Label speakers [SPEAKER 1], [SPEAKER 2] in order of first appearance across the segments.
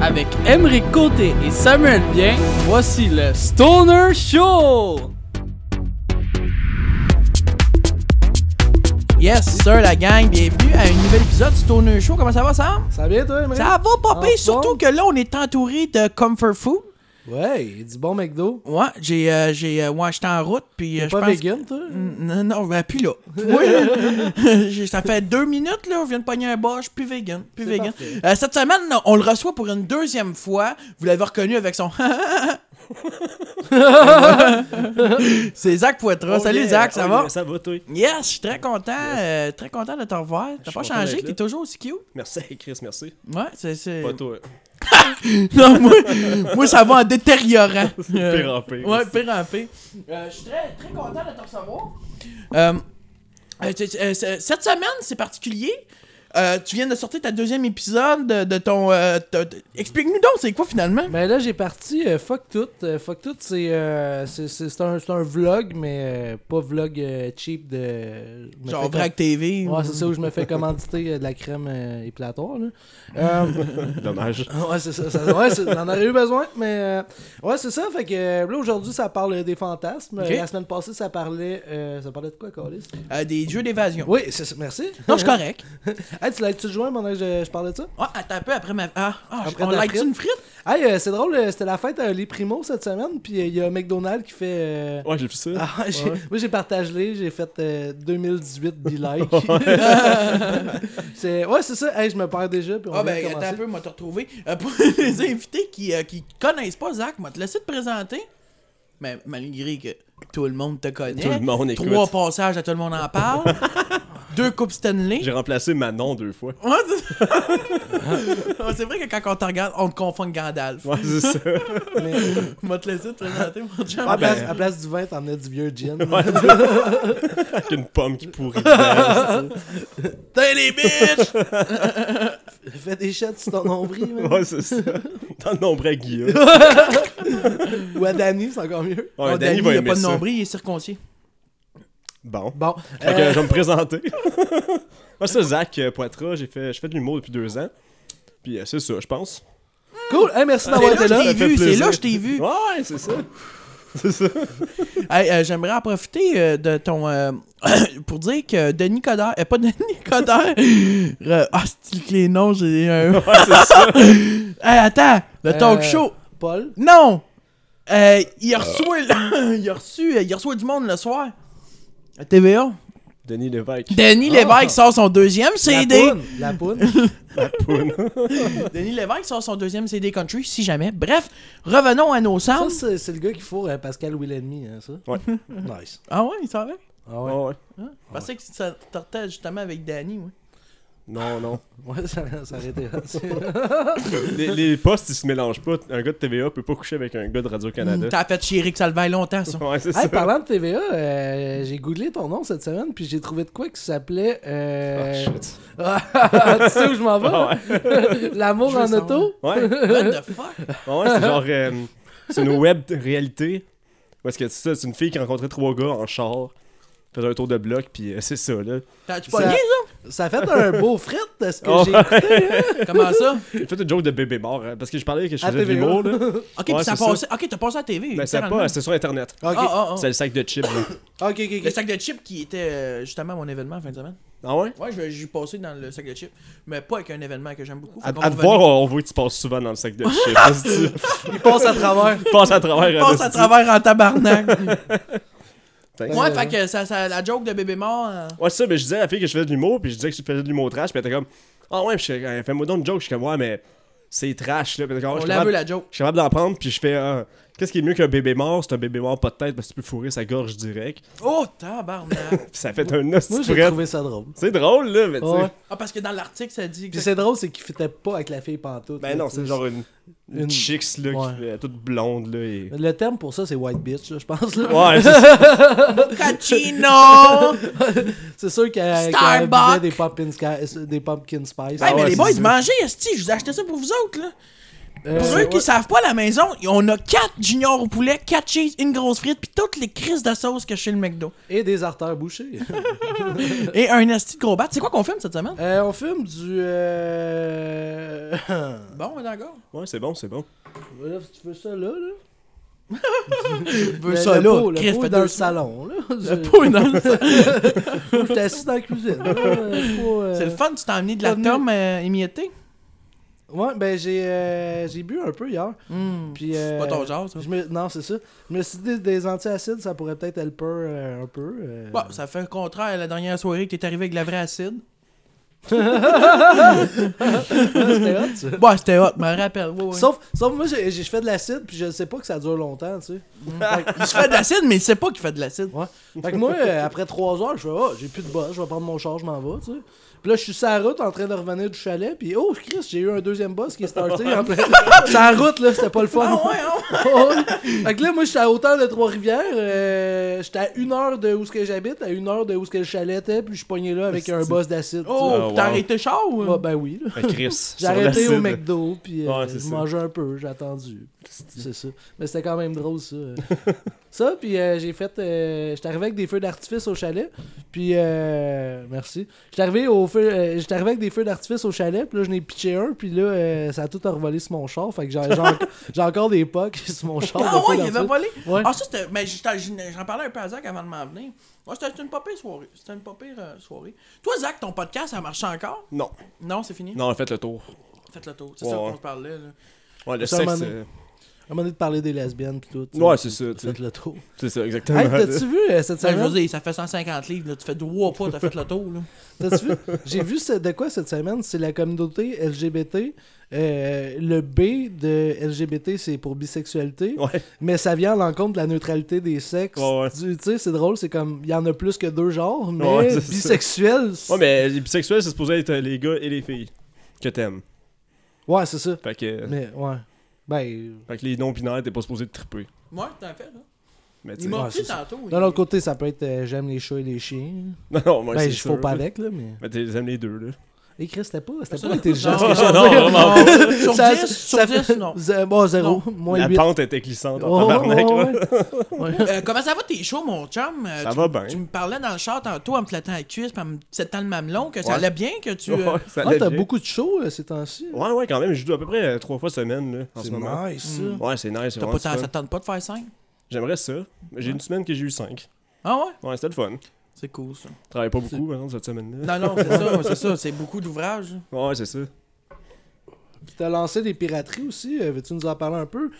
[SPEAKER 1] avec Emery Côté et Samuel Bien, voici le Stoner Show!
[SPEAKER 2] Yes, sir, la gang, bienvenue à un nouvel épisode du Stoner Show. Comment ça va, Sam?
[SPEAKER 3] Ça va bien, Ah, toi, Emery?
[SPEAKER 2] Ça va, Popé?
[SPEAKER 3] En
[SPEAKER 2] Surtout
[SPEAKER 3] forme?
[SPEAKER 2] que là, on est entouré de comfort food.
[SPEAKER 3] Ouais, il y a du bon McDo.
[SPEAKER 2] Ouais, j'ai, euh, j'ai, euh, ouais, j'étais en route, puis euh,
[SPEAKER 3] T'es
[SPEAKER 2] je
[SPEAKER 3] pas
[SPEAKER 2] pense...
[SPEAKER 3] vegan, toi?
[SPEAKER 2] Non, non, ben, plus là. Moi, là, j'ai- ça fait deux minutes, là, on vient de pogner un bas, je suis plus vegan, plus
[SPEAKER 3] C'est
[SPEAKER 2] vegan.
[SPEAKER 3] parfait.
[SPEAKER 2] Euh, cette semaine, on le reçoit pour une deuxième fois. Vous l'avez reconnu avec son... C'est Zach Poitras.
[SPEAKER 4] Oh
[SPEAKER 2] Salut,
[SPEAKER 4] yeah.
[SPEAKER 2] Zach, ça
[SPEAKER 4] Oh
[SPEAKER 2] va?
[SPEAKER 4] yeah, Ça va, toi?
[SPEAKER 2] Yes, je suis très content, euh, très content de te revoir. T'as
[SPEAKER 4] suis
[SPEAKER 2] pas
[SPEAKER 4] content
[SPEAKER 2] changé,
[SPEAKER 4] d'être là.
[SPEAKER 2] t'es toujours aussi cute.
[SPEAKER 4] Merci, Chris, merci.
[SPEAKER 2] Ouais, c'est. c'est-
[SPEAKER 4] Pas toi.
[SPEAKER 2] non, moi, moi, ça va en détériorant.
[SPEAKER 4] Pire en pire.
[SPEAKER 2] Ouais, pire en pire. Euh, je suis très, très content de te recevoir. Euh, euh, c'est- c'est- c'est- cette semaine, c'est particulier. Euh, tu viens de sortir ta deuxième épisode de, de ton. euh, ta- ta- Explique-nous donc, c'est quoi finalement?
[SPEAKER 3] Mais Ben là, j'ai parti euh, Fuck Tout. Euh, fuck Tout, c'est euh, c'est- c'est- c'est un, c'est un vlog, mais euh, pas vlog euh, cheap de. je me
[SPEAKER 2] Genre
[SPEAKER 3] fais
[SPEAKER 2] Vrac TV.
[SPEAKER 3] com-
[SPEAKER 2] ou-
[SPEAKER 3] ben, Ouais, c'est ça où je me fais commanditer euh, de la crème euh, épilatoire. Là. Euh,
[SPEAKER 4] Dommage.
[SPEAKER 3] ouais, c'est ça. ça- ouais, c'est- j'en aurais eu besoin, mais. euh, ouais, c'est ça. Fait que euh, là, aujourd'hui, ça parle euh, des fantasmes.
[SPEAKER 2] Ok.
[SPEAKER 3] Euh, La semaine passée, ça parlait. euh, ça parlait de quoi, Carlis
[SPEAKER 2] Euh, des jeux d'évasion.
[SPEAKER 3] Oui, c'est ça. Merci.
[SPEAKER 2] Non, je suis correct.
[SPEAKER 3] Hey, tu l'as-tu joint pendant que je, je parlais de ça?
[SPEAKER 2] Ah, attends un peu après ma. Ah, ah,
[SPEAKER 3] Après
[SPEAKER 2] on
[SPEAKER 3] ta
[SPEAKER 2] like
[SPEAKER 3] frite?
[SPEAKER 2] une frite?
[SPEAKER 3] Hey, euh, c'est drôle, euh, c'était la fête à Les Primos cette semaine, puis euh, il y a McDonald's qui fait. euh,
[SPEAKER 4] Ouais, j'ai vu ça.
[SPEAKER 3] Ah, j'ai- Moi, j'ai partagé, j'ai fait euh, 2018 be like. c'est... Ouais, c'est ça. Hey, je me perds déjà, puis on
[SPEAKER 2] Ah
[SPEAKER 3] vient de
[SPEAKER 2] ben, attends
[SPEAKER 3] commencer.
[SPEAKER 2] un peu, moi te retrouver. Euh, pour les invités qui, euh, qui connaissent pas Zach, moi te laisser te présenter. Mais malgré que tout le monde te connaît.
[SPEAKER 4] Tout le monde écoute.
[SPEAKER 2] hein? Trois passages à tout le monde en parle. deux coupes Stanley.
[SPEAKER 4] J'ai remplacé Manon deux fois.
[SPEAKER 2] Ouais, c'est- Ouais, c'est vrai que quand on te regarde, on te confond avec Gandalf.
[SPEAKER 4] Ouais, Ah, c'est ça.
[SPEAKER 3] Mais,
[SPEAKER 2] Moi te laisser te présenter, mon chum.
[SPEAKER 4] ben.
[SPEAKER 3] à, place, à place du vin, t'emmenais du vieux gin.
[SPEAKER 4] Avec une pomme qui pourrit dedans.
[SPEAKER 2] T'es les bitches!
[SPEAKER 3] Fais des shots sur ton nombril, man.
[SPEAKER 4] Ouais, c'est ça. Dans le nombre à Guillaume.
[SPEAKER 3] Ou à Danny, c'est encore mieux.
[SPEAKER 4] Ouais,
[SPEAKER 2] Oh,
[SPEAKER 4] Danny
[SPEAKER 2] Danny,
[SPEAKER 4] va
[SPEAKER 2] il a
[SPEAKER 4] aimer
[SPEAKER 2] pas de
[SPEAKER 4] ça.
[SPEAKER 2] nombril, il est circoncier.
[SPEAKER 4] Bon.
[SPEAKER 3] Bon.
[SPEAKER 4] Fait que
[SPEAKER 3] euh,
[SPEAKER 4] je vais me présenter. Moi, c'est Zach euh, Poitras. J'ai fait, je fais de l'humour depuis deux ans. Puis euh, c'est ça, je pense.
[SPEAKER 3] Cool. Hey, merci
[SPEAKER 2] C'est
[SPEAKER 3] d'avoir
[SPEAKER 2] là
[SPEAKER 3] été
[SPEAKER 2] que
[SPEAKER 3] là.
[SPEAKER 2] je t'ai
[SPEAKER 4] Ça fait
[SPEAKER 2] vu, c'est
[SPEAKER 4] plaisir.
[SPEAKER 2] là que je t'ai vu.
[SPEAKER 4] Ouais, c'est ça. C'est ça.
[SPEAKER 2] Hey, euh, J'aimerais en profiter euh, de ton. euh, pour dire que Denis Coderre. euh, pas Denis Coderre. Re- Ah, c'est que les noms, j'ai un.
[SPEAKER 4] Ouais, c'est ça.
[SPEAKER 2] Hey, attends, le talk
[SPEAKER 3] Euh,
[SPEAKER 2] show.
[SPEAKER 3] Paul.
[SPEAKER 2] Non! Euh, il, a reçu,
[SPEAKER 4] Euh.
[SPEAKER 2] il, a reçu, euh, il a reçu du monde le soir. À TVA.
[SPEAKER 4] Denis Lévesque.
[SPEAKER 2] Denis
[SPEAKER 3] Ah.
[SPEAKER 2] Lévesque sort son deuxième
[SPEAKER 3] La
[SPEAKER 2] CD.
[SPEAKER 3] poune. La poune.
[SPEAKER 2] Denis Lévesque sort son deuxième CD country, si jamais. Bref, revenons à nos
[SPEAKER 3] Ça,
[SPEAKER 2] sens.
[SPEAKER 3] c'est, c'est le gars qui fourre euh, Pascal Willenmy, hein, ça?
[SPEAKER 4] Ouais.
[SPEAKER 3] nice.
[SPEAKER 2] Ah ouais, il s'en va?
[SPEAKER 3] Ah ouais.
[SPEAKER 4] Ouais, ouais.
[SPEAKER 2] Je pensais que ça sortait justement avec Danny. Ouais.
[SPEAKER 4] Non, non.
[SPEAKER 3] Ouais, ça, ça aurait été
[SPEAKER 4] Les, les postes, ils se mélangent pas. Un gars de TVA peut pas coucher avec un gars de Radio-Canada.
[SPEAKER 2] T'as fait chier Rick Salvaille longtemps, ça.
[SPEAKER 4] Ouais, c'est
[SPEAKER 3] hey,
[SPEAKER 4] ça.
[SPEAKER 3] parlant de TVA, euh, j'ai googlé ton nom cette semaine, puis j'ai trouvé de quoi qui s'appelait.
[SPEAKER 4] Ah,
[SPEAKER 3] Euh...
[SPEAKER 4] shit.
[SPEAKER 3] tu sais où je m'en vais?
[SPEAKER 4] Ah,
[SPEAKER 3] là?
[SPEAKER 4] ouais.
[SPEAKER 3] L'amour
[SPEAKER 2] Je veux
[SPEAKER 3] en auto?
[SPEAKER 4] Ouais.
[SPEAKER 2] What the fuck?
[SPEAKER 4] Ah ouais, c'est genre. euh, c'est une web de réalité. Parce que c'est ça, c'est une fille qui rencontrait trois gars en char. Faisait un tour de bloc, puis euh, c'est ça, là.
[SPEAKER 2] T'as-tu
[SPEAKER 3] Ça-
[SPEAKER 2] pas lié,
[SPEAKER 3] Ça fait un beau fret de ce que
[SPEAKER 4] Oh.
[SPEAKER 3] j'ai écouté.
[SPEAKER 2] ça? Comment ça?
[SPEAKER 4] J'ai fait une joke de bébé mort, hein, parce que je parlais que je
[SPEAKER 3] À
[SPEAKER 4] faisais de
[SPEAKER 3] TVA.
[SPEAKER 4] l'humour, là.
[SPEAKER 2] Ok,
[SPEAKER 4] Ouais,
[SPEAKER 2] puis ça
[SPEAKER 4] c'est Ben,
[SPEAKER 2] passait. Ok, t'as passé à la TV.
[SPEAKER 4] Mais c'est
[SPEAKER 2] littéralement.
[SPEAKER 4] pas, c'est sur Internet.
[SPEAKER 3] Ok,
[SPEAKER 2] Ah, ah, ah.
[SPEAKER 4] C'est le sac de chips, là.
[SPEAKER 3] ok, ok.
[SPEAKER 2] Le sac de chips qui était euh, justement à mon événement en fin de semaine.
[SPEAKER 4] Ah ouais?
[SPEAKER 2] Ouais, je- j'ai passé dans le sac de chips, mais pas avec un événement que j'aime beaucoup.
[SPEAKER 4] À,
[SPEAKER 2] Fait qu'on
[SPEAKER 4] à
[SPEAKER 2] va
[SPEAKER 4] te voir,
[SPEAKER 2] revenir.
[SPEAKER 4] on voit que tu passes souvent dans le sac de chips.
[SPEAKER 3] Il passe à travers.
[SPEAKER 4] tu passes à travers.
[SPEAKER 2] Passe à
[SPEAKER 4] hostie.
[SPEAKER 2] travers en tabarnak.
[SPEAKER 4] Fait que-
[SPEAKER 2] ouais, fait que ça, ça- la joke de bébé mort. euh,
[SPEAKER 4] Ouais, c'est ça, mais je disais à la fille que je faisais de l'humour, puis je disais que je faisais de l'humour trash, puis elle était comme, ah ouais, puis je fais, fais-moi donc une joke, je suis comme, ouais, mais c'est trash, là. Puis elle était comme, Ah,
[SPEAKER 2] on
[SPEAKER 4] je suis
[SPEAKER 2] la
[SPEAKER 4] capable-
[SPEAKER 2] veut la joke.
[SPEAKER 4] Je suis capable d'en prendre, puis je fais euh, Qu'est-ce qui est mieux qu'un bébé mort C'est un bébé mort pas de tête, parce que tu peux fourrer sa gorge direct.
[SPEAKER 2] Oh tabarnak.
[SPEAKER 4] Puis ça fait un hostie
[SPEAKER 3] Moi,
[SPEAKER 4] de
[SPEAKER 3] j'ai
[SPEAKER 4] fret.
[SPEAKER 3] trouvé ça drôle.
[SPEAKER 4] C'est drôle, là, mais tu
[SPEAKER 3] Ouais.
[SPEAKER 4] sais.
[SPEAKER 2] ah parce que dans l'article ça dit.
[SPEAKER 3] Puis
[SPEAKER 2] exact-
[SPEAKER 3] c'est drôle, c'est qu'il fitait pas avec la fille pantoute.
[SPEAKER 4] Ben
[SPEAKER 3] là,
[SPEAKER 4] non,
[SPEAKER 3] tu
[SPEAKER 4] c'est
[SPEAKER 3] sais.
[SPEAKER 4] genre une, une
[SPEAKER 3] Une-
[SPEAKER 4] chicks, là,
[SPEAKER 3] Ouais.
[SPEAKER 4] qui fait toute blonde, là. Et...
[SPEAKER 3] Le terme pour ça, c'est white bitch, là, je pense. là.
[SPEAKER 4] Ouais, c'est ça.
[SPEAKER 2] Cacino.
[SPEAKER 3] C'est sûr qu'elle qu'elle
[SPEAKER 2] Starbucks.
[SPEAKER 3] buvait des pumpkin, sky- euh, des pumpkin spice.
[SPEAKER 2] Hey, Ben, mais
[SPEAKER 4] ouais,
[SPEAKER 2] les
[SPEAKER 4] c'est
[SPEAKER 2] boys
[SPEAKER 4] ça.
[SPEAKER 2] mangez, esti, je vous ai acheté ça pour vous autres là.
[SPEAKER 3] Euh,
[SPEAKER 2] Pour
[SPEAKER 3] ouais.
[SPEAKER 2] eux qui savent pas la maison, on a 4 juniors au poulet, 4 cheese, une grosse frite, puis toutes les crises de sauce que chez le McDo.
[SPEAKER 3] Et des artères bouchées.
[SPEAKER 2] Et un asti de gros bat. C'est quoi qu'on filme cette semaine?
[SPEAKER 3] Euh, on filme du. Euh... là,
[SPEAKER 2] Bon, d'accord.
[SPEAKER 4] Ouais, c'est bon, c'est bon.
[SPEAKER 3] si tu veux ça là, là.
[SPEAKER 2] Veux
[SPEAKER 3] Le-
[SPEAKER 2] ça
[SPEAKER 3] le
[SPEAKER 2] là,
[SPEAKER 3] pot, le
[SPEAKER 2] Chris,
[SPEAKER 3] pot
[SPEAKER 2] fait
[SPEAKER 3] est dans
[SPEAKER 2] deux-
[SPEAKER 3] le salon, là.
[SPEAKER 2] Le pot est dans le salon.
[SPEAKER 3] Je suis assis dans la cuisine. là. Le pot, euh,
[SPEAKER 2] C'est le fun, tu t'es emmené de la
[SPEAKER 3] Pas de
[SPEAKER 2] tome euh, émiettée.
[SPEAKER 3] Ouais, ben j'ai euh, j'ai bu un peu hier.
[SPEAKER 2] Hmm.
[SPEAKER 3] Puis, euh,
[SPEAKER 2] C'est pas ton genre, ça.
[SPEAKER 3] je me- Non, c'est ça. Je me suis dit des antiacides, ça pourrait peut-être helper euh, un peu. euh.
[SPEAKER 2] Bon, ça fait le contraire à la dernière soirée que t'es arrivé avec de la vraie acide.
[SPEAKER 3] C'était hot, ça.
[SPEAKER 2] Bon, c'était hot, je me rappelle. Ouais, ouais.
[SPEAKER 3] Sauf, sauf moi, j'ai j'ai- je fais de l'acide, puis je sais pas que ça dure longtemps, tu sais.
[SPEAKER 2] Il se fait de l'acide, mais il sait pas qu'il fait de l'acide.
[SPEAKER 3] Fait que moi, euh, après 3 heures, je fais, oh, j'ai plus de boss, je vais prendre mon char, je m'en vais, tu sais. Puis là, je suis sur la route en train de revenir du chalet, puis oh, Chris, j'ai eu un deuxième boss qui est starté en plein. sur la route, là, c'était pas le fun.
[SPEAKER 2] Ouais, hein?
[SPEAKER 3] Oh, oui. fait que là, moi, j'étais à hauteur de Trois-Rivières. euh, j'étais à une heure de où ce que j'habite, à une heure de où ce que le chalet était, puis je suis pogné là avec un boss d'acide. tu sais.
[SPEAKER 2] Oh,
[SPEAKER 4] Ah, wow.
[SPEAKER 2] t'as arrêté chaud ou...
[SPEAKER 3] Bah, ben oui, là.
[SPEAKER 4] Ah, Chris.
[SPEAKER 3] J'ai
[SPEAKER 4] sur
[SPEAKER 3] arrêté au
[SPEAKER 4] l'acide.
[SPEAKER 3] McDo, puis euh,
[SPEAKER 4] Ouais, c'est
[SPEAKER 3] je
[SPEAKER 4] ça.
[SPEAKER 3] mangeais un peu, j'ai attendu. C'est ça. Mais c'était quand même drôle, ça. ça, puis euh, j'ai fait. euh, j'étais arrivé avec des feux d'artifice au chalet, puis. euh, merci. J'étais arrivé, au feu, euh, j'étais arrivé avec des feux d'artifice au chalet, puis là, je n'ai pitché un, puis là, euh, ça a tout envolé sur mon char, fait que j'ai, j'ai en- j'ai encore des pocs sur mon char.
[SPEAKER 2] Ah
[SPEAKER 3] de feux
[SPEAKER 2] ouais, il avait
[SPEAKER 3] d'artifice.
[SPEAKER 2] volé.
[SPEAKER 3] Ouais.
[SPEAKER 2] Ah, ça, c'était. Mais j'étais- j'en j'en parlais un peu à Zach avant de m'en venir. Ouais, c'était c'était une pas pire soirée. C'était une pas pire euh, soirée. Toi, Zach, ton podcast, ça marche encore
[SPEAKER 4] Non.
[SPEAKER 2] Non, c'est fini
[SPEAKER 4] Non, faites le tour.
[SPEAKER 2] Faites le tour. C'est
[SPEAKER 4] Ouais,
[SPEAKER 2] ça
[SPEAKER 4] ouais.
[SPEAKER 2] qu'on se parlait. Là.
[SPEAKER 4] Ouais, le
[SPEAKER 3] Ça,
[SPEAKER 4] sexe.
[SPEAKER 3] mané.
[SPEAKER 4] euh,
[SPEAKER 3] À un moment donné de parler des lesbiennes, puis tout. tu sais.
[SPEAKER 4] Ouais, c'est ça, tu sais.
[SPEAKER 3] Faites le tour.
[SPEAKER 4] C'est ça, exactement.
[SPEAKER 3] Hey, t'as-tu vu euh, cette
[SPEAKER 2] Ça, Ben, je
[SPEAKER 3] semaine?
[SPEAKER 2] veux dire, ça fait 150 livres. Là. Tu fais trois pas, t'as fait le tour. Là.
[SPEAKER 3] T'as-tu vu? J'ai vu ce- de quoi cette semaine? C'est la communauté LGBT. Euh, le B de LGBT, c'est pour bisexualité.
[SPEAKER 4] Ouais.
[SPEAKER 3] Mais ça vient à l'encontre de la neutralité des sexes.
[SPEAKER 4] Ouais, ouais.
[SPEAKER 3] Du- Tu sais, c'est drôle, c'est comme. Il y en a plus que deux genres, mais
[SPEAKER 4] Ouais, c'est ça.
[SPEAKER 3] bisexuel. c'est-
[SPEAKER 4] Ouais, mais les bisexuels, c'est supposé être euh, les gars et les filles que t'aimes.
[SPEAKER 3] Ouais, c'est ça.
[SPEAKER 4] Fait que,
[SPEAKER 3] Mais ouais. Ben.
[SPEAKER 4] fait que les non-binaires, t'es pas supposé te triper.
[SPEAKER 2] Moi, t'en fais, là.
[SPEAKER 4] Mais tu
[SPEAKER 2] Il
[SPEAKER 4] sais-
[SPEAKER 2] m'a
[SPEAKER 3] Ouais,
[SPEAKER 2] repris
[SPEAKER 3] c'est ça.
[SPEAKER 2] tantôt. il-
[SPEAKER 3] D'un autre côté, ça peut être euh, j'aime les chats et les chiens.
[SPEAKER 4] Non, non, moi,
[SPEAKER 3] ben,
[SPEAKER 4] c'est
[SPEAKER 3] je fous
[SPEAKER 4] sûr, là.
[SPEAKER 3] pas avec, là, mais.
[SPEAKER 4] Mais t'es- t'aimes les deux, là.
[SPEAKER 3] Et Chris, c'était pas, c'était
[SPEAKER 2] Ça,
[SPEAKER 3] pas intelligent.
[SPEAKER 2] non,
[SPEAKER 3] ce que j'ai à
[SPEAKER 2] non,
[SPEAKER 3] dire.
[SPEAKER 4] vraiment
[SPEAKER 2] Sur
[SPEAKER 3] Ça-
[SPEAKER 2] 10, sur
[SPEAKER 3] ça
[SPEAKER 2] 10,
[SPEAKER 3] fait-
[SPEAKER 2] non.
[SPEAKER 3] zé- Bon, zéro. Moins Oh,
[SPEAKER 4] La
[SPEAKER 3] 8.
[SPEAKER 4] pente était glissante en tabarnak, là.
[SPEAKER 2] Euh, comment ça va tes shows, mon chum? Euh,
[SPEAKER 4] Ça
[SPEAKER 2] tu,
[SPEAKER 4] va bien.
[SPEAKER 2] Tu me parlais dans le char tantôt en me flattant la cuisse, puis en me têtant le mamelon, que ça
[SPEAKER 4] Ouais.
[SPEAKER 2] allait bien, que tu. euh,
[SPEAKER 4] Ouais, ça
[SPEAKER 3] Ah,
[SPEAKER 4] allait
[SPEAKER 3] t'as
[SPEAKER 4] bien.
[SPEAKER 3] beaucoup de shows là, ces temps-ci.
[SPEAKER 4] Ouais, ouais, quand même, je joue à peu près euh, trois fois semaine, là, en ce
[SPEAKER 3] Ah, C'est
[SPEAKER 4] moment. Mm.
[SPEAKER 3] nice, ça.
[SPEAKER 4] Ouais, c'est nice, c'est
[SPEAKER 2] T'as
[SPEAKER 4] vraiment
[SPEAKER 2] pas
[SPEAKER 4] du
[SPEAKER 2] tant-
[SPEAKER 4] fun.
[SPEAKER 2] ça te tente pas de faire 5?
[SPEAKER 4] J'aimerais ça. J'ai une semaine que j'ai eu cinq.
[SPEAKER 2] Ah ouais?
[SPEAKER 4] Ouais, c'était le fun.
[SPEAKER 2] C'est cool, ça.
[SPEAKER 4] Je travaille pas beaucoup, par contre, cette semaine-là.
[SPEAKER 2] Non, non, c'est ça, c'est ça, c'est beaucoup d'ouvrages.
[SPEAKER 4] Ouais, c'est ça.
[SPEAKER 3] Puis t'as lancé des pirateries aussi. euh, Veux-tu nous en parler un peu?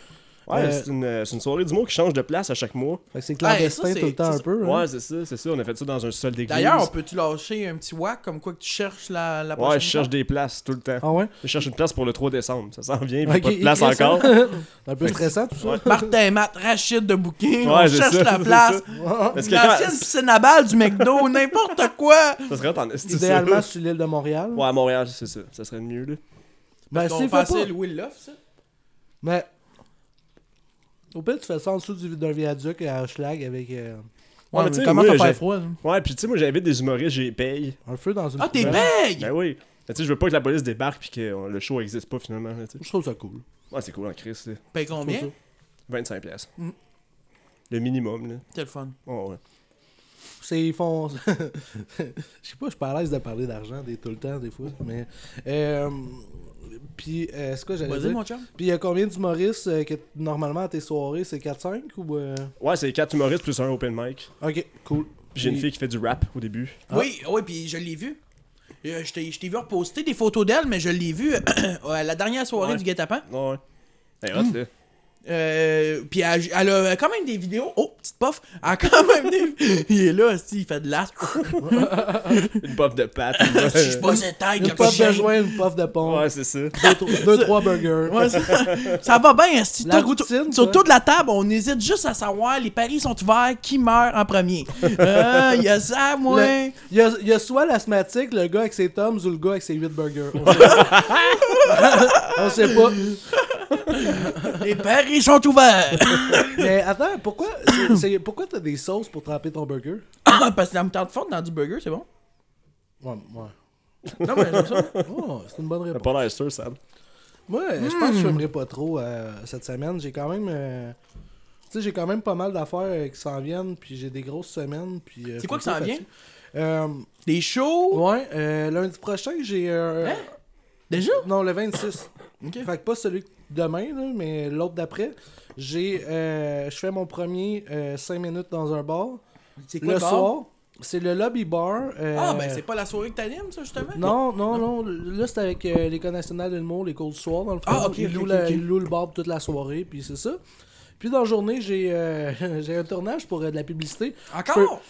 [SPEAKER 4] Ouais,
[SPEAKER 3] Euh,
[SPEAKER 4] c'est une, euh, c'est une soirée d'humour qui change de place à chaque mois.
[SPEAKER 3] Fait que c'est clandestin
[SPEAKER 2] Hey, ça, c'est-
[SPEAKER 3] tout le temps
[SPEAKER 2] c'est-
[SPEAKER 3] un peu. hein.
[SPEAKER 4] Ouais, c'est ça, c'est ça. On a fait ça dans un sol d'église.
[SPEAKER 2] D'ailleurs, on peut-tu lâcher un petit whack comme quoi que tu cherches la, la prochaine
[SPEAKER 4] Ouais, je cherche des places tout le temps.
[SPEAKER 3] Ah ouais?
[SPEAKER 4] Je cherche une place pour le 3 décembre. Ça s'en vient, j'ai
[SPEAKER 3] Ok,
[SPEAKER 4] pas de place
[SPEAKER 3] écris ça.
[SPEAKER 4] encore.
[SPEAKER 3] C'est un peu stressant tout ça.
[SPEAKER 4] Ouais.
[SPEAKER 2] Martin Matt, Rachid de Booking, on
[SPEAKER 4] Ouais, c'est
[SPEAKER 2] cherche
[SPEAKER 4] ça,
[SPEAKER 2] la
[SPEAKER 4] c'est
[SPEAKER 2] place.
[SPEAKER 3] Ah,
[SPEAKER 4] Parce que
[SPEAKER 2] L'ancienne
[SPEAKER 4] quand...
[SPEAKER 2] piscine à balles du McDo, n'importe quoi!
[SPEAKER 4] Ça serait en esti, ça.
[SPEAKER 3] Idéalement sur l'île de Montréal.
[SPEAKER 4] Ouais, à Montréal, c'est ça. Ça serait le mieux, là.
[SPEAKER 3] Ben,
[SPEAKER 2] Qu'on
[SPEAKER 3] c'est
[SPEAKER 2] va
[SPEAKER 3] pas.
[SPEAKER 2] passer Louis Loff, ça?
[SPEAKER 3] Mais. Au pire, tu fais ça en dessous du- d'un viaduc à Hochelag avec euh,
[SPEAKER 4] Ouais, mais
[SPEAKER 2] mais
[SPEAKER 4] tu sais,
[SPEAKER 2] comment
[SPEAKER 4] moi,
[SPEAKER 2] ça
[SPEAKER 4] j'ai-
[SPEAKER 2] faire froid, là?
[SPEAKER 4] Ouais, puis tu sais, moi, j'invite des humoristes, j'ai paye.
[SPEAKER 3] un feu dans une.
[SPEAKER 2] Ah, t'es
[SPEAKER 3] poubelle.
[SPEAKER 2] bègue!
[SPEAKER 4] Ben oui. Mais tu sais, je veux pas que la police débarque puis que euh, le show existe pas finalement, là, tu sais.
[SPEAKER 3] Je trouve ça cool.
[SPEAKER 4] Ouais, c'est cool en Chris, là.
[SPEAKER 2] Paye Ben, combien?
[SPEAKER 3] Faut
[SPEAKER 4] 25 places.
[SPEAKER 2] Mm.
[SPEAKER 4] Le minimum, là.
[SPEAKER 2] C'est le fun.
[SPEAKER 4] Oh, ouais.
[SPEAKER 3] C'est, ils font. je sais pas, je suis pas à l'aise de parler d'argent des, tout le temps, des fois. Mais. Euh, puis, euh, c'est quoi j'allais
[SPEAKER 2] Vas-y,
[SPEAKER 3] dire?
[SPEAKER 2] mon chum.
[SPEAKER 3] Puis il y a combien d'humoristes euh, que t- normalement à tes soirées c'est 4-5 ou. euh,
[SPEAKER 4] Ouais, c'est 4 humoristes plus un open mic.
[SPEAKER 3] Ok, cool.
[SPEAKER 4] Puis j'ai une
[SPEAKER 3] Puis-
[SPEAKER 4] fille qui fait du rap au début.
[SPEAKER 3] Ah.
[SPEAKER 2] Oui, oui, puis je l'ai vu. Euh, Je t'ai je t'ai vu reposter des photos d'elle, mais je l'ai vu à la dernière soirée
[SPEAKER 4] Ouais.
[SPEAKER 2] du guet-apens.
[SPEAKER 4] Ouais, ouais. Hey, hot,
[SPEAKER 3] Mm.
[SPEAKER 4] là.
[SPEAKER 2] Euh, puis elle, elle a quand même des vidéos. Oh, petite pof! Elle a quand même des. Il est là, aussi, il fait de l'as.
[SPEAKER 4] Une bof de pâte.
[SPEAKER 2] Si je suis pas cette taille,
[SPEAKER 3] Une
[SPEAKER 2] comme
[SPEAKER 3] puff
[SPEAKER 2] chien.
[SPEAKER 3] de joint, une puff de pompe,
[SPEAKER 4] Ouais, c'est ça.
[SPEAKER 3] 2-3 burgers.
[SPEAKER 2] Ouais, ça, ça va bien, esti.
[SPEAKER 3] La
[SPEAKER 2] Tout- tout-
[SPEAKER 3] routine,
[SPEAKER 2] Sur
[SPEAKER 3] ça.
[SPEAKER 2] toute la table, on hésite juste à savoir les paris sont ouverts, qui meurt en premier. Euh, Il y a ça, moi.
[SPEAKER 3] Le- Il y, a, il y a soit l'asthmatique, le gars avec ses toms ou le gars avec ses 8 burgers. On sait pas. On sait pas.
[SPEAKER 2] Les paris sont ouverts.
[SPEAKER 3] Mais attends, pourquoi c'est- c'est- pourquoi t'as des sauces pour tremper ton burger
[SPEAKER 2] Ah, Parce que la moutarde forte dans du burger, c'est bon.
[SPEAKER 3] Ouais, ouais.
[SPEAKER 2] Non, mais j'aime ça.
[SPEAKER 3] Oh, c'est une bonne
[SPEAKER 4] T'as
[SPEAKER 3] réponse.
[SPEAKER 4] pas l'air sûr, Sam.
[SPEAKER 3] Moi, euh, je pense que je fumerai pas trop euh, cette semaine. J'ai quand même. euh, tu sais, j'ai quand même pas mal d'affaires euh, qui s'en viennent, puis j'ai des grosses semaines. Puis, euh,
[SPEAKER 2] C'est quoi
[SPEAKER 3] je
[SPEAKER 2] qui
[SPEAKER 3] suis un
[SPEAKER 2] s'en
[SPEAKER 3] peu
[SPEAKER 2] vient
[SPEAKER 3] fatigué. Euh,
[SPEAKER 2] Des shows
[SPEAKER 3] ouais, euh, lundi prochain, j'ai. euh,
[SPEAKER 2] Hein? Déjà
[SPEAKER 3] Non, le 26.
[SPEAKER 2] Ok.
[SPEAKER 3] Fait que pas celui de demain, là, mais l'autre d'après. J'ai. euh, je fais mon premier 5 minutes dans un bar.
[SPEAKER 2] C'est
[SPEAKER 3] Le
[SPEAKER 2] le bar?
[SPEAKER 3] soir, c'est le lobby bar. euh,
[SPEAKER 2] Ah, ben c'est pas la soirée que t'animes, ça, justement
[SPEAKER 3] non, non, non. Là, c'était avec euh, l'École nationale de l'humour, les cours du soir, dans le fond.
[SPEAKER 2] Ah, ok,
[SPEAKER 3] ils,
[SPEAKER 2] ok,
[SPEAKER 3] louent
[SPEAKER 2] ok,
[SPEAKER 3] la-
[SPEAKER 2] ok.
[SPEAKER 3] ils louent le bar pour toute la soirée, puis c'est ça. Puis dans la journée, j'ai euh, j'ai un tournage pour euh, de la publicité.
[SPEAKER 2] Encore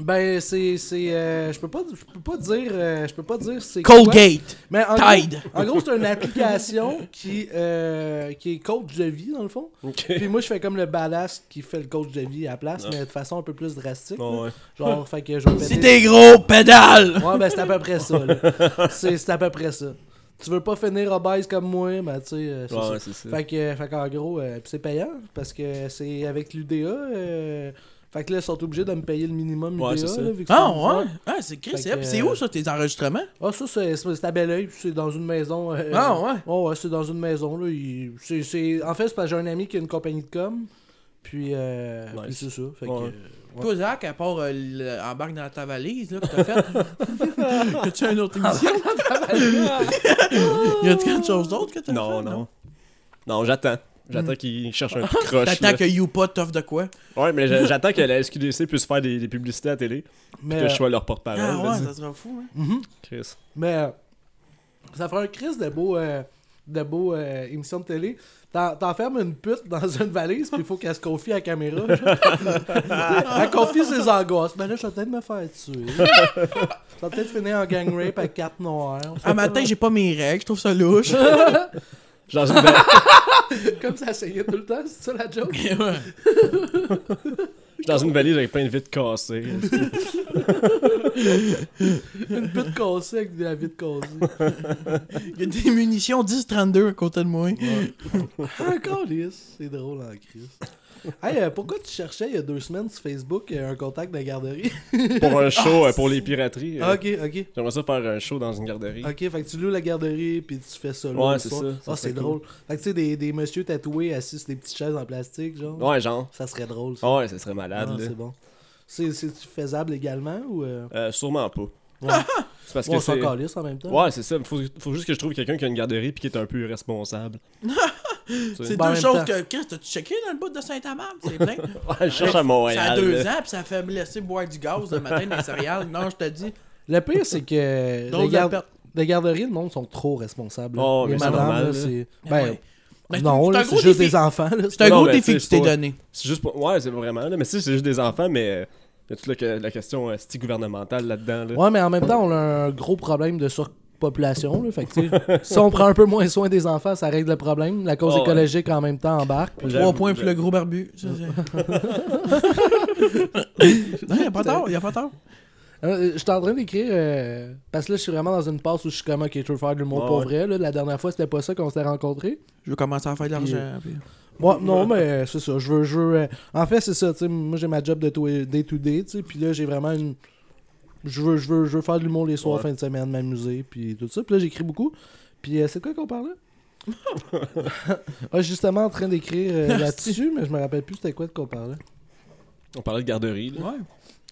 [SPEAKER 3] Ben, c'est. c'est, euh, je peux pas je peux pas dire. euh, je peux pas dire c'est. quoi.
[SPEAKER 2] Colgate
[SPEAKER 3] Mais en
[SPEAKER 2] Tide.
[SPEAKER 3] Gros, en gros, c'est une application qui, euh, qui est coach de vie, dans le fond.
[SPEAKER 4] Ok.
[SPEAKER 3] Puis moi, je fais comme le ballast qui fait le coach de vie à la place, mais de façon un peu plus drastique.
[SPEAKER 4] Non,
[SPEAKER 3] là.
[SPEAKER 4] ouais.
[SPEAKER 3] Genre, fait que je vais péter-
[SPEAKER 2] C'est des gros pédales
[SPEAKER 3] Ouais, ben c'est à peu près ça. là. C'est c'est à peu près ça. Tu veux pas finir obèse comme moi, ben tu sais, euh, c'est
[SPEAKER 4] Ouais,
[SPEAKER 3] ça.
[SPEAKER 4] ouais, c'est ça.
[SPEAKER 3] Fait que, euh, fait qu'en gros, euh, pis c'est payant parce que c'est avec l'UDA. euh, fait que là, ils sont obligés de me payer le minimum
[SPEAKER 4] Ouais,
[SPEAKER 3] UDA.
[SPEAKER 4] c'est ça.
[SPEAKER 3] là, vu que
[SPEAKER 2] Ah,
[SPEAKER 3] c'est une-
[SPEAKER 2] ouais Ah, c'est Chris,
[SPEAKER 3] Fait que, euh,
[SPEAKER 2] c'est- c'est où, ça, tes enregistrements
[SPEAKER 3] Ah, ça, c'est, c'est c'est à bel oeil, c'est dans une maison. euh,
[SPEAKER 2] Ah, ouais.
[SPEAKER 3] ouais, c'est dans une maison. Là, il- c'est, c'est- En fait, c'est parce que j'ai un ami qui a une compagnie de com. Puis, euh,
[SPEAKER 4] Nice.
[SPEAKER 3] puis c'est ça. Fait que,
[SPEAKER 4] Ouais.
[SPEAKER 3] euh, ouais.
[SPEAKER 2] Toi, Zach, à part euh, le- embarque dans ta valise là, que t'as faite, as-tu une autre émission Y a-tu quelque chose d'autre que t'as
[SPEAKER 4] Non,
[SPEAKER 2] fait?
[SPEAKER 4] non. Non, j'attends.
[SPEAKER 3] Hmm.
[SPEAKER 4] J'attends qu'il cherche un petit croche.
[SPEAKER 2] T'attends
[SPEAKER 4] là.
[SPEAKER 2] que YouPod t'offre de quoi
[SPEAKER 4] Ouais, mais j'a- j'attends que la SQDC puisse faire des, des publicités à télé.
[SPEAKER 3] Mais,
[SPEAKER 4] que
[SPEAKER 3] euh,
[SPEAKER 4] je sois leur porte-parole.
[SPEAKER 2] Ah, ouais,
[SPEAKER 4] vas-y.
[SPEAKER 2] ça serait fou, hein
[SPEAKER 3] mhm.
[SPEAKER 4] Chris.
[SPEAKER 3] Mais euh, ça ferait un crise de beau, euh, de beau euh, émission de télé. T'en- T'enfermes une pute dans une valise, puis il faut qu'elle se confie à la caméra. genre. elle confie ses angoisses. Ben là, je vais peut-être me faire tuer. Je vais peut-être finir en gang rape à quatre noirs.
[SPEAKER 2] Un matin, j'ai pas mes règles, je trouve ça louche.
[SPEAKER 4] Genre, j'ai une belle-
[SPEAKER 3] Comme ça saignait tout le temps, c'est ça la joke?
[SPEAKER 4] Je suis dans une valise avec plein de vitres cassées.
[SPEAKER 3] Une pute cassée avec de la vie de cassée.
[SPEAKER 2] Il y a des munitions 10-32 à côté de moi.
[SPEAKER 3] Encore lisse. Ah, C'est drôle en crise. Hey, euh, pourquoi tu cherchais il y a deux semaines sur Facebook euh, un contact de garderie?
[SPEAKER 4] Pour un show euh, pour les pirateries. euh,
[SPEAKER 3] Ah, ok, ok.
[SPEAKER 4] J'aimerais ça faire un show dans une garderie.
[SPEAKER 3] Ok, fait que tu loues la garderie puis tu fais ça. là,
[SPEAKER 4] Ouais,
[SPEAKER 3] le
[SPEAKER 4] c'est
[SPEAKER 3] soir.
[SPEAKER 4] ça, ça
[SPEAKER 3] Ah,
[SPEAKER 4] serait
[SPEAKER 3] c'est drôle. Fait que tu sais, des, des messieurs tatoués assis sur des petites chaises en plastique, genre.
[SPEAKER 4] Ouais, genre.
[SPEAKER 3] Ça serait drôle, ça.
[SPEAKER 4] Ouais, ça serait
[SPEAKER 3] Ah,
[SPEAKER 4] malade. là.
[SPEAKER 3] c'est bon. C'est c'est faisable également ou. euh,
[SPEAKER 4] Euh, sûrement pas.
[SPEAKER 3] Ouais.
[SPEAKER 4] C'est parce
[SPEAKER 3] ouais,
[SPEAKER 4] que
[SPEAKER 3] ah, on s'en
[SPEAKER 4] c'est.
[SPEAKER 3] calisse hein. en même temps.
[SPEAKER 4] Ouais, c'est ça. Faut, faut juste que je trouve quelqu'un qui a une garderie puis qui est un peu irresponsable.
[SPEAKER 2] C'est
[SPEAKER 3] Ben, en
[SPEAKER 2] deux
[SPEAKER 3] même
[SPEAKER 2] choses
[SPEAKER 3] temps.
[SPEAKER 2] que. Chris, t'as-tu checké dans le bout de Saint-Amable C'est plein.
[SPEAKER 4] Ouais, je cherche à Montréal.
[SPEAKER 2] Ça a deux
[SPEAKER 4] là.
[SPEAKER 2] ans, puis ça fait me laisser boire du gaz le matin dans les céréales. Non, je te dis.
[SPEAKER 3] Le pire, c'est que.
[SPEAKER 2] Drôle
[SPEAKER 3] les,
[SPEAKER 2] de
[SPEAKER 3] gar-
[SPEAKER 2] perte.
[SPEAKER 3] les garderies, le monde sont trop responsables. là.
[SPEAKER 4] Oh,
[SPEAKER 3] les
[SPEAKER 4] mais c'est normal,
[SPEAKER 3] là,
[SPEAKER 4] là.
[SPEAKER 2] Mais
[SPEAKER 3] c'est. Ben.
[SPEAKER 2] ouais. Ben,
[SPEAKER 3] non,
[SPEAKER 2] c'est
[SPEAKER 3] là,
[SPEAKER 2] un
[SPEAKER 3] c'est
[SPEAKER 2] gros
[SPEAKER 3] juste
[SPEAKER 2] défi.
[SPEAKER 3] des enfants. là.
[SPEAKER 2] C'est un
[SPEAKER 4] Non,
[SPEAKER 2] gros
[SPEAKER 4] mais
[SPEAKER 2] défi
[SPEAKER 4] tu
[SPEAKER 2] que
[SPEAKER 4] sais,
[SPEAKER 2] tu t'es
[SPEAKER 4] c'est pas-
[SPEAKER 2] donné.
[SPEAKER 4] C'est juste pour... Ouais, c'est vraiment. Là. Mais si, c'est juste des enfants, mais. euh, Il y a toute la, la question euh, style gouvernementale là-dedans. Là.
[SPEAKER 3] Ouais, mais en même temps, on a un gros problème de surpopulation. Là, fait que, tu sais, si on prend un peu moins soin des enfants, ça règle le problème. La cause
[SPEAKER 4] Oh, ouais.
[SPEAKER 3] écologique en même temps embarque. puis-
[SPEAKER 4] J'avoue,
[SPEAKER 2] Trois points, puis
[SPEAKER 4] j'avoue.
[SPEAKER 2] le gros barbu. Ça, c'est- non, y a pas tort, y a pas tort.
[SPEAKER 3] Euh, Je suis en train d'écrire euh, parce que là je suis vraiment dans une passe où je suis comme ok je veux faire de l'humour
[SPEAKER 4] Ouais,
[SPEAKER 3] pour
[SPEAKER 4] ouais.
[SPEAKER 3] vrai là. la dernière fois c'était pas ça qu'on s'était rencontrés
[SPEAKER 2] Je veux commencer à faire de l'argent. puis-
[SPEAKER 3] moi non mais euh, c'est ça je veux je veux euh, en fait c'est ça tu sais moi j'ai ma job de to- day to day tu sais puis là j'ai vraiment une je veux je veux je veux faire de l'humour les soirs
[SPEAKER 4] Ouais.
[SPEAKER 3] fin de semaine m'amuser puis tout ça puis là j'écris beaucoup puis euh, c'est de quoi qu'on parlait ah, justement en train d'écrire euh, là-dessus mais je me rappelle plus c'était quoi de qu'on parlait
[SPEAKER 4] On parlait de garderie. Là.
[SPEAKER 2] Ouais.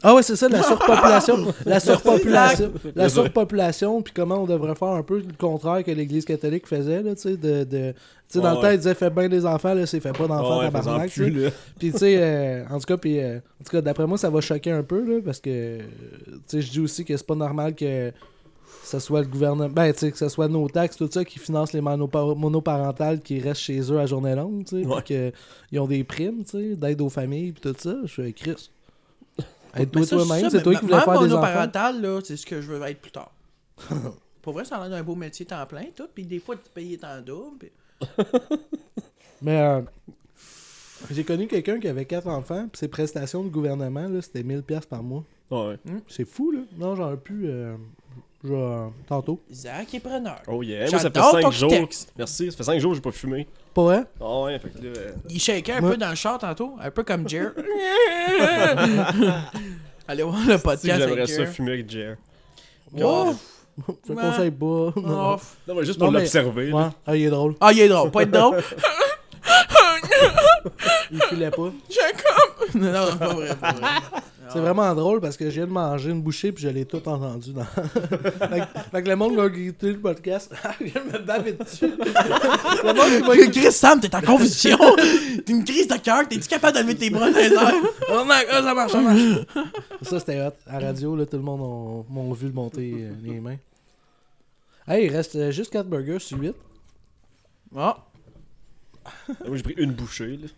[SPEAKER 3] Ah ouais, c'est ça, la surpopulation. la surpopulation. la
[SPEAKER 4] Désolé.
[SPEAKER 3] surpopulation, puis comment on devrait faire un peu le contraire que l'Église catholique faisait, là, tu sais, de... de tu sais,
[SPEAKER 4] Ouais,
[SPEAKER 3] dans le temps,
[SPEAKER 4] ouais.
[SPEAKER 3] ils disaient « Fais bien des enfants, là, c'est fait pas d'enfants,
[SPEAKER 4] ouais, faisant
[SPEAKER 3] tabarnak, tu
[SPEAKER 4] plus,
[SPEAKER 3] sais.
[SPEAKER 4] là. »
[SPEAKER 3] Puis, tu sais, euh, en tout cas, puis, euh, en tout cas, d'après moi, ça va choquer un peu, là, parce que, euh, tu sais, je dis aussi que c'est pas normal que ça soit le gouvernement... Ben, tu sais, que ça soit nos taxes, tout ça, qui financent les monopa- monoparentales qui restent chez eux à journée longue, tu sais,
[SPEAKER 4] Ouais.
[SPEAKER 3] puis que ils ont des primes, tu sais, d'aide aux familles, puis tout ça. Je suis euh, Chris.
[SPEAKER 2] Mais
[SPEAKER 3] Aide-toi
[SPEAKER 2] ça,
[SPEAKER 3] toi-même,
[SPEAKER 2] ça,
[SPEAKER 3] c'est
[SPEAKER 2] mais
[SPEAKER 3] toi qui voulais
[SPEAKER 2] même
[SPEAKER 3] faire des enfants.
[SPEAKER 2] monoparental, là, c'est ce que je veux être plus tard. Pour vrai, ça a l'air d'un beau métier temps plein, tout. Puis des fois, tu payes temps double. puis-
[SPEAKER 3] Mais euh, j'ai connu quelqu'un qui avait quatre enfants, puis ses prestations de gouvernement, là, c'était 1000 pièces par mois.
[SPEAKER 4] Ouais.
[SPEAKER 3] C'est fou, là. Non, j'en ai plus, euh, genre, tantôt.
[SPEAKER 2] Zach est preneur.
[SPEAKER 4] Oh yeah. Moi, ça fait
[SPEAKER 2] J'adore ton
[SPEAKER 4] 5
[SPEAKER 2] petit
[SPEAKER 4] jours.
[SPEAKER 2] texte.
[SPEAKER 4] Merci. Ça fait 5 jours que j'ai pas fumé.
[SPEAKER 3] Pas vrai?
[SPEAKER 4] Ah ouais, fait que là. euh,
[SPEAKER 2] Il shakeait un
[SPEAKER 3] Ouais.
[SPEAKER 2] peu dans le char tantôt, un peu comme Jer. Allez voir le
[SPEAKER 4] tu sais que
[SPEAKER 2] podcast
[SPEAKER 4] J'aimerais
[SPEAKER 2] avec
[SPEAKER 4] ça
[SPEAKER 2] Jer.
[SPEAKER 4] fumer avec Jer.
[SPEAKER 2] Wow.
[SPEAKER 3] Je te conseille pas.
[SPEAKER 2] Oh.
[SPEAKER 4] Non, mais juste
[SPEAKER 3] Non,
[SPEAKER 4] pour
[SPEAKER 3] mais-
[SPEAKER 4] l'observer. là.
[SPEAKER 3] Ouais. Ah, il est drôle.
[SPEAKER 2] Ah, il est drôle. Pas être drôle.
[SPEAKER 3] Il filait pas.
[SPEAKER 2] Jacob! Non, non, pas vrai. Pas vrai.
[SPEAKER 3] C'est vraiment drôle parce que je viens de manger une bouchée puis je l'ai tout entendu. Dans... fait, que- fait que le monde qui a écouté le podcast, je viens de me baver dessus. le monde qui m'a écouté.
[SPEAKER 2] Chris Sam, t'es en confusion! t'es une crise de cœur, t'es-tu capable de lever tes bras dans les airs? Oh, non, ah, ça marche, ça marche!
[SPEAKER 3] Ça, c'était hot. À la radio, là, tout le monde ont- m'ont vu le monter euh, les mains. Hey, il reste euh, juste 4 burgers sur 8.
[SPEAKER 2] Ah,
[SPEAKER 4] Moi, j'ai pris une bouchée. Là.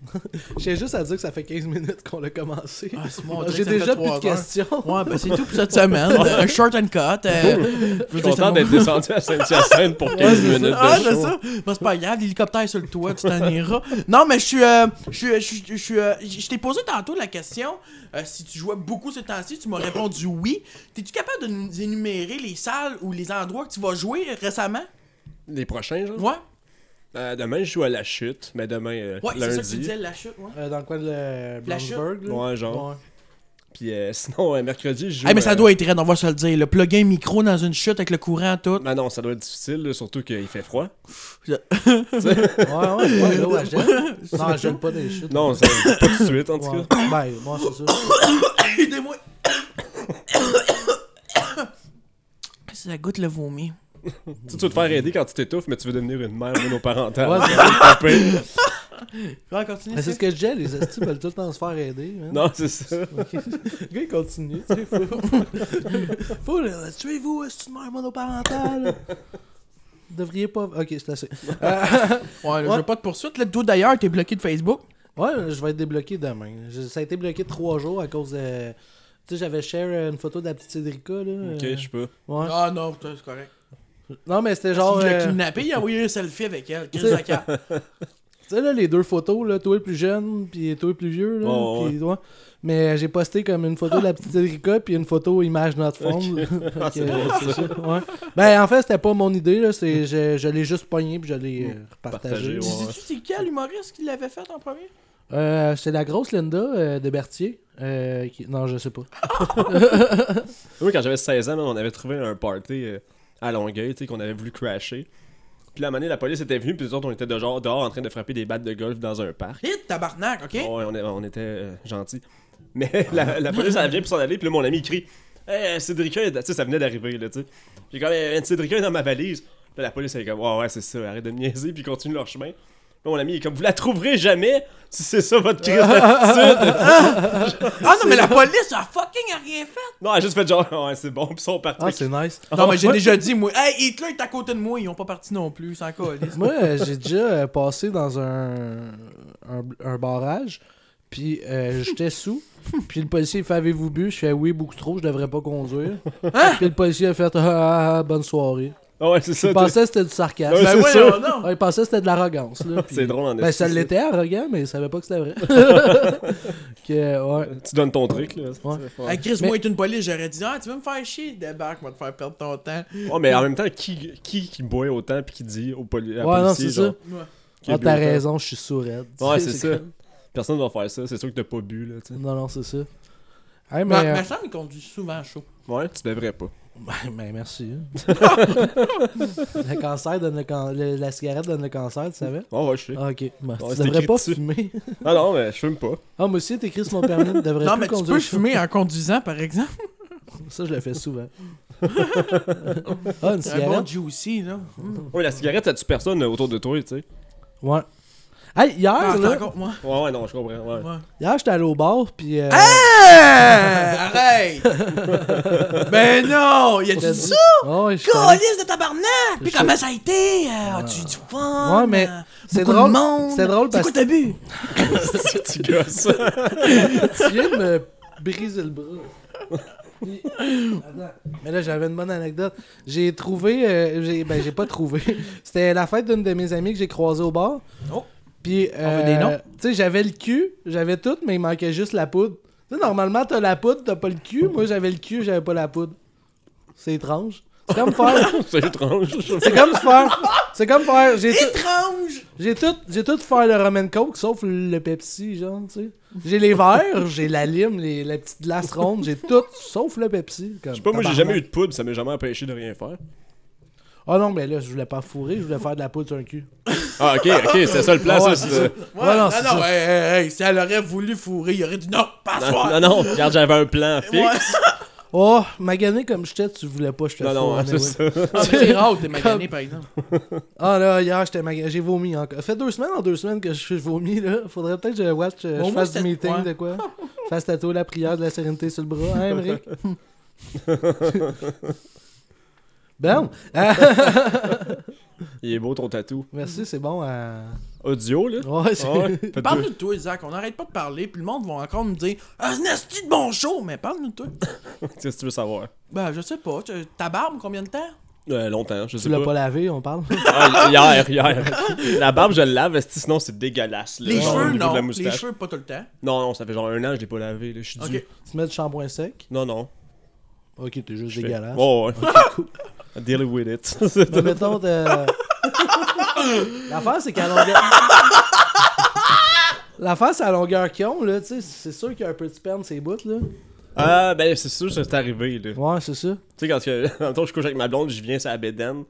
[SPEAKER 3] J'ai juste à dire que ça fait 15 minutes qu'on l'a commencé.
[SPEAKER 2] ah, c'est bon, on dirait
[SPEAKER 3] J'ai
[SPEAKER 2] que ça fait
[SPEAKER 3] déjà plus
[SPEAKER 2] trois
[SPEAKER 3] de
[SPEAKER 2] heures.
[SPEAKER 3] questions.
[SPEAKER 2] Ouais, ben c'est tout pour cette semaine. Un short and cut. euh,
[SPEAKER 4] Je suis content d'être descendu à Saint-Hyacinthe pour 15 minutes de
[SPEAKER 2] Ah, c'est
[SPEAKER 4] show.
[SPEAKER 2] ça. Bah, c'est pas grave, l'hélicoptère est sur le toit, tu t'en iras. Non, mais je suis. euh, je suis- je suis- je suis, euh, je t'ai posé tantôt la question euh, si tu jouais beaucoup ce temps-ci, tu m'as répondu oui. T'es-tu capable de nous énumérer les salles ou les endroits que tu vas jouer récemment
[SPEAKER 4] Les prochains, genre.
[SPEAKER 2] Ouais.
[SPEAKER 4] Euh, demain, je joue à la chute, mais demain, euh,
[SPEAKER 2] Ouais, c'est ça que tu
[SPEAKER 4] lundi.
[SPEAKER 2] disais, la chute, ouais.
[SPEAKER 3] Euh, dans le coin de la Bloomsburg, là.
[SPEAKER 4] Ouais, genre. Puis euh, sinon, euh, mercredi, je joue.
[SPEAKER 2] Eh mais ça
[SPEAKER 4] euh,
[SPEAKER 2] doit être raide, on va se le dire. Le plugger un micro dans une chute avec le courant, tout.
[SPEAKER 4] Ben non, ça doit être difficile, là, surtout qu'il fait froid.
[SPEAKER 3] Ouais, ouais, ouais, ouais, l'eau, elle gèle. Non, elle gèle pas des chutes.
[SPEAKER 4] Non, ça pas tout de suite, en tout
[SPEAKER 3] Ouais.
[SPEAKER 4] cas.
[SPEAKER 3] Ben, moi, c'est ça.
[SPEAKER 2] Aidez-moi. ça goûte le vomi.
[SPEAKER 4] Tu sais, tu vas te faire aider quand tu t'étouffes, mais tu veux devenir une mère monoparentale.
[SPEAKER 3] Ouais,
[SPEAKER 4] Pas pire.
[SPEAKER 2] Ouais, continue.
[SPEAKER 3] Mais c'est
[SPEAKER 2] Steve.
[SPEAKER 3] ce que je disais, les astis veulent tout le temps se faire aider. man.
[SPEAKER 4] non, c'est ça.
[SPEAKER 3] Le gars, il continue, tu sais. Faut, faut le- tuez-vous, est-ce une mère monoparentale? Devriez pas. Ok, c'est assez.
[SPEAKER 2] Ouais, je veux pas de poursuite. Là, d'où d'ailleurs, t'es bloqué de Facebook.
[SPEAKER 3] Ouais, je vais être débloqué demain. Je- ça a été bloqué trois jours à cause de. Tu sais, j'avais share une photo de la petite Cédrica, là.
[SPEAKER 4] Ok,
[SPEAKER 3] euh,
[SPEAKER 4] je sais pas.
[SPEAKER 3] ouais.
[SPEAKER 2] Ah non, putain, c'est correct.
[SPEAKER 3] Non, mais c'était
[SPEAKER 2] Genre,
[SPEAKER 3] genre.
[SPEAKER 2] il l'a
[SPEAKER 3] euh,
[SPEAKER 2] kidnappé, il a envoyé un selfie avec elle. Chris Zaccar.
[SPEAKER 3] Tu sais, là, les deux photos, là, toi le plus jeune, puis toi le plus vieux, là.
[SPEAKER 4] Ouais, ouais.
[SPEAKER 3] puis, ouais. Mais j'ai posté comme une photo de la petite Erika, puis une photo image notre fond.
[SPEAKER 4] Ah, c'est bon,
[SPEAKER 3] ouais. Ben, en fait, c'était pas mon idée, là. c'est- Je, je l'ai juste pogné, puis je l'ai euh,
[SPEAKER 4] Partagé,
[SPEAKER 3] repartagé.
[SPEAKER 4] Mmh. ouais.
[SPEAKER 2] Dis-tu c'est quel humoriste qui l'avait fait en premier?
[SPEAKER 3] Euh, c'est la grosse Linda euh, de Berthier. euh, qui- Non, je sais pas.
[SPEAKER 4] Moi, quand j'avais 16 ans, man, on avait trouvé un party euh, à Longueuil, tu sais, qu'on avait voulu crasher. Puis la année, la police était venue, puis nous autres, on était de genre dehors en train de frapper des battes de golf dans un parc.
[SPEAKER 2] Hit, tabarnak, ok?
[SPEAKER 4] Ouais, on, est- on était euh, gentils. Mais la, la police, elle vient pour s'en aller, puis là, mon ami, il crie Hey, Cédrica, est- tu sais, ça venait d'arriver, là, tu sais. J'ai comme, Hey, Cédrica est dans ma valise. Puis la police, elle est comme, Ouais, ouais, c'est ça, arrête de me niaiser, puis ils continuent leur chemin. Puis mon ami, il est comme, Vous la trouverez jamais si c'est ça votre crise d'attitude.
[SPEAKER 2] Ah non, mais la police a fucking rien fait!
[SPEAKER 4] non, elle a juste fait genre, Ouais, c'est bon, puis ils sont partis.
[SPEAKER 3] Ah, c'est nice.
[SPEAKER 2] Non, mais j'ai déjà dit, moi, hey, Hitler est à côté de moi, ils ont pas parti non plus, sans colis.
[SPEAKER 3] Moi, euh, j'ai déjà euh, passé dans un, un, un barrage, puis euh, j'étais sous. Puis le policier il fait Avez-vous bu Je fais Oui, beaucoup trop, je devrais pas conduire.
[SPEAKER 2] Hein?
[SPEAKER 3] Puis le policier a fait ah, ah, ah, Bonne soirée.
[SPEAKER 4] Ah ouais, c'est ça. tu-
[SPEAKER 3] Il pensait que c'était du sarcasme.
[SPEAKER 4] Ouais,
[SPEAKER 3] Ben,
[SPEAKER 2] ben
[SPEAKER 4] c'est
[SPEAKER 2] ouais,
[SPEAKER 4] ça.
[SPEAKER 2] non, non!
[SPEAKER 3] ouais, il pensait que c'était de l'arrogance. là, puis-
[SPEAKER 4] C'est drôle en
[SPEAKER 3] Ben,
[SPEAKER 4] esti,
[SPEAKER 3] ça l'était arrogant, mais il savait pas que c'était vrai. que, ouais.
[SPEAKER 4] Tu donnes ton truc, là. c'est-
[SPEAKER 3] Ouais.
[SPEAKER 4] Ouais.
[SPEAKER 2] Hey, Chris,
[SPEAKER 3] Mais-
[SPEAKER 2] moi, être une police, j'aurais dit, ah, tu veux me faire chier? Débarque, moi, te faire perdre ton temps.
[SPEAKER 4] Ouais, mais en même temps, qui, qui, qui boit autant, puis qui dit au poli à la
[SPEAKER 3] Ouais, non,
[SPEAKER 4] policier,
[SPEAKER 3] c'est
[SPEAKER 4] genre,
[SPEAKER 3] ça.
[SPEAKER 2] Ouais.
[SPEAKER 4] qui a
[SPEAKER 3] Ah,
[SPEAKER 4] bu
[SPEAKER 3] t'as
[SPEAKER 4] autant?
[SPEAKER 3] raison, je suis sourette.
[SPEAKER 4] Ouais, c'est ça. Personne va faire ça, c'est sûr que t'as pas bu, là, tu sais.
[SPEAKER 3] Non, non, c'est ça. Hey, mais,
[SPEAKER 2] Mais,
[SPEAKER 3] euh,
[SPEAKER 2] mais ça, il conduit souvent chaud.
[SPEAKER 4] Ouais, tu devrais pas.
[SPEAKER 3] Ben, ben, merci. hein. le cancer donne le can- le- la cigarette donne le cancer, tu savais?
[SPEAKER 4] Oh, ouais, je sais.
[SPEAKER 3] Ah, ok. Ben,
[SPEAKER 4] Ouais,
[SPEAKER 3] tu
[SPEAKER 4] c'est
[SPEAKER 3] devrais
[SPEAKER 4] écrit
[SPEAKER 3] pas
[SPEAKER 4] dessus.
[SPEAKER 3] fumer.
[SPEAKER 4] Ah non, mais je fume pas.
[SPEAKER 3] Ah, moi aussi, t'écris sur mon permis, tu devrais
[SPEAKER 2] Non,
[SPEAKER 3] plus
[SPEAKER 2] mais tu
[SPEAKER 3] conduire
[SPEAKER 2] peux
[SPEAKER 3] ça.
[SPEAKER 2] fumer en conduisant, par exemple.
[SPEAKER 3] Ça, je le fais souvent. ah, une
[SPEAKER 2] Un bon
[SPEAKER 3] cigarette?
[SPEAKER 2] juicy, là.
[SPEAKER 4] Ouais, la cigarette, ça tue personne autour de toi, tu sais.
[SPEAKER 3] Ouais. Hey, hier,
[SPEAKER 2] Ah, c'est
[SPEAKER 3] là,
[SPEAKER 2] encore moi.
[SPEAKER 4] Ouais, ouais, non, je comprends. Ouais.
[SPEAKER 2] Ouais.
[SPEAKER 3] hier, j'étais allé au bar, puis... euh,
[SPEAKER 2] Hein? Hey! Arrête! ben non! Y a-tu
[SPEAKER 3] j'étais-
[SPEAKER 2] ça?
[SPEAKER 3] Ah, ouais, je suis allé-
[SPEAKER 2] Calice de tabarnak! Puis
[SPEAKER 3] Je-
[SPEAKER 2] comment ça a été? Euh, As-tu eu du fun?
[SPEAKER 3] Ouais, mais
[SPEAKER 2] Euh,
[SPEAKER 3] c'est
[SPEAKER 2] beaucoup de
[SPEAKER 3] drôle-
[SPEAKER 2] monde?
[SPEAKER 3] c'est drôle parce-
[SPEAKER 2] C'est quoi t'as bu?
[SPEAKER 4] Petit gosse.
[SPEAKER 3] Tu viens de me briser le bras. Puis- Attends. Mais là, j'avais une bonne anecdote. J'ai trouvé. euh, j'ai- ben, j'ai pas trouvé. C'était la fête d'une de mes amies que j'ai croisée au bar.
[SPEAKER 2] Oh.
[SPEAKER 3] Puis. euh,
[SPEAKER 2] veut des noms.
[SPEAKER 3] Tu sais, j'avais le cul, j'avais tout, mais il manquait juste la poudre. Tu sais, normalement, t'as la poudre, t'as pas le cul. Moi, j'avais le cul, j'avais pas la poudre. C'est étrange. C'est comme faire.
[SPEAKER 4] C'est étrange.
[SPEAKER 3] C'est comme se faire. C'est comme faire. J'ai tout,
[SPEAKER 2] Étrange!
[SPEAKER 3] j'ai tout, j'ai tout faire le Roman Coke sauf le Pepsi, genre, tu sais. J'ai les verres, j'ai la lime, les, la petite glace ronde, j'ai tout sauf le Pepsi. Comme,
[SPEAKER 4] Je sais pas, moi j'ai jamais eu de poudre, ça m'a jamais empêché de rien faire.
[SPEAKER 3] Ah non, mais là, je voulais pas fourrer, je voulais faire de la poudre sur un cul.
[SPEAKER 4] Ah, ok, ok, c'est ça le plan, ça. c'est-
[SPEAKER 2] Ouais,
[SPEAKER 3] Ouais, non,
[SPEAKER 2] non,
[SPEAKER 3] c'est
[SPEAKER 2] non,
[SPEAKER 3] ça.
[SPEAKER 2] hey, hey, hey, si elle aurait voulu fourrer, il aurait dit non, pas à soir!
[SPEAKER 4] Non, non, regarde, j'avais un plan fixe.
[SPEAKER 3] Oh, magané comme j'étais, tu voulais pas que je te
[SPEAKER 4] Non, non,
[SPEAKER 3] fourre,
[SPEAKER 4] hein, c'est
[SPEAKER 3] anyway.
[SPEAKER 4] ça.
[SPEAKER 2] Ah, mais c'est rare, que t'es magané, par exemple.
[SPEAKER 3] Ah là, hier, j'étais magané, j'ai vomi encore. Ça fait deux semaines en deux semaines que je vomis, là. Faudrait peut-être que je watch, euh,
[SPEAKER 2] Bon,
[SPEAKER 3] je
[SPEAKER 2] moi,
[SPEAKER 3] fasse du
[SPEAKER 2] c'était-
[SPEAKER 3] meeting
[SPEAKER 2] ouais.
[SPEAKER 3] de quoi. Je fasse tatouer la prière de la sérénité sur le bras, hein, Emmerich? Bam! Ah,
[SPEAKER 4] Il est beau ton tatou.
[SPEAKER 3] merci, c'est bon à...
[SPEAKER 4] Audio, là.
[SPEAKER 3] Ouais, c'est...
[SPEAKER 4] Ah ouais, fait
[SPEAKER 2] Parle-nous
[SPEAKER 4] deux.
[SPEAKER 2] de toi, Isaac. On n'arrête pas de parler, puis le monde va encore nous dire Ah, c'est un asti de bon show, mais parle-nous de toi.
[SPEAKER 4] Qu'est-ce que tu veux savoir?
[SPEAKER 2] ben, je sais pas. tu- Ta barbe, combien de temps
[SPEAKER 4] Euh, longtemps, je
[SPEAKER 3] Tu
[SPEAKER 4] sais
[SPEAKER 3] l'as
[SPEAKER 4] pas.
[SPEAKER 3] pas lavé, on parle.
[SPEAKER 4] Ah, hier, hier. La barbe, je la lave, esti, sinon c'est dégueulasse. Là,
[SPEAKER 2] Les
[SPEAKER 4] genre, au
[SPEAKER 2] cheveux,
[SPEAKER 4] niveau de
[SPEAKER 2] non.
[SPEAKER 4] la
[SPEAKER 2] Les
[SPEAKER 4] moustache.
[SPEAKER 2] cheveux, pas tout le temps.
[SPEAKER 4] Non, non, ça fait genre un an, je l'ai pas lavé, là, je suis
[SPEAKER 2] Ok.
[SPEAKER 4] dû.
[SPEAKER 3] tu mets du shampoing sec.
[SPEAKER 4] Non, non.
[SPEAKER 3] Ok, t'es juste
[SPEAKER 4] je fais-
[SPEAKER 3] dégueulasse.
[SPEAKER 4] Ouais, ouais. Deal with it. C'est
[SPEAKER 3] Mais
[SPEAKER 4] tout.
[SPEAKER 3] mettons, t'as- L'affaire, c'est qu'à longueur. L'affaire, c'est à longueur qu'ils ont, là, tu sais. C'est sûr qu'il y a un peu de sperme, ces bouts, là.
[SPEAKER 4] Ah, ben, c'est sûr, ça c'est arrivé, là. Tu
[SPEAKER 3] Ouais, c'est ça.
[SPEAKER 4] sais, quand que, en même temps, je couche avec ma blonde, je viens, ça la bédaine.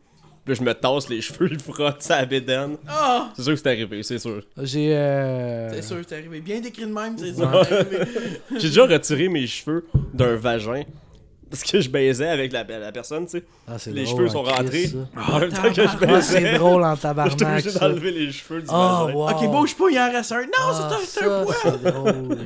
[SPEAKER 4] Puis là, je me tasse les cheveux, ils frottent, ça la bédaine.
[SPEAKER 2] Ah,
[SPEAKER 4] C'est sûr que c'est arrivé, c'est sûr.
[SPEAKER 3] J'ai. euh,
[SPEAKER 2] c'est sûr, c'est arrivé. Bien décrit de même, c'est
[SPEAKER 3] Ah,
[SPEAKER 2] sûr. c'est arrivé.
[SPEAKER 4] J'ai déjà retiré mes cheveux d'un vagin. Parce que je baisais avec la, la personne, tu sais.
[SPEAKER 3] Ah, c'est
[SPEAKER 4] Les cheveux
[SPEAKER 3] drôle, hein,
[SPEAKER 4] sont
[SPEAKER 3] Chris,
[SPEAKER 4] rentrés.
[SPEAKER 3] ça.
[SPEAKER 4] en même temps que je
[SPEAKER 3] Ah,
[SPEAKER 4] baisais.
[SPEAKER 3] c'est drôle en
[SPEAKER 4] J'étais
[SPEAKER 3] tabarnak.
[SPEAKER 4] obligé
[SPEAKER 3] ça.
[SPEAKER 4] d'enlever les cheveux du
[SPEAKER 3] Oh,
[SPEAKER 4] vagin.
[SPEAKER 3] wow.
[SPEAKER 2] Ok, bouge pas, il en reste un. Non,
[SPEAKER 3] Ah,
[SPEAKER 2] c'est un- c'est un
[SPEAKER 3] ça,
[SPEAKER 2] bois.
[SPEAKER 3] c'est drôle.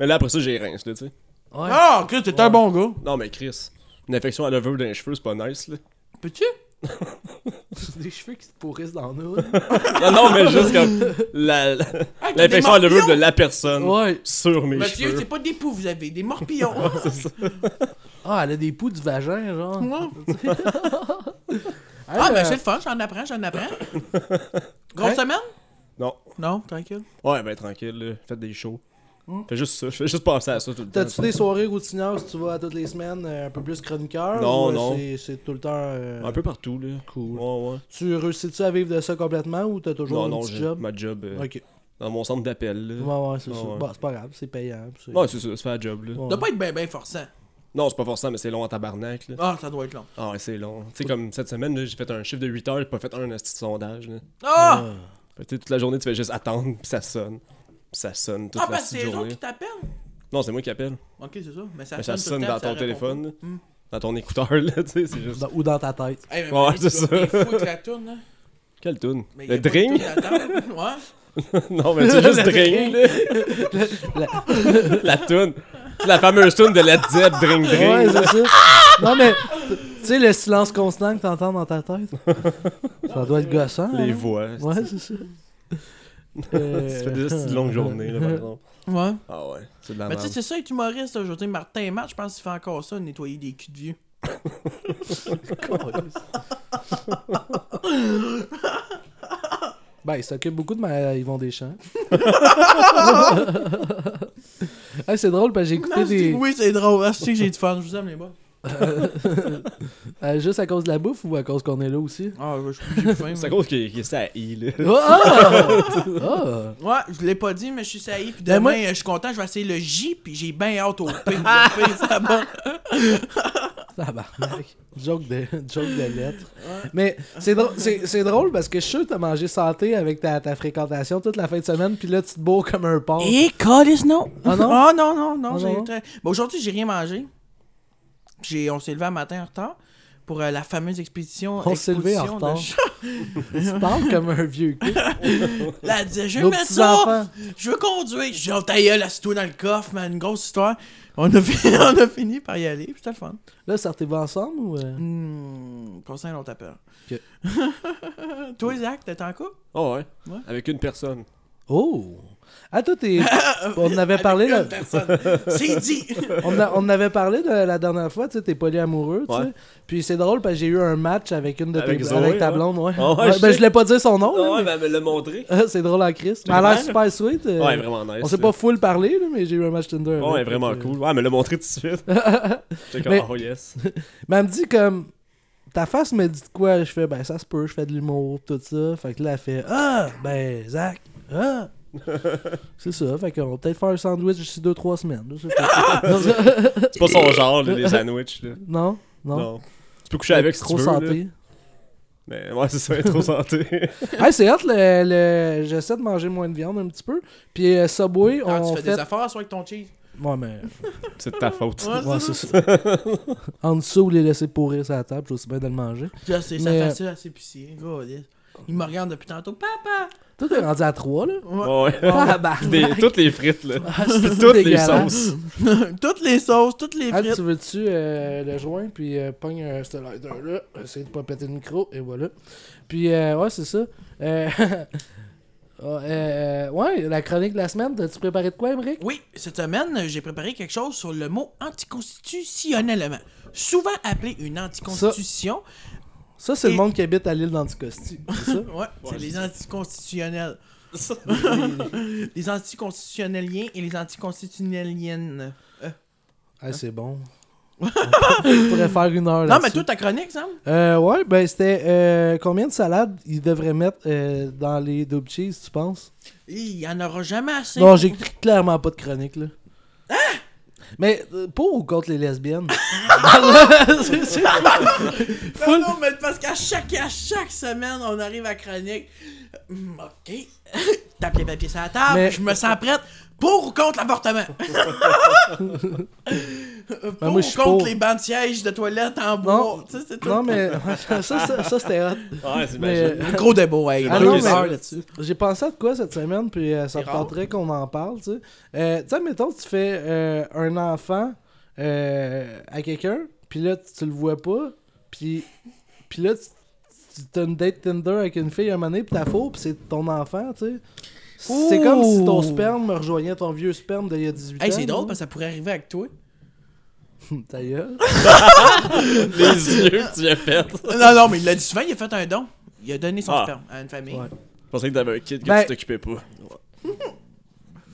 [SPEAKER 4] Mais là, après ça, j'ai rince, là, tu sais.
[SPEAKER 3] Ouais.
[SPEAKER 2] Ah, ok, t'es un bon gars.
[SPEAKER 4] Non, mais Chris, une infection à l'ovule dans les cheveux, c'est pas nice, là.
[SPEAKER 2] Peux-tu
[SPEAKER 3] Des cheveux qui se pourrissent dans nous.
[SPEAKER 4] Non, non, mais juste comme la- la-
[SPEAKER 2] Ah, t'as des
[SPEAKER 4] l'infection à l'ovule de
[SPEAKER 2] morpillons.
[SPEAKER 4] la personne
[SPEAKER 3] Ouais.
[SPEAKER 4] sur mes
[SPEAKER 2] Mathieu, c'est
[SPEAKER 4] cheveux.
[SPEAKER 2] pas des poux, vous avez des morpillons.
[SPEAKER 3] Ah, elle a des poux du vagin, genre.
[SPEAKER 4] Mm.
[SPEAKER 2] ah,
[SPEAKER 3] Elle,
[SPEAKER 2] ben
[SPEAKER 3] euh, Hein?
[SPEAKER 2] c'est le fun, j'en apprends, j'en apprends. Grosse
[SPEAKER 3] Ouais.
[SPEAKER 2] semaine
[SPEAKER 4] Non.
[SPEAKER 2] Non, tranquille.
[SPEAKER 4] Ouais, ben tranquille, là. faites des shows. Fais juste ça, je fais juste penser à ça tout le temps.
[SPEAKER 3] Hmm? T'as-tu des soirées routinières si tu vas à toutes les semaines, euh, un peu plus chroniqueur?
[SPEAKER 4] Non,
[SPEAKER 3] ou, euh,
[SPEAKER 4] non.
[SPEAKER 3] c'est- C'est tout le temps... euh,
[SPEAKER 4] Un peu partout, là. Cool. Ouais, ouais.
[SPEAKER 3] Tu réussis-tu à vivre de ça complètement ou t'as toujours
[SPEAKER 4] Non,
[SPEAKER 3] un
[SPEAKER 4] non,
[SPEAKER 3] petit
[SPEAKER 4] j'ai
[SPEAKER 3] job?
[SPEAKER 4] ma job euh,
[SPEAKER 3] Ok.
[SPEAKER 4] dans mon centre d'appel, là.
[SPEAKER 3] Ouais, ouais, c'est
[SPEAKER 4] Ah,
[SPEAKER 3] ça.
[SPEAKER 4] ouais.
[SPEAKER 3] Bon, c'est pas grave, c'est payant. puis c'est-
[SPEAKER 4] Ouais, c'est ça, c'est fait la job, là.
[SPEAKER 3] Ouais.
[SPEAKER 2] Doit pas être bien, bien forçant.
[SPEAKER 4] Non, c'est pas forcément, mais c'est long en tabarnak, là.
[SPEAKER 2] Ah, ça doit être long.
[SPEAKER 4] Ah, ouais, c'est long. Tu sais, comme cette semaine, là, j'ai fait un chiffre de 8 heures, j'ai pas fait un esti de sondage, là.
[SPEAKER 2] Ah
[SPEAKER 4] Fait que, tu sais, toute la journée, tu fais juste attendre, puis ça sonne. Puis ça sonne toute
[SPEAKER 2] Ah,
[SPEAKER 4] la
[SPEAKER 2] parce que
[SPEAKER 4] petite
[SPEAKER 2] c'est les gens
[SPEAKER 4] journée.
[SPEAKER 2] qui t'appellent.
[SPEAKER 4] Non, c'est moi qui appelle.
[SPEAKER 2] Ok, c'est ça. Mais ça,
[SPEAKER 4] Mais ça
[SPEAKER 2] tout le
[SPEAKER 4] sonne
[SPEAKER 2] temps,
[SPEAKER 4] dans
[SPEAKER 2] ça
[SPEAKER 4] ton
[SPEAKER 2] répond
[SPEAKER 4] téléphone,
[SPEAKER 2] pas.
[SPEAKER 4] là.
[SPEAKER 3] Hmm.
[SPEAKER 4] dans ton écouteur, là, tu sais, c'est juste.
[SPEAKER 3] Dans- ou dans ta tête.
[SPEAKER 2] Hey, mais
[SPEAKER 4] Ouais,
[SPEAKER 2] Manu,
[SPEAKER 4] c'est
[SPEAKER 2] tu vas-
[SPEAKER 4] ça.
[SPEAKER 2] t'es fou avec la toune, là.
[SPEAKER 4] Quelle tune
[SPEAKER 2] Mais y a
[SPEAKER 4] Le
[SPEAKER 2] pas de
[SPEAKER 4] Dring
[SPEAKER 2] toune à table. Ouais.
[SPEAKER 4] Non, mais c'est juste
[SPEAKER 3] Le
[SPEAKER 4] Dring, là.
[SPEAKER 3] La-
[SPEAKER 4] La tune. La fameuse tune de Led Zepp, Dring
[SPEAKER 3] Ouais,
[SPEAKER 4] Dring.
[SPEAKER 3] c'est ça. Non, mais tu sais, le silence constant que t'entends dans ta tête, ça doit être gossant.
[SPEAKER 4] Les
[SPEAKER 3] hein?
[SPEAKER 4] voix.
[SPEAKER 3] Ouais, c'est ça. Euh,
[SPEAKER 4] Ça fait des petites longues journées, là, par exemple.
[SPEAKER 2] Ouais.
[SPEAKER 4] Ah ouais, c'est de la
[SPEAKER 2] Mais tu sais,
[SPEAKER 4] merde.
[SPEAKER 2] c'est ça, être humoriste, là, je veux dire, Martin et Matt, je pense qu'il fait encore ça, nettoyer des culs de vieux.
[SPEAKER 3] Ben, il s'occupe beaucoup de ma Yvon Deschamps. hey, c'est drôle parce que j'ai écouté
[SPEAKER 2] Non, je dis,
[SPEAKER 3] des.
[SPEAKER 2] oui, c'est drôle. Ah, je sais que j'ai du fun, je vous aime, les boys.
[SPEAKER 3] Euh, juste à cause de la bouffe ou à cause qu'on est là aussi?
[SPEAKER 2] Ah, je suis j'ai plus faim.
[SPEAKER 4] C'est à
[SPEAKER 2] moi.
[SPEAKER 4] cause qu'il qu'il est à I, là.
[SPEAKER 3] Oh! Ah!
[SPEAKER 2] Ouais, je l'ai pas dit, mais je suis saillie. Puis
[SPEAKER 3] Ben,
[SPEAKER 2] demain,
[SPEAKER 3] moi-
[SPEAKER 2] euh, je suis content, je vais essayer le J, puis j'ai bien hâte au P. Le P, ça va.
[SPEAKER 3] Tabarnak. joke de, joke de lettres. Mais c'est drôle, c'est, c'est drôle parce que je suis sûr que t'as mangé santé avec ta, ta fréquentation toute la fin de semaine, puis là, tu te bourres comme un porc.
[SPEAKER 2] Et Colis, non.
[SPEAKER 3] Ah non?
[SPEAKER 2] Ah non, non, non.
[SPEAKER 3] Ah
[SPEAKER 2] j'ai
[SPEAKER 3] non?
[SPEAKER 2] très- Ben, Aujourd'hui, j'ai rien mangé. J'ai... On s'est levé un matin en retard pour euh, la fameuse expédition.
[SPEAKER 3] On s'est levé en
[SPEAKER 2] exposition de
[SPEAKER 3] retard.
[SPEAKER 2] ch-
[SPEAKER 3] Tu parles comme un vieux cul.
[SPEAKER 2] Là, elle disait, je veux
[SPEAKER 3] Nos
[SPEAKER 2] mettre
[SPEAKER 3] petits
[SPEAKER 2] ça.
[SPEAKER 3] enfants.
[SPEAKER 2] Je veux conduire. J'ai dit, oh, ta gueule, assis-toi dans le coffre, man. Une grosse histoire. On a fini, on a fini par y aller. puis C'était le fun.
[SPEAKER 3] Là, sortez-vous ensemble ou. euh?
[SPEAKER 2] Hmm, conseil, on t'appelle.
[SPEAKER 3] Ok.
[SPEAKER 2] Toi, Zach, t'es en couple?
[SPEAKER 4] Ah ouais.
[SPEAKER 2] Ouais.
[SPEAKER 4] Avec une personne.
[SPEAKER 3] Oh! Ah, toi, t'es. On en avait parlé, là.
[SPEAKER 2] Une personne. C'est dit.
[SPEAKER 3] on, a- on en avait parlé de, la dernière fois, tu sais, t'es polyamoureux, tu sais.
[SPEAKER 4] Ouais.
[SPEAKER 3] Puis c'est drôle parce que j'ai eu un match avec une de
[SPEAKER 4] Avec
[SPEAKER 3] tes
[SPEAKER 4] Zoé,
[SPEAKER 3] avec ta
[SPEAKER 4] ouais.
[SPEAKER 3] blonde, ouais.
[SPEAKER 4] Ah ouais,
[SPEAKER 3] Ouais,
[SPEAKER 4] je
[SPEAKER 3] ben
[SPEAKER 4] sais.
[SPEAKER 3] je l'ai pas dit son nom, là,
[SPEAKER 4] Ah ouais,
[SPEAKER 3] mais-
[SPEAKER 4] ben, elle me l'a montré.
[SPEAKER 3] Ah, c'est drôle en Christ. Mais elle a l'air super sweet. euh,
[SPEAKER 4] Ouais, vraiment nice.
[SPEAKER 3] On s'est pas full parlé, là, mais j'ai eu un match Tinder.
[SPEAKER 4] Ouais,
[SPEAKER 3] avec,
[SPEAKER 4] vraiment
[SPEAKER 3] donc, euh,
[SPEAKER 4] oh, cool. Ouais, elle me l'a montré tout de suite. J'étais comme,
[SPEAKER 3] Mais-
[SPEAKER 4] oh yes.
[SPEAKER 3] Mais elle me dit comme. ta face me dit de quoi Je fais Ben, ça se peut, je fais de l'humour, tout ça. Fait que là, elle fait Ah, ben, Zach, ah. c'est ça, fait qu'on va peut-être faire un sandwich d'ici 2-3 semaines. je sais pas. Non,
[SPEAKER 4] C'est pas son genre, là, les sandwichs. Là.
[SPEAKER 3] non, non.
[SPEAKER 4] Non. Tu peux coucher avec si
[SPEAKER 3] Trop
[SPEAKER 4] tu veux. là.
[SPEAKER 3] santé.
[SPEAKER 4] Mais ouais, c'est ça, trop santé.
[SPEAKER 3] Hey, c'est hot, le, le- j'essaie de manger moins de viande un petit peu. Puis euh, Subway,
[SPEAKER 2] Ah,
[SPEAKER 3] on
[SPEAKER 2] tu fais
[SPEAKER 3] fait...
[SPEAKER 2] des affaires, soit avec ton cheese.
[SPEAKER 3] Ouais, mais...
[SPEAKER 4] c'est de ta faute.
[SPEAKER 3] Ouais, c'est ça. en dessous, ou les laisser pourrir sur la table, je sais bien de le manger.
[SPEAKER 2] Ça, c'est ça
[SPEAKER 3] Mais-
[SPEAKER 2] fait ça, c'est épicier. Golly. Il me regarde depuis tantôt. Papa!
[SPEAKER 3] Toi, t'es rendu à 3, là.
[SPEAKER 4] Ouais.
[SPEAKER 3] Ah, bah.
[SPEAKER 4] Des- toutes les frites, là.
[SPEAKER 3] c'est
[SPEAKER 4] toutes les
[SPEAKER 3] dégueulasse.
[SPEAKER 4] sauces.
[SPEAKER 2] toutes les sauces, toutes les
[SPEAKER 3] Ah,
[SPEAKER 2] frites.
[SPEAKER 3] tu veux-tu euh, le joint, puis euh, pogne un slider là, essaye de pas péter le micro, et voilà. Puis, euh, ouais, c'est ça. Euh, ah, euh, ouais, la chronique de la semaine, t'as-tu préparé de quoi, Emmerich?
[SPEAKER 2] Oui, cette semaine, euh, j'ai préparé quelque chose sur le mot anticonstitutionnellement. Souvent appelé une anticonstitution.
[SPEAKER 3] Ça, c'est
[SPEAKER 2] Et-
[SPEAKER 3] le monde qui habite à l'île d'Anticosti, c'est ça?
[SPEAKER 2] Ouais, c'est les anticonstitutionnels. les anticonstitutionneliens et les anticonstitutionneliennes.
[SPEAKER 3] Ah, c'est bon. On pourrait faire une heure
[SPEAKER 2] Hein? Non,
[SPEAKER 3] là-dessus.
[SPEAKER 2] mais toi, ta chronique, Sam?
[SPEAKER 3] Euh, ouais, ben c'était euh, combien de salades ils devraient mettre euh, dans les double cheese, tu penses?
[SPEAKER 2] Il y en aura jamais assez.
[SPEAKER 3] Non, j'ai clairement pas de chronique, là.
[SPEAKER 2] Hein?
[SPEAKER 3] Mais euh, pour ou contre les lesbiennes? C'est- c'est-
[SPEAKER 2] Non, non, mais parce qu'à chaque, à chaque semaine, on arrive à chronique. Hmm, ok. Tape les papiers sur la table,
[SPEAKER 3] Mais- Ben,
[SPEAKER 2] je me sens prête pour ou contre l'avortement. pour
[SPEAKER 3] moi,
[SPEAKER 2] ou
[SPEAKER 3] je suis
[SPEAKER 2] contre
[SPEAKER 3] pour.
[SPEAKER 2] les bancs de siège de toilette en bois.
[SPEAKER 3] Non.
[SPEAKER 2] Tu sais, c'est tout.
[SPEAKER 3] non, mais ça, ça, ça, c'était hot.
[SPEAKER 2] Ben,
[SPEAKER 4] Ouais,
[SPEAKER 3] Mais,
[SPEAKER 4] j'imagine.
[SPEAKER 2] Un gros débat, ouais.
[SPEAKER 3] Ah
[SPEAKER 2] Il y a
[SPEAKER 3] non,
[SPEAKER 2] des
[SPEAKER 3] mais-
[SPEAKER 2] heures là-dessus.
[SPEAKER 3] J'ai pensé à de quoi cette semaine, puis euh, ça
[SPEAKER 2] C'est rare.
[SPEAKER 3] tenterait qu'on en parle, tu sais. Euh, tu sais, mettons, tu fais euh, un enfant euh, à quelqu'un, puis là, tu, tu le vois pas, puis, puis là, tu, tu as une date Tinder avec une fille un moment donné, puis t'as faux, puis c'est ton enfant, tu sais. C'est
[SPEAKER 2] Ouh.
[SPEAKER 3] comme si ton sperme rejoignait ton vieux sperme d'il y a 18 ans.
[SPEAKER 2] Hey, c'est drôle parce que ça pourrait arriver avec toi.
[SPEAKER 3] que... Ta gueule.
[SPEAKER 4] Les yeux que tu as fait.
[SPEAKER 2] non, non, mais il l'a dit souvent, il a fait un don. Il a donné son
[SPEAKER 4] Ah.
[SPEAKER 2] sperme à une famille.
[SPEAKER 3] Ouais.
[SPEAKER 4] Je pensais que t'avais un kid que
[SPEAKER 3] Ben-
[SPEAKER 4] tu t'occupais pas.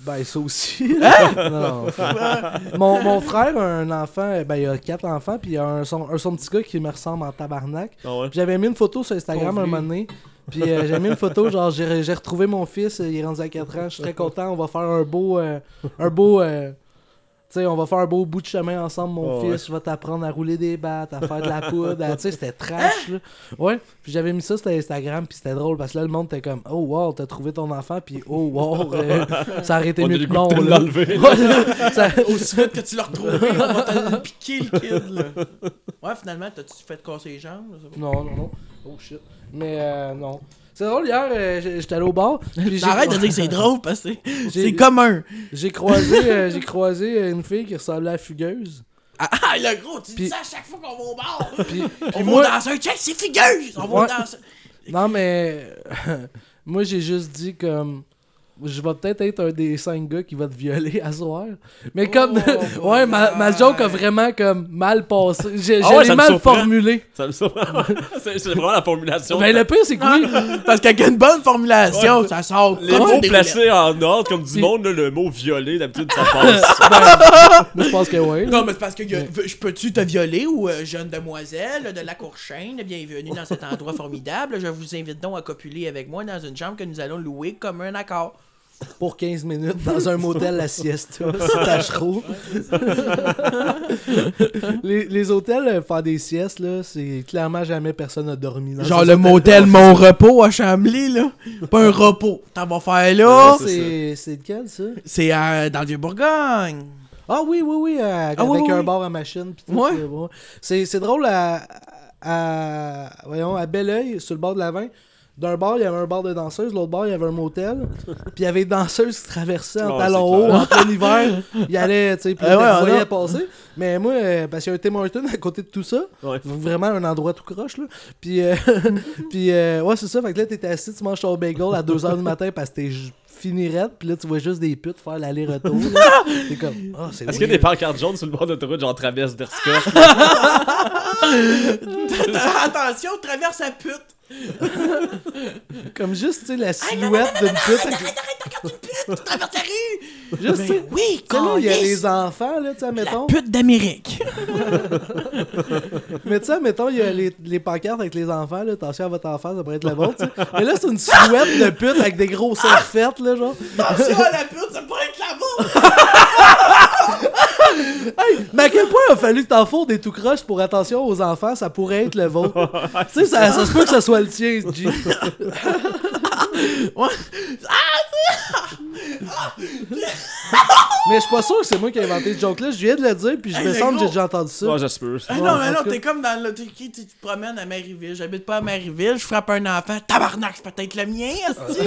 [SPEAKER 3] Ben, ça aussi.
[SPEAKER 2] Hein?
[SPEAKER 3] non, non. mon, mon frère a un enfant, ben, il a quatre enfants, puis il a un, son, un, son petit gars qui me ressemble en tabarnak.
[SPEAKER 4] Ah ouais.
[SPEAKER 3] Puis J'avais mis une photo sur Instagram
[SPEAKER 2] Pauvre
[SPEAKER 3] un
[SPEAKER 2] lui.
[SPEAKER 3] moment donné. Puis euh, j'avais mis une photo, genre j'ai j'ai retrouvé mon fils, euh, il est rendu à 4 ans, je suis très content, on va faire un beau. euh, un beau. euh, tu sais, on va faire un beau bout de chemin ensemble, mon
[SPEAKER 4] Oh,
[SPEAKER 3] fils. Je vais t'apprendre à rouler des battes, à faire de la poudre. à- Tu sais, c'était trash, là.
[SPEAKER 4] Hein?
[SPEAKER 3] Ouais. Puis j'avais mis ça sur Instagram, puis c'était drôle, parce que là, le monde était comme, oh wow, t'as trouvé ton enfant, puis oh wow, euh, ça aurait été
[SPEAKER 4] On a
[SPEAKER 3] mieux
[SPEAKER 4] le
[SPEAKER 3] que
[SPEAKER 4] goût
[SPEAKER 3] non,
[SPEAKER 4] de
[SPEAKER 3] là.
[SPEAKER 4] l'enlever.
[SPEAKER 3] Ouais, ça- oh,
[SPEAKER 2] Aussi vite que tu l'as retrouvé, on va te piquer le kid, là. Ouais, finalement, t'as-tu fait casser les jambes? Je sais pas.
[SPEAKER 3] Non, non, non. Oh shit. Mais euh, non. C'est drôle, hier, euh, j'- j'étais allé au bar. puis j'ai-
[SPEAKER 2] Arrête de dire que c'est drôle parce que c'est-
[SPEAKER 3] J'ai-
[SPEAKER 2] c'est commun.
[SPEAKER 3] J'ai croisé, euh, j'ai croisé euh, une fille qui ressemblait à Fugueuse.
[SPEAKER 2] Ah, ah, le gros, tu
[SPEAKER 3] Puis-
[SPEAKER 2] dis ça à chaque fois qu'on va au bar.
[SPEAKER 3] Puis, puis
[SPEAKER 2] On va
[SPEAKER 3] moi,
[SPEAKER 2] dans un check, c'est figueuse. On va
[SPEAKER 3] Ouais.
[SPEAKER 2] dans un...
[SPEAKER 3] non mais, moi j'ai juste dit comme, je vais peut-être être un des cinq gars qui va te violer à soir. Mais comme,
[SPEAKER 2] Oh,
[SPEAKER 3] ouais, ma, ma
[SPEAKER 2] boy.
[SPEAKER 3] joke a vraiment comme mal passé. J'ai,
[SPEAKER 4] Ah
[SPEAKER 3] je
[SPEAKER 4] ouais,
[SPEAKER 3] l'ai
[SPEAKER 4] ça me
[SPEAKER 3] mal
[SPEAKER 4] surprend.
[SPEAKER 3] formulé.
[SPEAKER 4] Ça me surprend. c'est c'est vraiment la formulation.
[SPEAKER 3] Mais le pire c'est que oui,
[SPEAKER 2] Parce qu'avec une bonne formulation, ça sort.
[SPEAKER 4] Les
[SPEAKER 2] comme
[SPEAKER 4] mots
[SPEAKER 2] des
[SPEAKER 4] placés en ordre, comme du
[SPEAKER 3] Puis-
[SPEAKER 4] monde, là, le mot violer, d'habitude, ça passe.
[SPEAKER 3] moi je pense que oui.
[SPEAKER 2] roulettes. Non, mais c'est parce que y a- je peux-tu te violer ou euh, jeune demoiselle de la Courchaine, bienvenue dans cet endroit formidable. Je vous invite donc à copuler avec moi dans une chambre que nous allons louer comme un accord.
[SPEAKER 3] Pour 15 minutes dans un motel à siesta, c'est tâcherot. les, les hôtels euh, faire des siestes là, c'est clairement jamais personne n'a dormi. dans ces hôtels-là.
[SPEAKER 2] mon repos à Chambly, là. Pas un repos. T'en vas faire
[SPEAKER 3] Ah,
[SPEAKER 2] là.
[SPEAKER 4] Ouais,
[SPEAKER 3] c'est c'est lequel ça
[SPEAKER 2] C'est euh, dans le Vieux-Bourgogne.
[SPEAKER 3] Ah oui, oui, oui, euh, avec
[SPEAKER 2] oui, oui,
[SPEAKER 3] un
[SPEAKER 2] oui.
[SPEAKER 3] bar à machine. pis tout,
[SPEAKER 2] Ouais.
[SPEAKER 3] euh, ouais. C'est c'est drôle à, à, voyons, à Belleuil, sur le bord de la Vin. D'un bar, il y avait un bar de danseuses, l'autre bar, il y avait un motel. Puis il y avait des danseuses qui traversaient en
[SPEAKER 4] Ah,
[SPEAKER 3] talons
[SPEAKER 4] c'est
[SPEAKER 3] hauts,
[SPEAKER 4] clair.
[SPEAKER 3] en plein hiver. Il allait, tu sais, puis
[SPEAKER 2] Ah
[SPEAKER 3] il
[SPEAKER 2] ouais,
[SPEAKER 3] voyait
[SPEAKER 2] non.
[SPEAKER 3] passer. Mais moi, euh, parce qu'il y a un Tim Hortons à côté de tout ça,
[SPEAKER 4] Ouais.
[SPEAKER 3] vraiment un endroit tout croche, là. Puis, euh, puis euh, ouais, c'est ça. Fait que là, t'es assis, tu manges ton bagel à 2h du matin parce que t'es ju- fini raide, puis là, tu vois juste des putes faire l'aller-retour. là. T'es comme, ah,
[SPEAKER 4] Est-ce
[SPEAKER 3] c'est weird.
[SPEAKER 4] qu'il y a des pancartes jaunes sur le bord de l'autoroute, genre traverse d'Erska?
[SPEAKER 2] Attention, traverse la pute.
[SPEAKER 3] Comme juste, tu sais, la
[SPEAKER 2] Hey, Ah, non, non, non,
[SPEAKER 3] silhouette d'une pute.
[SPEAKER 2] Arrête, arrête, regarde une pute, tu traverses la rue!
[SPEAKER 3] Juste, tu sais,
[SPEAKER 2] Ben oui,
[SPEAKER 3] tu sais, là, il y a
[SPEAKER 2] câlisse,
[SPEAKER 3] les enfants, là, tu sais,
[SPEAKER 2] La
[SPEAKER 3] mettons.
[SPEAKER 2] pute d'Amérique.
[SPEAKER 3] Mais tu sais, mettons, il y a les, les pancartes avec les enfants, là, attention à votre enfant, ça pourrait être la vôtre, tu sais. Mais là, c'est une silhouette de pute avec des grosses
[SPEAKER 2] Ah!
[SPEAKER 3] fêtes, là, genre.
[SPEAKER 2] Attention à la pute, ça pourrait être la vôtre.
[SPEAKER 3] Mais à quel point il a fallu que t'en fourres des tout croches pour attention aux enfants, ça pourrait être le vôtre. tu sais, ça, ça se peut que ça soit le tien, G.
[SPEAKER 2] Ouais.
[SPEAKER 3] Mais je suis pas sûr que c'est moi qui ai inventé ce joke-là, je viens de le dire, puis je
[SPEAKER 2] Hey,
[SPEAKER 3] me
[SPEAKER 2] le
[SPEAKER 3] semble que j'ai
[SPEAKER 2] gros-
[SPEAKER 3] déjà entendu ça.
[SPEAKER 4] Ouais, j'espère.
[SPEAKER 2] Ah
[SPEAKER 3] Ouais,
[SPEAKER 2] non, mais
[SPEAKER 3] en
[SPEAKER 2] non,
[SPEAKER 3] tout cas-
[SPEAKER 2] t'es comme dans le. t'es qui, tu te promènes à Maryville. J'habite pas à Maryville, je frappe un enfant. Tabarnak, c'est peut-être le mien, esti.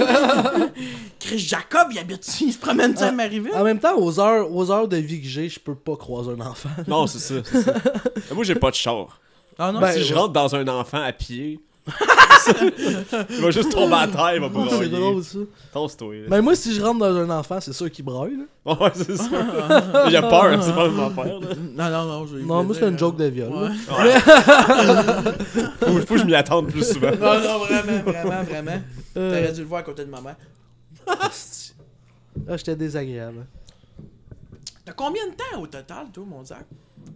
[SPEAKER 2] Chris Jacob, il habite ici, il se promène à Maryville.
[SPEAKER 3] En même temps, aux heures, aux heures de vie que j'ai, je peux pas croiser un enfant.
[SPEAKER 4] Non, c'est ça. c'est ça. Mais Moi, j'ai pas de char.
[SPEAKER 2] Ah non,
[SPEAKER 3] Ben,
[SPEAKER 4] Si je rentre dans un enfant à pied, il va juste tomber à terre, il va pas
[SPEAKER 3] c'est drôle,
[SPEAKER 4] brailler.
[SPEAKER 3] ça.
[SPEAKER 4] Tosse-toi. là.
[SPEAKER 3] Mais moi, si je rentre dans un enfant, c'est sûr qu'il braille, là.
[SPEAKER 4] Ouais, c'est sûr. Mais J'ai peur, c'est pas mon affaire. là.
[SPEAKER 2] non, non, non, je
[SPEAKER 3] Non, moi, c'est une
[SPEAKER 2] euh,
[SPEAKER 3] joke de viol. là.
[SPEAKER 4] Faut, faut que je m'y attende plus souvent.
[SPEAKER 2] Non, non, vraiment, vraiment, vraiment. T'aurais dû le voir à côté de ma mère.
[SPEAKER 3] Ah, j'étais désagréable.
[SPEAKER 2] T'as combien de temps au total, toi, mon Zach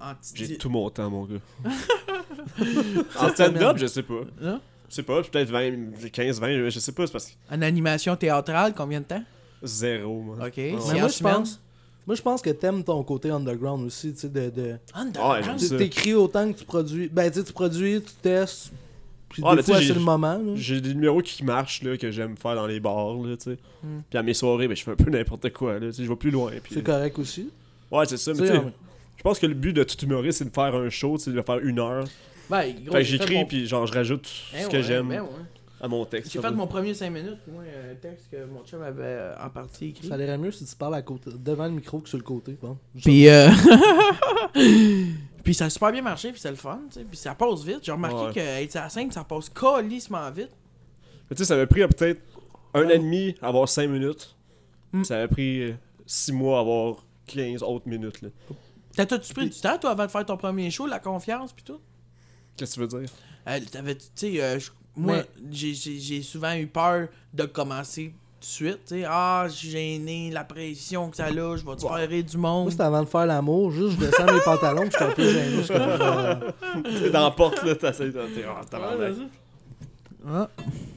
[SPEAKER 2] En petit-
[SPEAKER 4] J'ai tout mon temps, mon gars. en stand-up, je sais pas.
[SPEAKER 2] Non?
[SPEAKER 4] Je sais pas, peut-être 20, 15, 20, je sais pas, c'est parce que
[SPEAKER 2] En animation théâtrale, combien de temps
[SPEAKER 4] zéro, moi.
[SPEAKER 2] Ok,
[SPEAKER 4] Ouais.
[SPEAKER 2] c'est
[SPEAKER 3] Mais
[SPEAKER 2] en
[SPEAKER 3] moi, je
[SPEAKER 2] semaine.
[SPEAKER 3] pense- Moi, je pense que t'aimes ton côté underground aussi, tu sais, de... de...
[SPEAKER 2] Underground.
[SPEAKER 4] Ouais,
[SPEAKER 3] Tu
[SPEAKER 4] Ça.
[SPEAKER 3] t'écris autant que tu produis. Ben, tu sais, tu produis, tu testes, puis
[SPEAKER 4] Ah,
[SPEAKER 3] des
[SPEAKER 4] mais tu sais,
[SPEAKER 3] fois,
[SPEAKER 4] j'ai-
[SPEAKER 3] c'est le moment, là.
[SPEAKER 4] J'ai des numéros qui marchent, là, que j'aime faire dans les bars, là, tu sais.
[SPEAKER 2] Hmm.
[SPEAKER 4] Puis à mes soirées, ben, je fais un peu n'importe quoi, là, tu sais, je vais plus loin. Puis... euh,
[SPEAKER 3] C'est correct aussi.
[SPEAKER 4] Ouais, c'est ça, mais
[SPEAKER 3] Tu
[SPEAKER 4] tu
[SPEAKER 3] sais,
[SPEAKER 4] sais,
[SPEAKER 3] en-
[SPEAKER 4] je pense que le but de tout humoriste, c'est de faire un show, tu sais, de faire une heure.
[SPEAKER 2] Ben, gros,
[SPEAKER 4] fait que
[SPEAKER 2] j'ai fait
[SPEAKER 4] j'écris,
[SPEAKER 2] mon-
[SPEAKER 4] puis genre, je rajoute tout
[SPEAKER 2] Ben
[SPEAKER 4] ce que
[SPEAKER 2] ouais,
[SPEAKER 4] j'aime
[SPEAKER 2] ben ouais.
[SPEAKER 4] à mon texte.
[SPEAKER 2] J'ai fait mon premier 5 minutes, moi, un texte que mon chum avait euh, en partie écrit.
[SPEAKER 3] Ça irait mieux si tu parles à côté, devant le micro que sur le côté, bon.
[SPEAKER 2] Puis, euh... puis ça a super bien marché, puis c'est le fun, tu sais. Puis ça passe vite. J'ai remarqué
[SPEAKER 4] Ouais.
[SPEAKER 2] que être à la scène, ça passe calissement vite.
[SPEAKER 4] Mais tu sais, ça m'a pris euh, peut-être un an et demi à avoir 5 minutes. Ça m'a pris euh, six mois à avoir 15 autres minutes, là.
[SPEAKER 2] T'as- T'as-tu pris du temps, toi, avant de faire ton premier show, la confiance, puis tout?
[SPEAKER 4] Qu'est-ce que tu veux dire?
[SPEAKER 2] Euh, t'avais, tu sais, euh, je- moi,
[SPEAKER 3] Ouais.
[SPEAKER 2] j'ai- j'ai j'ai souvent eu peur de commencer tout de suite, tu sais. Ah, je suis gêné, la pression que ça a, je vais te faire rire du
[SPEAKER 3] Moi,
[SPEAKER 2] monde.
[SPEAKER 3] c'était avant de faire l'amour, juste je descends mes pantalons, puis je suis un peu gêné. je suis comme, euh,
[SPEAKER 4] T'es dans la porte, là, t'essayes de. t'es- ah, tabarnak.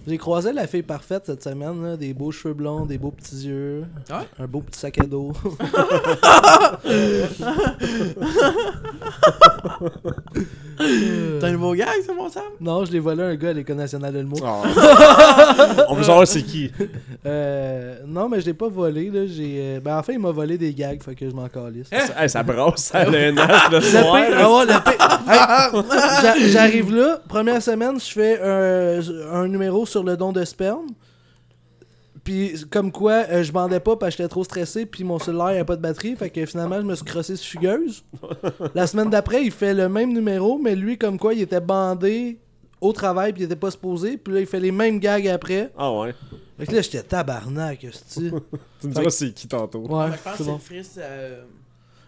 [SPEAKER 3] J'ai croisé la fille parfaite cette semaine, là, des beaux cheveux blonds, des beaux petits yeux,
[SPEAKER 2] Ouais.
[SPEAKER 3] un beau petit sac à dos.
[SPEAKER 2] T'as un nouveau gag, c'est mon Sam?
[SPEAKER 3] non, je l'ai volé à un gars à l'École nationale de
[SPEAKER 4] Ah.
[SPEAKER 3] l'humour. Ah.
[SPEAKER 4] On veut savoir c'est qui.
[SPEAKER 3] Euh, non, mais je l'ai pas volé, là, j'ai... euh, Ben, enfin, il m'a volé des gags, fait que je m'en calisse.
[SPEAKER 4] Ça, hey, ça brasse à l'ENH le
[SPEAKER 3] Le
[SPEAKER 4] soir.
[SPEAKER 3] pire- ah ouais, Ah! le pire- Hey, j'a- J'arrive là, première semaine, je fais un, un numéro sur le don de sperme. Puis, comme quoi, euh, je bandais pas parce que j'étais trop stressé, puis mon cellulaire il a pas de batterie, fait que finalement, je me suis crossé sur fugueuse. La semaine d'après, il fait le même numéro, mais lui, comme quoi, il était bandé au travail, puis il était pas supposé, puis là, il fait les mêmes gags après.
[SPEAKER 4] Ah ouais.
[SPEAKER 3] Fait que là, j'étais tabarnak, hostie.
[SPEAKER 4] Tu me diras c'est qui tantôt.
[SPEAKER 3] Ouais,
[SPEAKER 2] je pense que
[SPEAKER 3] c'est
[SPEAKER 2] c'est
[SPEAKER 3] bon.
[SPEAKER 2] le Fris. euh,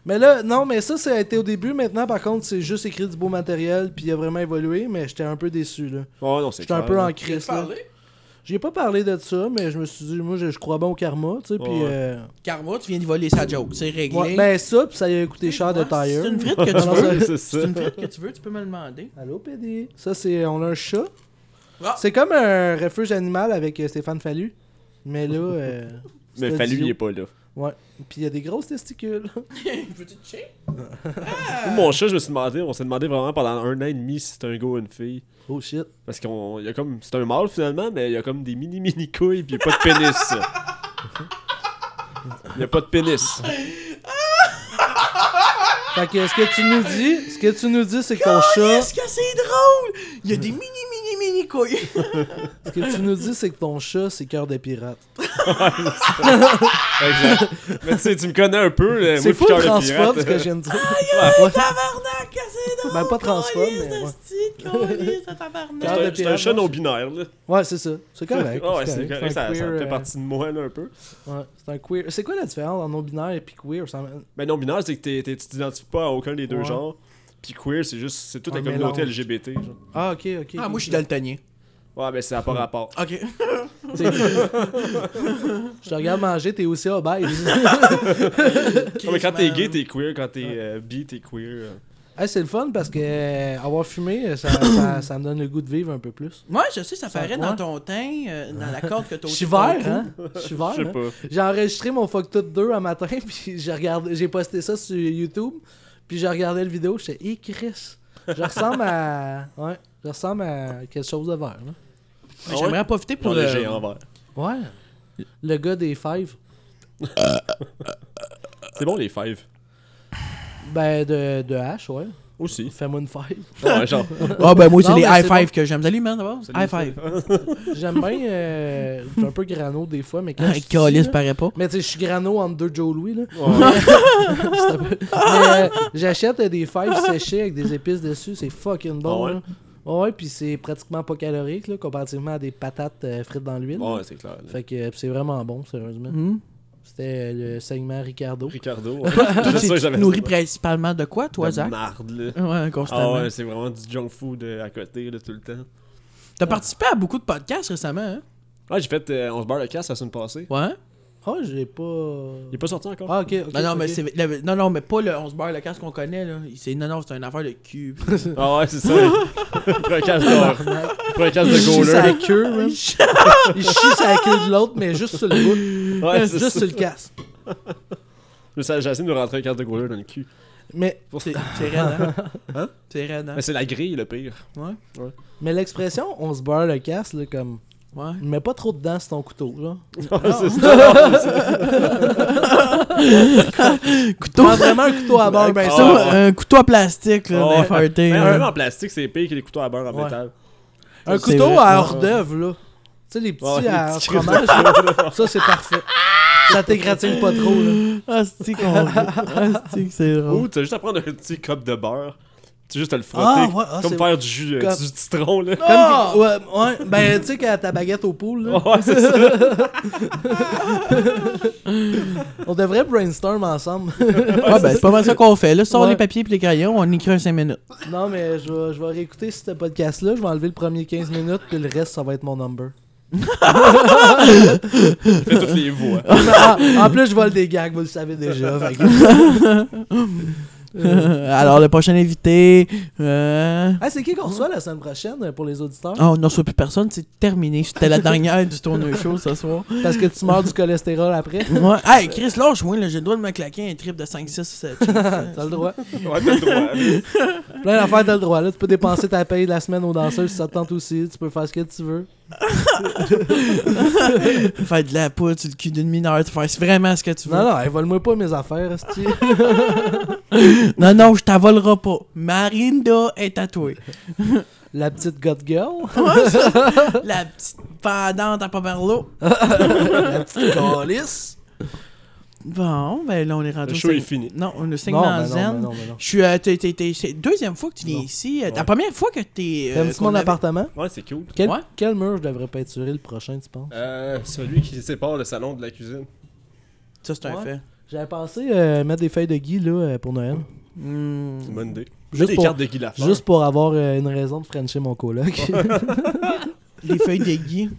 [SPEAKER 3] Mais là, non, mais ça, ça a été au début. Maintenant, par contre, c'est juste écrit du beau matériel, puis il a vraiment évolué, mais j'étais un peu déçu, là.
[SPEAKER 4] Oh non, c'est
[SPEAKER 3] J'étais un
[SPEAKER 4] clair,
[SPEAKER 3] peu
[SPEAKER 4] là.
[SPEAKER 3] en
[SPEAKER 2] qui a
[SPEAKER 3] crise, là.
[SPEAKER 2] parlé.
[SPEAKER 3] J'ai pas parlé de ça, mais je me suis dit, moi, je, je crois bon au karma, tu sais, puis...
[SPEAKER 4] Ouais.
[SPEAKER 3] euh,
[SPEAKER 2] Karma, tu viens de voler sa joke, c'est réglé.
[SPEAKER 3] ouais, ben ça, puis ça a coûté cher de
[SPEAKER 2] Ouais,
[SPEAKER 3] tire.
[SPEAKER 2] C'est une frite que
[SPEAKER 3] Non, non,
[SPEAKER 2] tu veux.
[SPEAKER 3] ça-
[SPEAKER 2] C'est
[SPEAKER 4] C'est ça.
[SPEAKER 2] une frite que tu veux, tu peux me le demander.
[SPEAKER 3] Allô, PD? Ça, c'est... On a un chat.
[SPEAKER 2] Ah.
[SPEAKER 3] C'est comme un refuge animal avec euh, Stéphane Fallu. Mais là... euh,
[SPEAKER 4] Mais
[SPEAKER 3] c'est
[SPEAKER 4] Fallu,
[SPEAKER 3] audio.
[SPEAKER 4] il est pas là.
[SPEAKER 3] Ouais. Puis il y a des grosses testicules.
[SPEAKER 2] Veux-tu te chier?
[SPEAKER 4] Moi, Mon chat, je me suis demandé, on s'est demandé vraiment pendant un an et demi si c'était un gars ou une fille.
[SPEAKER 3] oh shit.
[SPEAKER 4] Parce qu'on, il y a comme, c'est un mâle finalement, mais il y a comme des mini mini couilles puis il y a pas de pénis. Il y a pas de pénis.
[SPEAKER 3] Fait que ce que tu nous dis, ce que tu nous dis, c'est que ton chat...
[SPEAKER 2] Est-ce Oh, que c'est drôle? Il y a des mini, mini, mini couilles.
[SPEAKER 3] Ce que tu nous dis, c'est que ton chat, c'est cœur de pirate.
[SPEAKER 4] Exact. Mais tu sais, tu me connais un peu. là,
[SPEAKER 3] C'est
[SPEAKER 4] Euh, moi,
[SPEAKER 3] fou
[SPEAKER 4] Picard
[SPEAKER 3] le
[SPEAKER 4] le
[SPEAKER 3] transphobe, ce
[SPEAKER 4] pirate,
[SPEAKER 3] que
[SPEAKER 4] euh,
[SPEAKER 3] je viens de dire.
[SPEAKER 2] Tabarnak, que c'est drôle.
[SPEAKER 3] Ben, pas transphobe,
[SPEAKER 2] Câlisse
[SPEAKER 3] mais
[SPEAKER 2] de
[SPEAKER 3] ouais.
[SPEAKER 2] style, câlisse de
[SPEAKER 4] c'est un-
[SPEAKER 2] tabarnak.
[SPEAKER 3] Cœur de
[SPEAKER 4] C'est un,
[SPEAKER 3] pirate,
[SPEAKER 4] chat
[SPEAKER 3] moi,
[SPEAKER 4] non binaire là.
[SPEAKER 3] Ouais, c'est ça. C'est correct.
[SPEAKER 4] Ah ouais, c'est correct,
[SPEAKER 3] un
[SPEAKER 4] ça, ça
[SPEAKER 3] queer,
[SPEAKER 4] fait
[SPEAKER 3] euh,
[SPEAKER 4] partie de moi là un peu.
[SPEAKER 3] ouais, c'est un queer. C'est quoi la différence entre non-binaire et puis queer ça... me-
[SPEAKER 4] Mais non binaire, c'est que t'es- t'es- tu t'identifies pas à aucun des deux
[SPEAKER 3] Ouais.
[SPEAKER 4] genres. Puis queer, c'est juste, c'est toute
[SPEAKER 3] Un
[SPEAKER 4] la communauté
[SPEAKER 3] mélange.
[SPEAKER 4] LGBT. Genre.
[SPEAKER 3] Ah, ok, ok.
[SPEAKER 2] Ah, moi, je suis
[SPEAKER 3] ok.
[SPEAKER 2] daltonien.
[SPEAKER 4] Ouais, mais c'est à pas rapport.
[SPEAKER 2] Ok.
[SPEAKER 3] Je te regarde manger, t'es aussi obèse.
[SPEAKER 4] Non, mais quand t'es gay, t'es queer. Quand t'es euh, bi, t'es queer.
[SPEAKER 3] Hey, c'est le fun parce que euh, avoir fumé, ça, ça- ça me donne le goût de vivre un peu plus.
[SPEAKER 2] Moi, je sais, ça
[SPEAKER 3] Ça
[SPEAKER 2] paraît
[SPEAKER 3] te
[SPEAKER 2] dans
[SPEAKER 3] voit.
[SPEAKER 2] ton teint, euh, dans la corde que t'as autour
[SPEAKER 3] Je suis
[SPEAKER 2] de ton
[SPEAKER 3] vert,
[SPEAKER 2] cou.
[SPEAKER 3] hein? Je suis vert.
[SPEAKER 4] Je sais
[SPEAKER 3] hein?
[SPEAKER 4] pas.
[SPEAKER 3] J'ai enregistré mon Fuck Tout 2 un matin, puis j'ai regardé, j'ai posté ça sur YouTube, puis j'ai regardé le vidéo, j'étais Hé Chris! Je ressemble à. Ouais, je ressemble à quelque chose de vert. là.
[SPEAKER 2] Mais J'aimerais en profiter pour
[SPEAKER 4] Pour
[SPEAKER 2] le...
[SPEAKER 4] le géant vert.
[SPEAKER 3] Ouais. Le gars des Five.
[SPEAKER 4] C'est bon, les fives.
[SPEAKER 3] Ben, de, de H, ouais.
[SPEAKER 4] Aussi.
[SPEAKER 3] Fais-moi une Five.
[SPEAKER 4] Ouais, genre.
[SPEAKER 2] Ah ben moi, c'est
[SPEAKER 3] Non,
[SPEAKER 2] les
[SPEAKER 3] mais
[SPEAKER 2] high
[SPEAKER 3] c'est
[SPEAKER 2] five que j'aime. Salut, man, d'abord. High five.
[SPEAKER 3] J'aime bien. euh, je suis un peu grano des fois, mais quand. je
[SPEAKER 2] Ah,
[SPEAKER 3] suis petit,
[SPEAKER 2] calice,
[SPEAKER 3] là-
[SPEAKER 2] paraît pas.
[SPEAKER 3] mais tu sais, je suis grano entre deux Joe Louis, là.
[SPEAKER 4] Ouais.
[SPEAKER 3] C'est un peu- Mais, euh, J'achète euh, des fives séchées avec des épices dessus, c'est fucking bon.
[SPEAKER 4] Ah ouais?
[SPEAKER 3] là. ouais? puis c'est pratiquement pas calorique là, comparativement à des patates euh, frites dans l'huile.
[SPEAKER 4] Ouais, c'est clair. là.
[SPEAKER 3] Fait que euh, c'est vraiment bon, sérieusement.
[SPEAKER 4] Mm.
[SPEAKER 2] Hmm.
[SPEAKER 3] C'était euh, le segment Ricardo.
[SPEAKER 4] Ricardo. ouais.
[SPEAKER 2] Toi,
[SPEAKER 4] Je
[SPEAKER 2] tu
[SPEAKER 4] sais,
[SPEAKER 2] tu
[SPEAKER 4] j'avais
[SPEAKER 2] te nourris
[SPEAKER 4] ça.
[SPEAKER 2] principalement de quoi, toi,
[SPEAKER 4] De
[SPEAKER 2] Zach?
[SPEAKER 4] marde, là.
[SPEAKER 2] Ouais,
[SPEAKER 4] Ah
[SPEAKER 2] constamment.
[SPEAKER 4] ouais, c'est vraiment du junk food euh, à côté, là, tout le temps.
[SPEAKER 2] T'as participé à beaucoup de podcasts récemment, hein?
[SPEAKER 4] Ouais, j'ai fait euh, On se barre le casse la semaine passée.
[SPEAKER 2] Ouais.
[SPEAKER 3] Ah, j'ai pas.
[SPEAKER 4] Il est pas sorti encore.
[SPEAKER 3] Ah, ok, ok.
[SPEAKER 2] Non, non, mais
[SPEAKER 3] ok.
[SPEAKER 2] c'est le- non, non, mais pas le 11 beurre, le casque qu'on connaît, là. Il- C'est, non, non, c'est une affaire de cul.
[SPEAKER 4] Ah ouais, c'est ça. Pour un casse d'or. Pour un casse
[SPEAKER 3] Il
[SPEAKER 4] de
[SPEAKER 3] chie sa
[SPEAKER 4] goaler.
[SPEAKER 3] queue, man. Il chie sa queue de l'autre, mais juste sur le bout.
[SPEAKER 4] Ouais, c'est
[SPEAKER 3] juste
[SPEAKER 4] ça.
[SPEAKER 3] sur le casse.
[SPEAKER 4] Mais ça, J'ai essayé de me rentrer un casse de goaler dans le cul.
[SPEAKER 3] Mais,
[SPEAKER 2] C'est, c'est raide, hein? C'est raide, hein?
[SPEAKER 4] Mais c'est la grille, le pire.
[SPEAKER 2] Ouais.
[SPEAKER 3] mais l'expression, on se beurre le casse, là, comme.
[SPEAKER 2] Ouais.
[SPEAKER 3] Mets pas trop dedans sur ton couteau, là.
[SPEAKER 4] Ouais, c'est ça.
[SPEAKER 2] Couteau.
[SPEAKER 3] Prends vraiment un couteau à beurre, ben
[SPEAKER 4] Ah,
[SPEAKER 3] ça.
[SPEAKER 2] Ça,
[SPEAKER 4] ouais.
[SPEAKER 2] un couteau à plastique, là,
[SPEAKER 4] Ah,
[SPEAKER 2] d'un
[SPEAKER 4] ouais.
[SPEAKER 2] farté,
[SPEAKER 4] Mais
[SPEAKER 2] là.
[SPEAKER 4] même en plastique, c'est pire que les couteaux à beurre en
[SPEAKER 3] Ouais.
[SPEAKER 4] métal.
[SPEAKER 3] Un
[SPEAKER 2] C'est
[SPEAKER 3] couteau
[SPEAKER 2] vrai.
[SPEAKER 3] à hors d'œuvre, là. Tu sais, les petits
[SPEAKER 4] Ouais, les
[SPEAKER 3] à
[SPEAKER 4] petits
[SPEAKER 3] fromage, là. Ça, c'est parfait. Ça t'égratine pas trop, là.
[SPEAKER 2] Ah, c'est qu'on. Ah, c'est que c'est drôle.
[SPEAKER 4] Ou tu as juste à prendre un petit cup de beurre. Tu as juste à le frotter.
[SPEAKER 3] Ah, ouais, ah,
[SPEAKER 4] comme
[SPEAKER 3] c'est-
[SPEAKER 4] faire du jus, euh,
[SPEAKER 3] Comme-
[SPEAKER 4] du citron,
[SPEAKER 3] Oh!
[SPEAKER 4] là.
[SPEAKER 3] Comme, ouais, ouais, ben, tu sais, quand ta baguette au pool, là.
[SPEAKER 4] Ouais, c'est ça.
[SPEAKER 3] On devrait brainstorm ensemble.
[SPEAKER 2] Ah, ben, c'est pas mal ça qu'on fait, là. Sors
[SPEAKER 3] Ouais.
[SPEAKER 2] les papiers pis les crayons, on écrit un 5 minutes.
[SPEAKER 3] non, mais je vais, je vais réécouter ce podcast-là. Je vais enlever le premier 15 minutes, puis le reste, ça va être mon number.
[SPEAKER 4] Il fait toutes les voix.
[SPEAKER 3] Ah, en plus, je vole des gags, vous le savez déjà. fait que-
[SPEAKER 2] Euh, Alors, le prochain invité. Euh...
[SPEAKER 3] Ah, c'est qui qu'on reçoit la semaine prochaine euh, pour les auditeurs?
[SPEAKER 2] Oh, on n'en reçoit plus personne, c'est terminé. C'était la dernière du tournoi show ce soir.
[SPEAKER 3] Parce que tu meurs du cholestérol après.
[SPEAKER 2] Ouais. Hey, Chris, lâche-moi, là, j'ai le droit de me claquer un trip de 5-6.
[SPEAKER 3] T'as le droit.
[SPEAKER 4] Ouais, t'as le droit. mais-
[SPEAKER 3] Plein d'affaires, t'as le droit. Là, tu peux dépenser ta paye de la semaine aux danseurs si ça te tente aussi. Tu peux faire ce que tu veux.
[SPEAKER 2] Faire de la poudre sur le cul d'une mineure, tu fais vraiment ce que tu veux.
[SPEAKER 3] Non, non, elle vole-moi pas mes affaires, esti.
[SPEAKER 2] non, non, je t'avolerai pas. Marinda est tatouée.
[SPEAKER 3] La petite God Girl.
[SPEAKER 2] La petite pendante à Paperlo.
[SPEAKER 3] La petite Calice.
[SPEAKER 2] Bon, ben là, on est rendu.
[SPEAKER 4] Le
[SPEAKER 2] au
[SPEAKER 4] show est
[SPEAKER 2] segment-
[SPEAKER 4] fini.
[SPEAKER 2] Non, on est au
[SPEAKER 3] ben
[SPEAKER 2] segment
[SPEAKER 3] Non, mais non, mais
[SPEAKER 2] zen.
[SPEAKER 3] non, mais non.
[SPEAKER 2] Je suis. euh, t'es- t'es- t'es- c'est la deuxième fois que tu viens
[SPEAKER 4] Non.
[SPEAKER 2] ici. euh, La
[SPEAKER 4] Ouais.
[SPEAKER 2] première fois que t'es. euh,
[SPEAKER 3] T'aimes-tu
[SPEAKER 2] qu'on
[SPEAKER 3] mon
[SPEAKER 2] avait-
[SPEAKER 3] appartement?
[SPEAKER 4] Ouais, c'est cool.
[SPEAKER 3] Quel,
[SPEAKER 2] Ouais.
[SPEAKER 3] quel mur je devrais peinturer le prochain, tu penses?
[SPEAKER 4] Euh, celui qui sépare le salon de la cuisine.
[SPEAKER 2] Ça, c'est un
[SPEAKER 3] Ouais.
[SPEAKER 2] fait.
[SPEAKER 3] J'avais pensé euh, mettre des feuilles de gui là, euh, pour Noël.
[SPEAKER 2] Hmm.
[SPEAKER 4] C'est une bonne idée.
[SPEAKER 3] Juste
[SPEAKER 4] Juste des
[SPEAKER 3] pour-
[SPEAKER 4] cartes de Guy Lafleur.
[SPEAKER 3] Juste pour avoir euh, une raison de frencher mon coloc.
[SPEAKER 2] Les feuilles de Guy.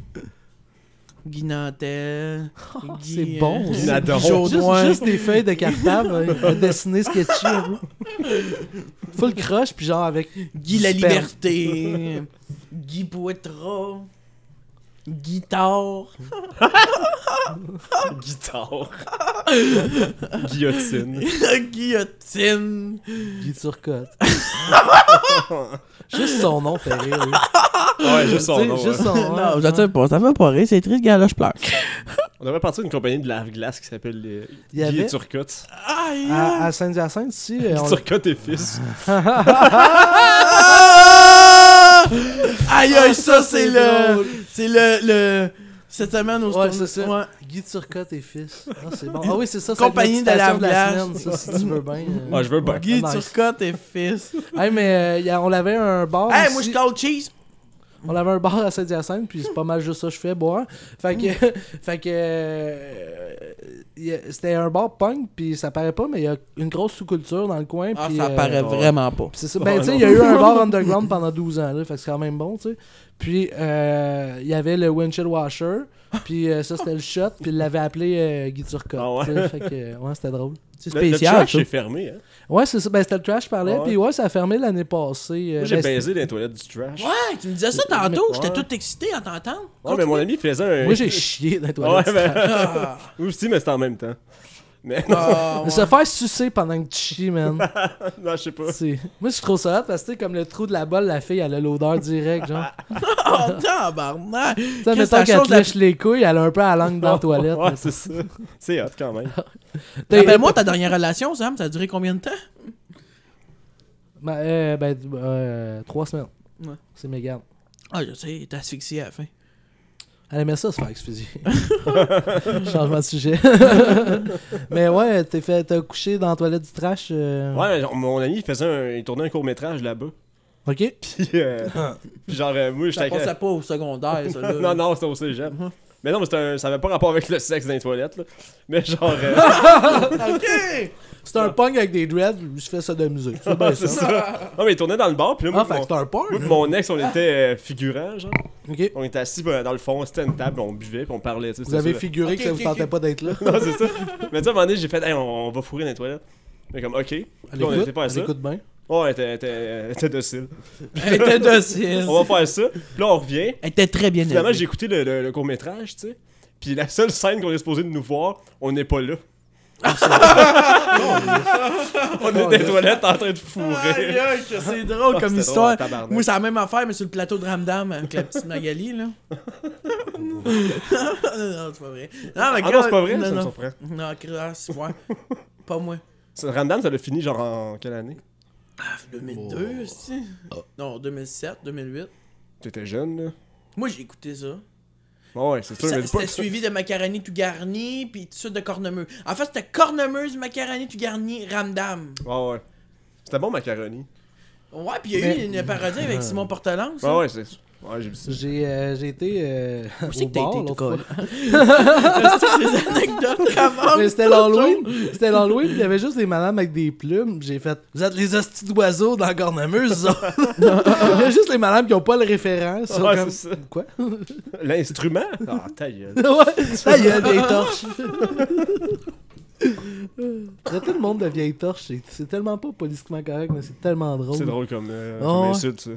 [SPEAKER 2] Guy Nantel. Guy,
[SPEAKER 3] Oh, c'est
[SPEAKER 2] euh,
[SPEAKER 3] bon,
[SPEAKER 2] Guy
[SPEAKER 4] ça.
[SPEAKER 3] juste,
[SPEAKER 2] Jodoin.
[SPEAKER 3] juste des feuilles de cartable euh, dessinées sketchy. hein. Full crush, puis genre avec
[SPEAKER 2] Guy La
[SPEAKER 3] Sperme.
[SPEAKER 2] Liberté. Guy Poitras. Guy Tard.
[SPEAKER 4] Guitare. Guillotine.
[SPEAKER 2] Guillotine.
[SPEAKER 3] Guy Turcotte. juste son nom fait rire. oui.
[SPEAKER 4] Ouais, juste
[SPEAKER 3] Ah
[SPEAKER 4] son
[SPEAKER 3] Tu sais,
[SPEAKER 4] nom.
[SPEAKER 3] juste
[SPEAKER 4] hein.
[SPEAKER 3] son nom.
[SPEAKER 2] Non, j'attends pas, ça va pas rire, c'est triste, gars, là, je pleure.
[SPEAKER 4] On devrait partir d'une compagnie de lave-glace qui s'appelle euh,
[SPEAKER 3] Il y
[SPEAKER 4] Guy
[SPEAKER 3] avait-
[SPEAKER 4] et Turcotte.
[SPEAKER 3] Ah,
[SPEAKER 2] Aïe!
[SPEAKER 3] À, à Saint-Hyacinthe, ici, euh,
[SPEAKER 4] Guy
[SPEAKER 3] on-
[SPEAKER 4] Turcotte et fils.
[SPEAKER 2] Ah! Aïe, aïe, ça,
[SPEAKER 3] Ah, ça,
[SPEAKER 2] c'est
[SPEAKER 3] c'est
[SPEAKER 2] le.
[SPEAKER 3] drôle.
[SPEAKER 2] C'est le, le. Cette semaine au
[SPEAKER 3] Ouais,
[SPEAKER 2] Stone-
[SPEAKER 3] c'est ça.
[SPEAKER 2] Ouais.
[SPEAKER 3] Guy Turcotte et fils. Ah, c'est bon. Ah oui, c'est ça. c'est
[SPEAKER 2] Compagnie de
[SPEAKER 3] la citation
[SPEAKER 2] lave-glace.
[SPEAKER 3] semaine, ça, si tu veux bien. euh.
[SPEAKER 4] Ouais, je veux bien.
[SPEAKER 2] Guy
[SPEAKER 3] nice.
[SPEAKER 2] Turcotte et fils.
[SPEAKER 3] Hey, mais euh, y a- on avait un bar.
[SPEAKER 2] hey,
[SPEAKER 3] ici.
[SPEAKER 2] moi, je cold cheese.
[SPEAKER 3] On avait un bar à
[SPEAKER 2] Mm.
[SPEAKER 3] Saint-Hyacinthe, puis c'est pas mal juste ça que je fais, boire. Fait que. fait que. euh, il y a- c'était un bar punk, puis ça paraît pas, mais il y a une grosse sous-culture dans le coin.
[SPEAKER 2] Ah,
[SPEAKER 3] puis,
[SPEAKER 2] ça
[SPEAKER 3] euh,
[SPEAKER 2] paraît
[SPEAKER 4] ouais.
[SPEAKER 2] vraiment pas.
[SPEAKER 3] puis C'est ça.
[SPEAKER 4] Ouais,
[SPEAKER 3] Ben, tu sais,
[SPEAKER 4] Oh non.
[SPEAKER 3] il y a eu un bar underground pendant 12 ans, là, fait que c'est quand même bon, tu sais. Puis, euh, il y avait le windshield washer, puis euh, ça, c'était le shot, puis il l'avait appelé euh, Guy Turcotte,
[SPEAKER 4] Ah ouais.
[SPEAKER 3] tu sais, fait que, euh, ouais, c'était drôle.
[SPEAKER 2] C'est
[SPEAKER 4] Le-
[SPEAKER 2] spécial,
[SPEAKER 4] Le trash
[SPEAKER 2] ça.
[SPEAKER 4] est fermé, hein.
[SPEAKER 3] Ouais, c'est ça, ben, c'était le trash, je parlais,
[SPEAKER 4] Ah ouais.
[SPEAKER 3] puis ouais, ça a fermé l'année passée. euh,
[SPEAKER 4] Moi, j'ai
[SPEAKER 3] ben,
[SPEAKER 4] baisé dans les toilettes du trash.
[SPEAKER 2] Ouais, tu me disais ça tantôt, j'étais
[SPEAKER 4] Ouais.
[SPEAKER 2] tout excité à t'entendre.
[SPEAKER 4] Ouais, mais mon ami faisait un.
[SPEAKER 3] Moi, j'ai chié dans les
[SPEAKER 4] Ouais, ben.
[SPEAKER 3] toilettes.
[SPEAKER 4] mais.
[SPEAKER 2] Ah,
[SPEAKER 4] Moi aussi, mais c'était en même temps. Mais non,
[SPEAKER 2] ah,
[SPEAKER 3] De se faire sucer pendant que tu chies, man.
[SPEAKER 4] non, je sais pas.
[SPEAKER 3] C'est- Moi, je trouve ça hot parce que, tu sais, comme le trou de la balle, la fille, elle a l'odeur directe, genre.
[SPEAKER 2] oh, tabarnak!
[SPEAKER 3] Tu sais,
[SPEAKER 2] Chris,
[SPEAKER 3] mettons
[SPEAKER 2] la
[SPEAKER 3] qu'elle
[SPEAKER 2] chose
[SPEAKER 3] te
[SPEAKER 2] la-
[SPEAKER 3] lèche les couilles, elle a un peu la langue dans la toilette.
[SPEAKER 4] Ouais, Ben, c'est ça. C'est hot quand même.
[SPEAKER 3] T'es-
[SPEAKER 2] Rappelle-moi ta dernière relation, Sam, ça a duré combien de temps?
[SPEAKER 3] Ben, euh, ben, euh, trois semaines.
[SPEAKER 2] Ouais.
[SPEAKER 3] C'est méga.
[SPEAKER 2] Ah, je sais, t'es asphyxié à la fin.
[SPEAKER 3] Elle aimait ça se faire exfuser. Changement de sujet. Mais ouais, t'es fait, t'as couché dans la toilette du trash. euh,
[SPEAKER 4] Ouais, genre, mon ami, il faisait un. Il tournait un court-métrage là-bas.
[SPEAKER 3] Ok.
[SPEAKER 4] Puis, euh, puis genre, euh, moi,
[SPEAKER 2] Ça
[SPEAKER 4] j'étais.
[SPEAKER 2] passait pas au secondaire, ça, là.
[SPEAKER 4] non, non, c'était au cégep.
[SPEAKER 3] Mm-hmm.
[SPEAKER 4] Mais non, mais c'était un- ça avait pas rapport avec le sexe dans les toilettes, là. Mais genre. euh,
[SPEAKER 3] C'est un punk avec des dreads, je fais ça de musique. Ah, C'est bien
[SPEAKER 4] c'est
[SPEAKER 3] ça.
[SPEAKER 4] ça. Non, mais il tournait dans le bar, puis là, moi,
[SPEAKER 3] Ah, fait que
[SPEAKER 4] mon-
[SPEAKER 3] c'est un
[SPEAKER 4] moi
[SPEAKER 3] punk.
[SPEAKER 4] puis mon ex, on était euh, figurants, genre.
[SPEAKER 3] Ok.
[SPEAKER 4] On était assis ben, dans le fond, c'était une table, on buvait, puis on parlait, tu sais.
[SPEAKER 3] Vous
[SPEAKER 4] c'était
[SPEAKER 3] avez
[SPEAKER 4] ça,
[SPEAKER 3] figuré que
[SPEAKER 2] Ok,
[SPEAKER 3] ça
[SPEAKER 2] ok,
[SPEAKER 3] vous tentait
[SPEAKER 2] ok.
[SPEAKER 3] pas d'être là.
[SPEAKER 4] là. Non, c'est ça. Mais tu sais, à un moment donné, j'ai fait, hey, on, on va fourrer dans les toilettes. Mais comme, ok. Puis
[SPEAKER 3] Elle
[SPEAKER 4] là, on
[SPEAKER 3] écoute,
[SPEAKER 4] était pas à
[SPEAKER 3] elle
[SPEAKER 4] ça.
[SPEAKER 3] écoute bien.
[SPEAKER 4] Ouais, elle était- elle était- elle était docile.
[SPEAKER 2] Elle était docile.
[SPEAKER 4] on va faire ça. Puis là, on revient.
[SPEAKER 2] Elle était très bien
[SPEAKER 4] Finalement,
[SPEAKER 2] élevée.
[SPEAKER 4] j'ai écouté le, le- le court-métrage, tu sais. Puis la seule scène qu'on est supposé de nous voir, on n'est pas là. on est dans les toilettes en train de fourrer.
[SPEAKER 2] Aïe, aïe, que C'est drôle
[SPEAKER 4] Ah,
[SPEAKER 2] comme
[SPEAKER 4] c'était
[SPEAKER 2] histoire.
[SPEAKER 4] drôle, tabarnak.
[SPEAKER 2] Moi, c'est la même affaire, mais sur le plateau de Ramdam avec la petite Magali, là. non, c'est pas vrai. Non, mais
[SPEAKER 4] Ah non,
[SPEAKER 2] gars,
[SPEAKER 4] c'est pas vrai, ça me
[SPEAKER 2] non.
[SPEAKER 4] surprend.
[SPEAKER 2] Non, Chris, c'est moi. Pas moi. Ah,
[SPEAKER 4] Ce Ramdam, ça l'a fini genre en quelle année Oh.
[SPEAKER 2] 2002, c'est-tu? Non, 2007, 2008.
[SPEAKER 4] T'étais jeune, là Ah
[SPEAKER 2] Moi, j'ai écouté ça.
[SPEAKER 4] Ouais, c'est sûr,
[SPEAKER 2] Ça-
[SPEAKER 4] mais dis pas
[SPEAKER 2] C'était
[SPEAKER 4] que-
[SPEAKER 2] suivi de macaroni tout garni, puis tout ça de cornemeux. En fait, c'était cornemeuse, macaroni tout garni, ramdam.
[SPEAKER 4] Ah Ouais, ouais. C'était bon, macaroni. Ah
[SPEAKER 2] Ouais, puis il y a eu
[SPEAKER 3] Mais-
[SPEAKER 2] une parodie avec Simon Portelance. hein.
[SPEAKER 4] Ouais, ouais, c'est. Ouais, j'ai vu ça.
[SPEAKER 3] J'ai euh, j'ai été euh,
[SPEAKER 2] c'est
[SPEAKER 3] au
[SPEAKER 2] que t'as
[SPEAKER 3] bar
[SPEAKER 2] été,
[SPEAKER 3] l'autre
[SPEAKER 2] Toucol?
[SPEAKER 3] fois.
[SPEAKER 2] des anecdotes comment?
[SPEAKER 3] Mais c'était l'Halloween. C'était l'Halloween. puis Il y avait juste des madames avec des plumes. J'ai fait Vous êtes les hosties d'oiseaux dans Cornemuse, vous autres. Il y a juste les madames qui ont pas le référent. Ils sont
[SPEAKER 4] Ouais,
[SPEAKER 3] comme,
[SPEAKER 4] c'est ça.
[SPEAKER 3] Quoi
[SPEAKER 4] L'instrument Ah, ta gueule.
[SPEAKER 3] Ouais, ça Ah, y est, vieille torche. Traiter le monde de vieille torche, c'est- c'est tellement pas politiquement correct, mais c'est tellement drôle.
[SPEAKER 4] C'est drôle comme, euh,
[SPEAKER 2] Oh.
[SPEAKER 3] Ah,
[SPEAKER 4] comme
[SPEAKER 3] ouais.
[SPEAKER 4] insulte, ça.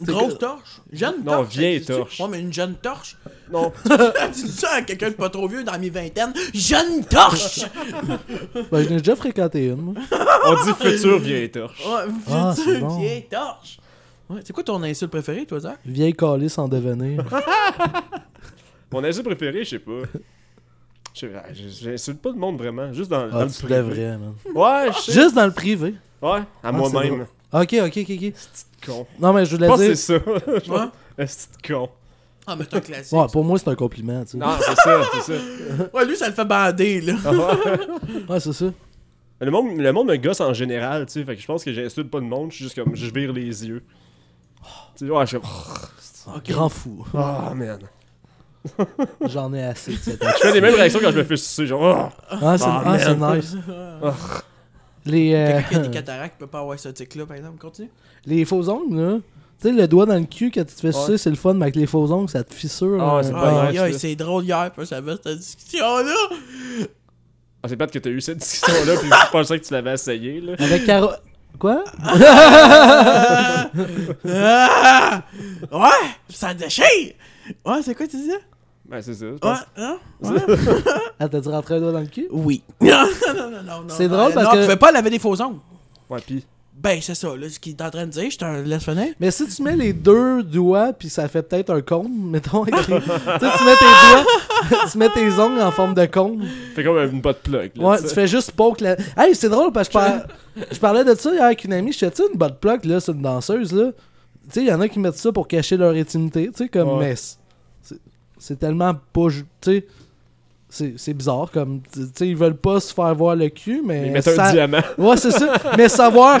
[SPEAKER 2] Grosse torche? Jeune
[SPEAKER 4] Non,
[SPEAKER 2] torche?
[SPEAKER 4] vieille
[SPEAKER 2] existe-tu?
[SPEAKER 4] torche.
[SPEAKER 2] Ouais, mais une jeune torche?
[SPEAKER 4] Non.
[SPEAKER 2] tu dis ça à quelqu'un de pas trop vieux dans mes vingtaines? Jeune torche!
[SPEAKER 3] Ben, je n'ai déjà fréquenté une, moi.
[SPEAKER 4] On dit futur vieille torche.
[SPEAKER 2] Ouais,
[SPEAKER 3] Ah,
[SPEAKER 2] futur
[SPEAKER 3] c'est bon.
[SPEAKER 2] vieille torche! Ouais, c'est quoi ton insulte préférée, toi, Zach?
[SPEAKER 3] Vieille calice en devenir.
[SPEAKER 4] Mon insulte préféré, je sais pas. Je sais- ah, je- J'insulte pas le monde vraiment, juste dans, dans
[SPEAKER 3] Ah,
[SPEAKER 4] le
[SPEAKER 3] tu
[SPEAKER 4] privé.
[SPEAKER 3] devrais, man.
[SPEAKER 4] Ouais, je sais.
[SPEAKER 3] Juste Ah, dans le privé.
[SPEAKER 4] Ouais, à moi-même.
[SPEAKER 3] Ok, ok, ok, ok.
[SPEAKER 4] Con.
[SPEAKER 3] Non, mais je
[SPEAKER 4] Je
[SPEAKER 3] voulais
[SPEAKER 4] pense que
[SPEAKER 3] dire.
[SPEAKER 4] c'est ça. Je
[SPEAKER 2] Ouais.
[SPEAKER 4] pense- Un petit con.
[SPEAKER 2] Ah, mais c'est un classique.
[SPEAKER 3] Ouais, pour moi, c'est un compliment, tu sais.
[SPEAKER 4] Non, c'est ça, c'est ça.
[SPEAKER 2] Ouais, lui, ça le fait bander, là.
[SPEAKER 4] Ah ouais.
[SPEAKER 3] Ouais, c'est ça.
[SPEAKER 4] le, monde, le monde me gosse en général, tu sais. Fait que je pense que j'insulte pas le monde, je suis juste comme, je vire les yeux. Tu sais, ouais, je suis comme,
[SPEAKER 3] Grand fou.
[SPEAKER 4] Ah, man.
[SPEAKER 3] J'en ai assez de cette
[SPEAKER 4] Je fais les mêmes réactions quand je me fais sucer, genre, Ah!
[SPEAKER 3] Ah, c'est
[SPEAKER 4] Ah,
[SPEAKER 3] ah, c'est
[SPEAKER 4] man.
[SPEAKER 3] nice. Les, euh,
[SPEAKER 2] Quelqu'un qui a des cataractes peut pas avoir ce tic-là, par exemple. Continue.
[SPEAKER 3] les faux ongles, là. Tu sais, le doigt dans le cul quand tu te fais sucer,
[SPEAKER 4] Ouais.
[SPEAKER 3] c'est le fun, mais avec les faux ongles, ça te fissure.
[SPEAKER 4] Ah,
[SPEAKER 3] là.
[SPEAKER 4] c'est pas
[SPEAKER 2] Aïe,
[SPEAKER 4] nice,
[SPEAKER 2] aïe,
[SPEAKER 4] là.
[SPEAKER 2] c'est drôle hier, puis ça avait cette discussion-là.
[SPEAKER 4] Ah, c'est pas que t'as eu cette discussion-là, puis je pensais que tu l'avais essayé, là.
[SPEAKER 3] Ah. Avec Caro. Quoi
[SPEAKER 2] Ah! Ouais, ça déchire! Ouais, c'est quoi, tu disais?
[SPEAKER 4] Ben, c'est ça. je
[SPEAKER 2] Ouais,
[SPEAKER 4] pense.
[SPEAKER 2] hein?
[SPEAKER 3] Ah, t'as dû rentrer un doigt dans le cul
[SPEAKER 2] Oui. non, non, non, non, non.
[SPEAKER 3] C'est
[SPEAKER 2] non,
[SPEAKER 3] drôle parce
[SPEAKER 2] non,
[SPEAKER 3] que-
[SPEAKER 2] tu fais pas laver des faux ongles.
[SPEAKER 4] Ouais, pis.
[SPEAKER 2] Ben, c'est ça, là, ce qu'il est en train de dire, je te laisse finir.
[SPEAKER 3] Mais si tu mets les deux doigts, puis ça fait peut-être un cône, mettons. avec les- tu sais, tu mets tes doigts, tu mets tes ongles en forme de cône.
[SPEAKER 4] Fais comme une botte plug, là.
[SPEAKER 3] Ouais,
[SPEAKER 4] tu
[SPEAKER 3] tu
[SPEAKER 4] sais.
[SPEAKER 3] fais juste poke la. Hey, c'est drôle parce que je, par- je parlais de ça hier avec une amie. Je faisais une butt plug, là, c'est une danseuse, là. Tu sais, il y en a qui mettent ça pour cacher leur intimité, tu sais, comme.
[SPEAKER 4] Ouais.
[SPEAKER 3] Mais c'est- c'est- c'est tellement pas. ju- Tu sais, c'est- c'est bizarre, comme. Tu sais, ils veulent pas se faire voir le cul, mais.
[SPEAKER 4] Mais mettre un
[SPEAKER 3] euh, ça-
[SPEAKER 4] diamant.
[SPEAKER 3] Ouais, c'est ça. Mais savoir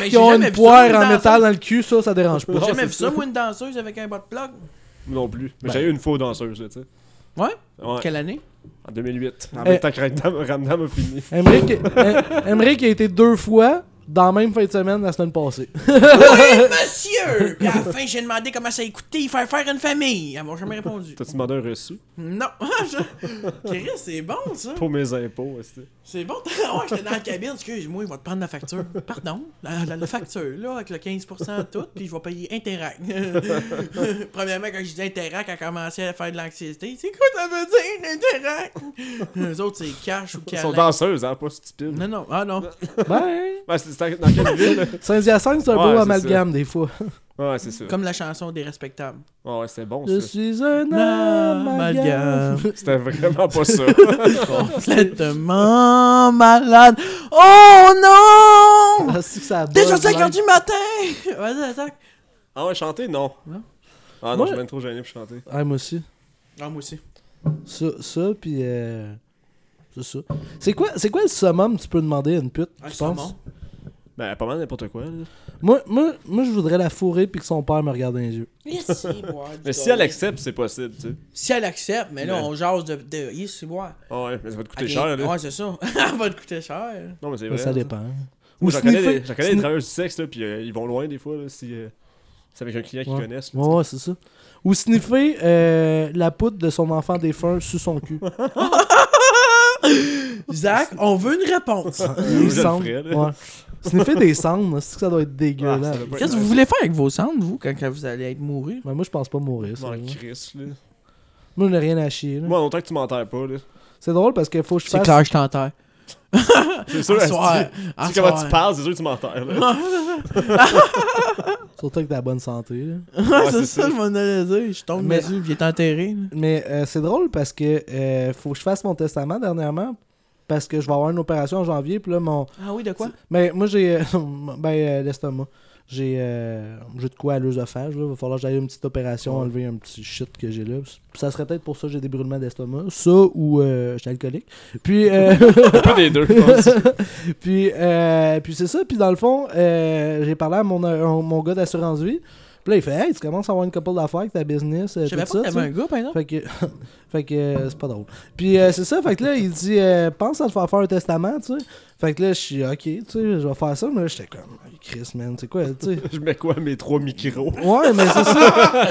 [SPEAKER 2] Mais
[SPEAKER 3] qu'ils ont
[SPEAKER 2] j'ai jamais
[SPEAKER 3] une
[SPEAKER 2] vu ça, une
[SPEAKER 3] poire en
[SPEAKER 2] danseuse.
[SPEAKER 3] métal dans le cul, ça, ça dérange pas.
[SPEAKER 2] J'ai
[SPEAKER 4] Ouais,
[SPEAKER 2] jamais
[SPEAKER 4] c'est
[SPEAKER 2] vu ça,
[SPEAKER 4] ça.
[SPEAKER 2] moi, une danseuse avec un bas de plug.
[SPEAKER 4] Non plus. Mais
[SPEAKER 3] Ben.
[SPEAKER 4] j'ai eu une faux danseuse, là, tu sais.
[SPEAKER 2] Ouais?
[SPEAKER 4] Ouais.
[SPEAKER 2] Quelle année?
[SPEAKER 4] En 2008. En
[SPEAKER 3] Eh.
[SPEAKER 4] même temps que Ramdam, Ramdam a fini.
[SPEAKER 3] Emmerich, Em- Emmerich a été deux fois dans la même fin de semaine la semaine passée.
[SPEAKER 4] Euh.
[SPEAKER 2] Oui, monsieur! Puis à la fin, j'ai demandé comment ça écoutait faire faire une famille. Elles m'ont jamais répondu.
[SPEAKER 4] T'as-tu demandé un reçu
[SPEAKER 2] Non. Je- Chris, c'est bon, ça.
[SPEAKER 4] pour mes impôts? est-ce que-
[SPEAKER 2] C'est bon. ouais, j'étais dans la cabine. Excuse-moi, il va te prendre la facture. Pardon? La, la- la facture, là, avec le 15% de tout, puis je vais payer Interac. Premièrement, quand je dis Interac, elle commençait à faire de l'anxiété. C'est quoi ça veut dire, Interac? Les autres, c'est cash ou
[SPEAKER 4] Ils
[SPEAKER 2] cash.
[SPEAKER 4] sont danseuses, hein, pas stupides.
[SPEAKER 2] Non, non. Ah, non.
[SPEAKER 3] Ben,
[SPEAKER 4] Ouais, c'est c'est dans quelle ville? là?
[SPEAKER 3] Saint-Hyacinthe, c'est un
[SPEAKER 4] Ouais,
[SPEAKER 3] beau
[SPEAKER 4] c'est
[SPEAKER 3] amalgame des fois.
[SPEAKER 4] Ouais, c'est ça.
[SPEAKER 2] Comme la chanson des respectables.
[SPEAKER 4] Ouais, ouais, c'était bon,
[SPEAKER 3] Je
[SPEAKER 4] ça.
[SPEAKER 3] suis un
[SPEAKER 2] Amalgame.
[SPEAKER 3] amalgame.
[SPEAKER 4] C'était vraiment pas ça.
[SPEAKER 2] complètement malade. Oh non!
[SPEAKER 3] Ah, c'est que ça
[SPEAKER 2] Déjà
[SPEAKER 3] buzz,
[SPEAKER 2] 5
[SPEAKER 3] like.
[SPEAKER 2] heures du matin! Vas-y, attaque.
[SPEAKER 4] Ah ouais, chanter? Non.
[SPEAKER 2] Non.
[SPEAKER 4] Ah non,
[SPEAKER 3] Ouais.
[SPEAKER 4] je suis même trop gêné pour chanter.
[SPEAKER 3] Ah, moi aussi.
[SPEAKER 2] Ah, moi aussi.
[SPEAKER 3] Ça, ça puis euh, c'est ça. C'est quoi, c'est quoi le summum que tu peux demander à une pute,
[SPEAKER 2] Un
[SPEAKER 3] tu
[SPEAKER 2] saumon.
[SPEAKER 3] penses?
[SPEAKER 4] Ben, pas mal n'importe quoi. là.
[SPEAKER 3] Moi, moi, moi, je voudrais la fourrer puis que son père me regarde dans les yeux.
[SPEAKER 2] Laissez boire du
[SPEAKER 4] Mais si
[SPEAKER 2] gaz.
[SPEAKER 4] elle accepte, c'est possible, tu sais.
[SPEAKER 2] Si elle accepte, mais là,
[SPEAKER 4] Ouais.
[SPEAKER 2] on jase de. de laissez boire.
[SPEAKER 4] Ah ouais, mais ça va te coûter
[SPEAKER 2] Elle
[SPEAKER 4] cher,
[SPEAKER 2] vient-
[SPEAKER 4] là.
[SPEAKER 2] Ouais, c'est ça. Elle va te coûter cher.
[SPEAKER 4] Non, mais c'est vrai.
[SPEAKER 3] Mais Ben, ça
[SPEAKER 4] là.
[SPEAKER 3] dépend.
[SPEAKER 4] Moi,
[SPEAKER 3] Ou
[SPEAKER 4] j'en connais,
[SPEAKER 3] sniffer.
[SPEAKER 4] des, j'en connais des
[SPEAKER 3] Sni-
[SPEAKER 4] travailleurs du sexe, là, puis euh, ils vont loin des fois, là, si euh, c'est avec un client qu'ils
[SPEAKER 3] Ouais.
[SPEAKER 4] connaissent. là,
[SPEAKER 3] Ouais, ouais, c'est ça. Ou sniffer euh, la poudre de son enfant défunt sous son cul.
[SPEAKER 2] Zach, on veut une réponse.
[SPEAKER 4] Ah, moi, euh, je le
[SPEAKER 3] cendres.
[SPEAKER 4] ferais, là.
[SPEAKER 3] Ouais. Sniffer des cendres, c'est que ça doit être
[SPEAKER 4] tu sais. Ah,
[SPEAKER 3] dégueulasse.
[SPEAKER 4] ça doit pas
[SPEAKER 2] Qu'est-ce
[SPEAKER 4] être
[SPEAKER 2] que vous
[SPEAKER 4] nice.
[SPEAKER 2] voulez faire avec vos cendres, vous, quand quand vous allez être mouru?
[SPEAKER 3] Mais Ben, moi, je pense pas mourir. Ça,
[SPEAKER 4] Non,
[SPEAKER 3] là.
[SPEAKER 4] Chris, là.
[SPEAKER 3] Moi, je n'ai rien à chier. là.
[SPEAKER 4] Moi, en autant que tu m'enterres pas, là.
[SPEAKER 3] C'est drôle parce qu'il faut que je
[SPEAKER 2] C'est
[SPEAKER 3] fasse.
[SPEAKER 2] clair, je t'enterre.
[SPEAKER 4] C'est sûr,
[SPEAKER 2] En
[SPEAKER 4] asti,
[SPEAKER 2] soir.
[SPEAKER 4] tu
[SPEAKER 2] En
[SPEAKER 4] sais comment
[SPEAKER 2] soir.
[SPEAKER 4] tu parles, c'est sûr que tu m'enterres, là.
[SPEAKER 3] Surtout avec de la bonne santé. là.
[SPEAKER 4] Ouais,
[SPEAKER 2] C'est ça, je m'en allais dire. Je tombe
[SPEAKER 3] Mais-
[SPEAKER 2] dessus, puis il est enterré. là.
[SPEAKER 3] Mais euh, c'est drôle parce que euh, faut que je fasse mon testament dernièrement parce que je vais avoir une opération en janvier. Puis là, mon.
[SPEAKER 2] Ah oui, de quoi?
[SPEAKER 3] Mais moi, j'ai. euh, ben, euh, l'estomac. J'ai euh, j'ai de quoi à l'œsophage. Il va falloir que j'aille à une petite opération,
[SPEAKER 4] Ouais.
[SPEAKER 3] enlever un petit shit que j'ai là. Puis Ça serait peut-être pour ça que j'ai des brûlements d'estomac. Ça ou euh, je suis alcoolique. Puis. euh,
[SPEAKER 4] Un peu des deux, je pense.
[SPEAKER 3] puis, euh, puis c'est ça. Puis dans le fond, euh, j'ai parlé à mon, euh, mon gars d'assurance vie. Puis là, il fait Hey, tu commences à avoir une couple d'affaires avec ta business. euh,
[SPEAKER 2] Je savais
[SPEAKER 3] tout
[SPEAKER 2] pas que
[SPEAKER 3] ça,
[SPEAKER 2] t'avais un gars, par exemple.
[SPEAKER 3] fait que, fait que euh, c'est pas drôle. Puis euh, c'est ça, fait que là, il dit euh, pense à te faire faire un testament, tu sais. Fait que là, je suis ok, tu sais, je vais faire ça, mais là, j'étais comme Ah, Chris, man, c'est quoi, tu sais.
[SPEAKER 4] Je mets quoi, mes trois micros?
[SPEAKER 3] Ouais, mais c'est ça.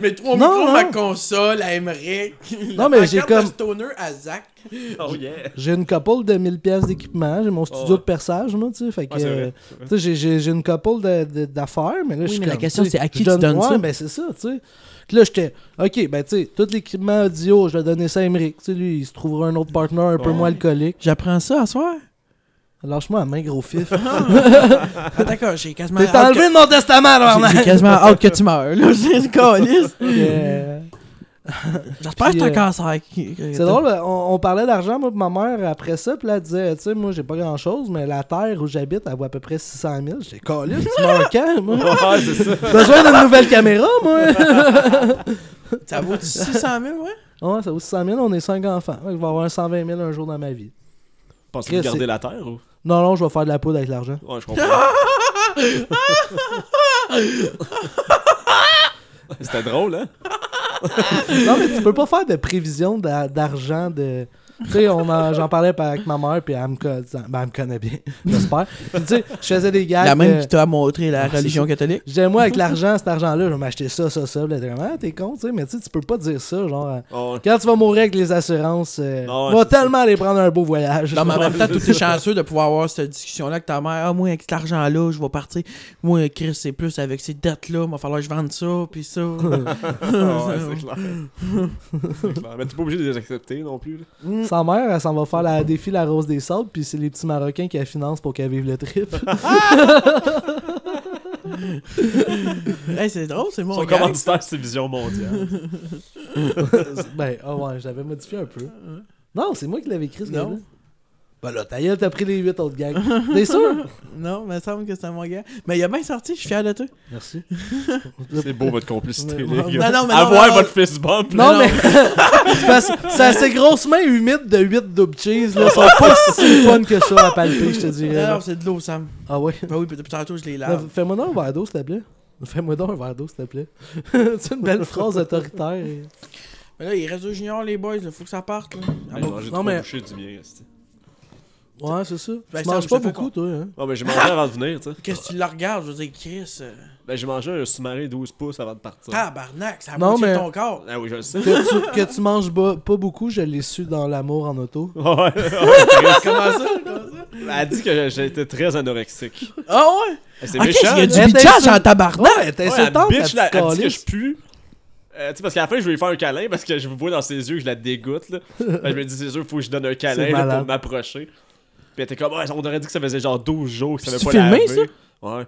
[SPEAKER 2] Mais trois
[SPEAKER 3] Non,
[SPEAKER 2] micros,
[SPEAKER 3] non.
[SPEAKER 2] ma console, à Emmerich.
[SPEAKER 3] Non, mais j'ai
[SPEAKER 2] La pancarte
[SPEAKER 3] comme-
[SPEAKER 2] de Stoner à Zach.
[SPEAKER 4] Oh yeah!
[SPEAKER 3] J'ai une couple de 1000 pièces d'équipement, j'ai mon studio
[SPEAKER 4] ouais.
[SPEAKER 3] de perçage, moi, tu sais. Fait que,
[SPEAKER 4] Ouais, c'est
[SPEAKER 3] euh,
[SPEAKER 4] vrai.
[SPEAKER 3] tu sais, j'ai- j'ai j'ai une couple de- de- d'affaires, mais là, je suis
[SPEAKER 2] mais la
[SPEAKER 3] comme,
[SPEAKER 2] question,
[SPEAKER 3] tu sais,
[SPEAKER 2] c'est à qui
[SPEAKER 3] je
[SPEAKER 2] tu
[SPEAKER 3] donne-
[SPEAKER 2] donnes
[SPEAKER 3] ouais,
[SPEAKER 2] ça?
[SPEAKER 3] ben c'est ça, tu sais. Puis Là, j'étais, ok, ben tu sais, tout l'équipement audio, je l'ai donné ça à Emmerich. Tu sais, lui, il se trouvera un autre partenaire un peu
[SPEAKER 4] Ouais.
[SPEAKER 3] moins alcoolique.
[SPEAKER 2] J'apprends ça à soir.
[SPEAKER 3] Lâche-moi la main, gros fif.
[SPEAKER 2] Ah, d'accord, j'ai quasiment.
[SPEAKER 3] T'es
[SPEAKER 2] hâte que-
[SPEAKER 3] enlevé de mon testament, là,
[SPEAKER 2] J'ai j'ai quasiment hâte que tu meurs, là. C'est une calisse.
[SPEAKER 3] Euh,
[SPEAKER 2] J'espère que
[SPEAKER 3] Puis,
[SPEAKER 2] c'est un
[SPEAKER 3] euh,
[SPEAKER 2] cancer. qui- que-
[SPEAKER 3] C'est drôle, on, on parlait d'argent, moi, pis ma mère, après ça, puis là, elle disait, tu sais, moi, j'ai pas grand chose, mais la terre où j'habite, elle vaut à peu près 600 000. J'étais calé, tu meurs quand, moi?
[SPEAKER 4] Ouais, c'est ça.
[SPEAKER 3] Besoin d'une nouvelle caméra, moi!
[SPEAKER 2] Ça vaut 600 000, ouais?
[SPEAKER 3] ouais, ça vaut 600 000, on est 5 enfants. Je vais avoir un 120 000 un jour dans ma vie.
[SPEAKER 4] Pensez-vous
[SPEAKER 3] Chris,
[SPEAKER 4] garder
[SPEAKER 3] c'est-
[SPEAKER 4] la terre ou?
[SPEAKER 3] Non, non, je vais faire de la poudre avec l'argent.
[SPEAKER 4] Ouais, je comprends. C'était drôle, hein?
[SPEAKER 3] Non, mais tu peux pas faire de prévision d'a- d'argent de. Tu sais, on en- j'en parlais pa- avec ma mère, puis elle me, co- ben, elle me connaît bien, j'espère. Puis tu sais, je faisais des gags.
[SPEAKER 2] La même
[SPEAKER 3] euh,
[SPEAKER 2] qui t'a montré la
[SPEAKER 3] ah, c'est
[SPEAKER 2] religion catholique.
[SPEAKER 3] Je disais, moi, avec l'argent, cet argent-là, je vais m'acheter ça, ça, ça. Puis là, t'es comme, ah, t'es con, tu sais, mais tu sais, tu peux pas dire ça, genre. euh,
[SPEAKER 4] Oh,
[SPEAKER 3] Quand tu vas mourir avec les assurances, euh,
[SPEAKER 4] Non, ouais,
[SPEAKER 3] va
[SPEAKER 4] c'est
[SPEAKER 3] tellement aller prendre un beau voyage.
[SPEAKER 2] Non, mais en même temps, tout est chanceux de pouvoir avoir cette discussion-là avec ta mère. Ah, moi, avec cet argent-là, je vais partir. Moi, Chris, c'est plus avec ces dettes-là. Il va falloir que je vende ça, puis ça.
[SPEAKER 4] Ah ouais, c'est clair. c'est clair. Mais t'es pas obligé de les accepter non plus. là.
[SPEAKER 3] Sa mère, elle s'en va faire la défi La Rose des Sables, puis c'est les petits Marocains qui la financent pour qu'elle vive le trip.
[SPEAKER 2] Hey, c'est drôle, c'est mon
[SPEAKER 4] Son
[SPEAKER 2] gars.
[SPEAKER 4] commanditaire, c'est Vision Mondiale.
[SPEAKER 3] ben, ah ouais, je l'avais modifié un peu. Non, c'est moi qui l'avais écrit, ce
[SPEAKER 2] Non.
[SPEAKER 3] gars-là. Ben là, ta gueule, t'as pris les 8 autres gags. T'es sûr?
[SPEAKER 2] Non, il me semble que c'est mon gars. Mais il a bien sorti, je suis fier de toi.
[SPEAKER 3] Merci.
[SPEAKER 4] C'est beau votre complicité,
[SPEAKER 3] Mais-
[SPEAKER 4] les gars.
[SPEAKER 2] Non, non, mais non,
[SPEAKER 4] Avoir
[SPEAKER 2] non,
[SPEAKER 4] votre fist bump. là.
[SPEAKER 3] Non,
[SPEAKER 2] non.
[SPEAKER 3] mais. c'est parce que c'est assez grossement humide de 8 double cheese, là. sont pas si fun que ça à palper, je te dirais.
[SPEAKER 2] Non,
[SPEAKER 3] là.
[SPEAKER 2] c'est de l'eau, Sam.
[SPEAKER 3] Ah ouais?
[SPEAKER 2] Ben oui, puis depuis tantôt, je les
[SPEAKER 3] Ben,
[SPEAKER 2] lave.
[SPEAKER 3] Fais-moi donc un verre d'eau, s'il te plaît. Fais-moi donc un verre d'eau, s'il te plaît. c'est une belle phrase autoritaire.
[SPEAKER 2] Mais là, il reste deux juniors, les boys, là. Faut que ça parte, là. Ah,
[SPEAKER 4] J'ai
[SPEAKER 2] bon.
[SPEAKER 4] mangé
[SPEAKER 3] non,
[SPEAKER 4] trois
[SPEAKER 3] mais-
[SPEAKER 4] bouchées du bien, esti.
[SPEAKER 3] Ouais, c'est ça.
[SPEAKER 2] Ben,
[SPEAKER 3] tu
[SPEAKER 2] ça,
[SPEAKER 3] manges
[SPEAKER 2] je
[SPEAKER 3] pas
[SPEAKER 2] te fais
[SPEAKER 3] beaucoup, toi. Hein?
[SPEAKER 4] Non, mais j'ai mangé avant de venir, tu sais.
[SPEAKER 2] Qu'est-ce que tu le regardes? Je veux dire, Chris. euh,
[SPEAKER 4] Ben, j'ai mangé un sous-marin 12 pouces avant de partir.
[SPEAKER 2] Ah! Tabarnak, ça a
[SPEAKER 3] Non,
[SPEAKER 2] moitié de
[SPEAKER 3] mais-
[SPEAKER 2] ton corps.
[SPEAKER 4] Ah oui, je le sais. ouais,
[SPEAKER 3] Que tu, que tu manges ba- pas beaucoup, je l'ai su dans L'amour en auto.
[SPEAKER 4] ouais, Chris.
[SPEAKER 2] Comment ça?
[SPEAKER 4] Elle a dit que j'étais très anorexique.
[SPEAKER 2] Ah ouais?
[SPEAKER 4] Eh, C'est
[SPEAKER 2] Ah, Chris,
[SPEAKER 4] méchant.
[SPEAKER 2] il y a
[SPEAKER 4] là.
[SPEAKER 2] du
[SPEAKER 3] là.
[SPEAKER 2] bitchage
[SPEAKER 3] Ouais,
[SPEAKER 2] en tabarnak!
[SPEAKER 3] Ouais, t'es
[SPEAKER 4] Ouais,
[SPEAKER 3] insultante, la
[SPEAKER 4] elle bitch,
[SPEAKER 3] petite
[SPEAKER 4] là, elle dit que
[SPEAKER 3] calisse.
[SPEAKER 4] je pue. Euh, tu sais, parce qu'à la fin, je vais lui faire un câlin parce que je vois dans ses yeux que je la dégoûte. Là. Ben, je me dis, c'est sûr, faut que je donne un câlin
[SPEAKER 3] C'est
[SPEAKER 4] là, pour
[SPEAKER 3] malade.
[SPEAKER 4] m'approcher. Puis elle était comme, Ouais, on aurait dit que ça faisait genre 12 jours que ça
[SPEAKER 2] C'est
[SPEAKER 4] avait pas
[SPEAKER 2] filmé,
[SPEAKER 4] lavé.
[SPEAKER 2] ça?
[SPEAKER 4] Ouais.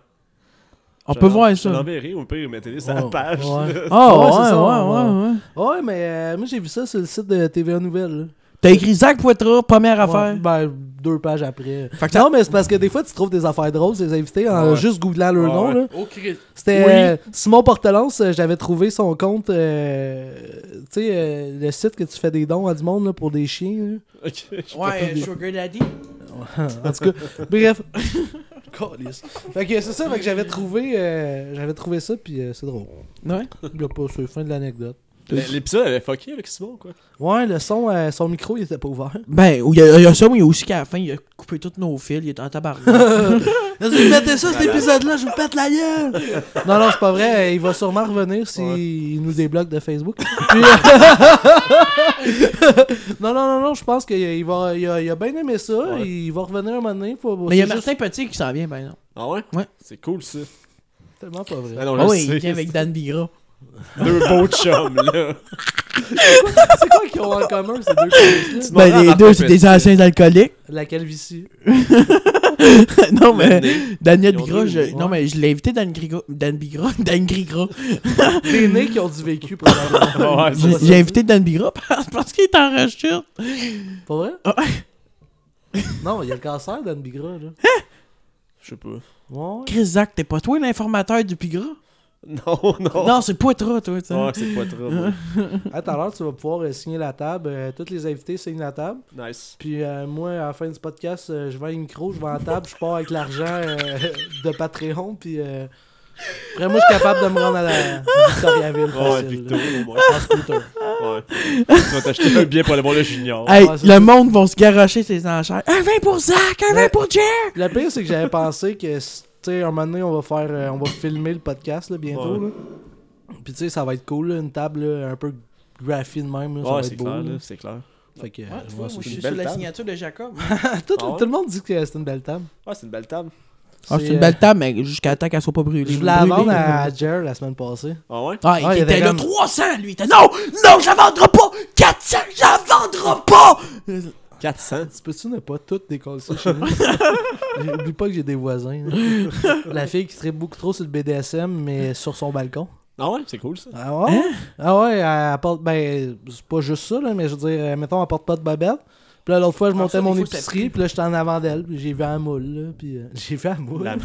[SPEAKER 2] On peut voir
[SPEAKER 4] Je te
[SPEAKER 2] ça.
[SPEAKER 4] l'enverrai, au pire, mettez-les sur la
[SPEAKER 3] Ouais,
[SPEAKER 4] page.
[SPEAKER 3] ouais.
[SPEAKER 4] là.
[SPEAKER 2] Ah
[SPEAKER 3] Ouais, c'est ça,
[SPEAKER 2] ouais, ouais, ouais, ouais.
[SPEAKER 3] Ouais, mais euh, moi j'ai vu ça sur le site de TVA Nouvelle. là.
[SPEAKER 2] T'as écrit Zach Poitras, première affaire.
[SPEAKER 3] Ouais, ben, deux pages après.
[SPEAKER 2] Fait que ça-
[SPEAKER 3] non, mais c'est parce que des fois, tu trouves des affaires drôles, des invités, en
[SPEAKER 4] Ouais.
[SPEAKER 3] juste googlant leur
[SPEAKER 4] Ouais,
[SPEAKER 3] nom.
[SPEAKER 4] ouais.
[SPEAKER 3] là.
[SPEAKER 2] Oh Chris.
[SPEAKER 3] C'était
[SPEAKER 2] Oui.
[SPEAKER 3] euh, Simon Portelance, euh, j'avais trouvé son compte, euh, tu sais, euh, le site que tu fais des dons à du monde là, pour des chiens.
[SPEAKER 4] Ok.
[SPEAKER 2] Ouais, euh, Sugar Daddy.
[SPEAKER 3] là. en tout cas, bref. Câlisse. fait que c'est ça, fait que j'avais trouvé, euh, j'avais trouvé ça, puis euh, c'est drôle.
[SPEAKER 2] Ouais.
[SPEAKER 3] Il y a pas, c'est fin de l'anecdote.
[SPEAKER 4] L- L'épisode avait fucké avec Simon, quoi.
[SPEAKER 3] Ouais, le son, euh, son micro, il était pas ouvert.
[SPEAKER 2] Ben, il y, a- il y a ça, mais il y a aussi qu'à la fin, il a coupé tous nos fils, il est en tabarnak.
[SPEAKER 3] Vous mettez ça, cet épisode-là, je vous pète la gueule! Non, non, c'est pas vrai. Il va sûrement revenir s'il
[SPEAKER 4] Ouais.
[SPEAKER 3] nous débloque de Facebook. Puis, euh, non, non, non, non, je pense qu'il va, il a, il a bien aimé ça.
[SPEAKER 4] Ouais.
[SPEAKER 3] Il va revenir un moment donné. Faut,
[SPEAKER 2] mais il y a
[SPEAKER 3] c'est juste
[SPEAKER 2] Martin Petit qui s'en vient, ben non.
[SPEAKER 4] Ah ouais?
[SPEAKER 2] Ouais.
[SPEAKER 4] C'est cool, ça.
[SPEAKER 3] tellement pas vrai.
[SPEAKER 4] Ah non, je
[SPEAKER 2] Ah oui,
[SPEAKER 4] sais.
[SPEAKER 2] il vient avec Dan Bigra.
[SPEAKER 4] Deux beaux chums, là.
[SPEAKER 3] Ah, C'est quoi qu'ils ont en commun, ces deux choses-là?
[SPEAKER 4] m'en rends
[SPEAKER 2] Ben, les
[SPEAKER 4] à
[SPEAKER 2] deux,
[SPEAKER 4] Martin
[SPEAKER 2] c'est
[SPEAKER 4] Petit.
[SPEAKER 2] des anciens alcooliques.
[SPEAKER 3] La calvitie.
[SPEAKER 2] non, mais
[SPEAKER 4] L'année.
[SPEAKER 2] Daniel
[SPEAKER 4] Ils ont
[SPEAKER 2] Bigra,
[SPEAKER 4] deux,
[SPEAKER 2] je,
[SPEAKER 4] ouais.
[SPEAKER 2] non, mais je l'ai invité, Dan Grigra. Dan Bigra. Dan Grigra.
[SPEAKER 3] Des nés qui ont du vécu, probablement.
[SPEAKER 4] Ouais, c'est
[SPEAKER 2] J'ai j'ai invité Dan Bigra parce, parce qu'il est en rechute.
[SPEAKER 3] Pas vrai?
[SPEAKER 2] Ah.
[SPEAKER 3] Non, il y a le cancer d'Anne Bigra, là.
[SPEAKER 4] Je sais pas.
[SPEAKER 3] Ouais.
[SPEAKER 2] Chris Zach, t'es pas toi l'informateur du Bigra?
[SPEAKER 4] Non, non.
[SPEAKER 2] Non, c'est Poitras, toi, tu sais.
[SPEAKER 4] Ouais, c'est pas trop. ouais.
[SPEAKER 3] Ah, tout à l'heure, tu vas pouvoir euh, signer la table. Euh, Toutes les invités signent la table.
[SPEAKER 4] Nice.
[SPEAKER 3] Puis euh, moi, à la fin du podcast, euh, je vends les micros, je vends la table, je pars avec l'argent euh, de Patreon. Puis euh, après, moi, je suis capable de me rendre à la Victoriaville.
[SPEAKER 4] Ah Ouais,
[SPEAKER 3] facile,
[SPEAKER 4] Victor,
[SPEAKER 3] là.
[SPEAKER 4] au moins.
[SPEAKER 3] En scooter.
[SPEAKER 4] Ouais. tu vas t'acheter un billet pour aller voir le junior.
[SPEAKER 2] Hey,
[SPEAKER 3] Ouais, c'est
[SPEAKER 2] le
[SPEAKER 3] ça.
[SPEAKER 2] monde va se garocher ses enchères. Un 20 pour Zach, un 20
[SPEAKER 3] Mais-
[SPEAKER 2] pour Jer!
[SPEAKER 3] Le pire, c'est que j'avais pensé que, tu sais, un moment donné, on va, faire, euh, on va filmer le podcast là, bientôt.
[SPEAKER 4] Ouais.
[SPEAKER 3] là. Puis tu sais, ça va être cool, là, une table là, un peu graphine même. Là, ça va
[SPEAKER 4] Ouais,
[SPEAKER 3] être
[SPEAKER 4] c'est
[SPEAKER 3] beau.
[SPEAKER 4] clair,
[SPEAKER 3] là.
[SPEAKER 4] là. C'est clair.
[SPEAKER 3] Fait que, euh,
[SPEAKER 2] Ouais, tu vois,
[SPEAKER 3] ouais,
[SPEAKER 2] moi, je
[SPEAKER 4] une
[SPEAKER 2] suis
[SPEAKER 4] belle
[SPEAKER 2] sur la
[SPEAKER 4] table.
[SPEAKER 2] signature de Jacob.
[SPEAKER 3] c'est- tout,
[SPEAKER 4] Ah ouais?
[SPEAKER 3] tout le monde dit que c'est une belle table.
[SPEAKER 4] Ouais, c'est une belle table.
[SPEAKER 2] Ah, c'est une
[SPEAKER 3] euh,
[SPEAKER 2] belle table, mais jusqu'à temps qu'elle soit pas brûlée.
[SPEAKER 3] Je voulais la
[SPEAKER 2] Brûlée,
[SPEAKER 3] vendre
[SPEAKER 2] là.
[SPEAKER 3] à Jer la semaine passée.
[SPEAKER 4] Ah ouais?
[SPEAKER 2] Ah,
[SPEAKER 3] Ah, il
[SPEAKER 2] il était
[SPEAKER 3] était
[SPEAKER 2] là
[SPEAKER 3] comme-
[SPEAKER 2] 300, lui. Il était non, non, je la vendrai pas! 400, je la vendrai pas!
[SPEAKER 4] 400.
[SPEAKER 3] Tu peux-tu ne pas toutes décoller ça chez nous? N'oublie pas que j'ai des voisins. hein. La fille qui serait beaucoup trop sur le BDSM, mais sur son balcon.
[SPEAKER 4] Ah ouais, c'est cool, ça.
[SPEAKER 3] Ah ouais? Ah ouais, elle porte. Ben, c'est pas juste ça, là, mais je veux dire, euh, mettons, elle porte pas de babette. Puis là, l'autre fois, je
[SPEAKER 2] Ah,
[SPEAKER 3] montais
[SPEAKER 2] ça, des
[SPEAKER 3] mon
[SPEAKER 2] fois, ça
[SPEAKER 3] épicerie, puis là, j'étais en avant d'elle, puis j'ai vu un moule, là, puis euh, j'ai vu un moule.
[SPEAKER 4] La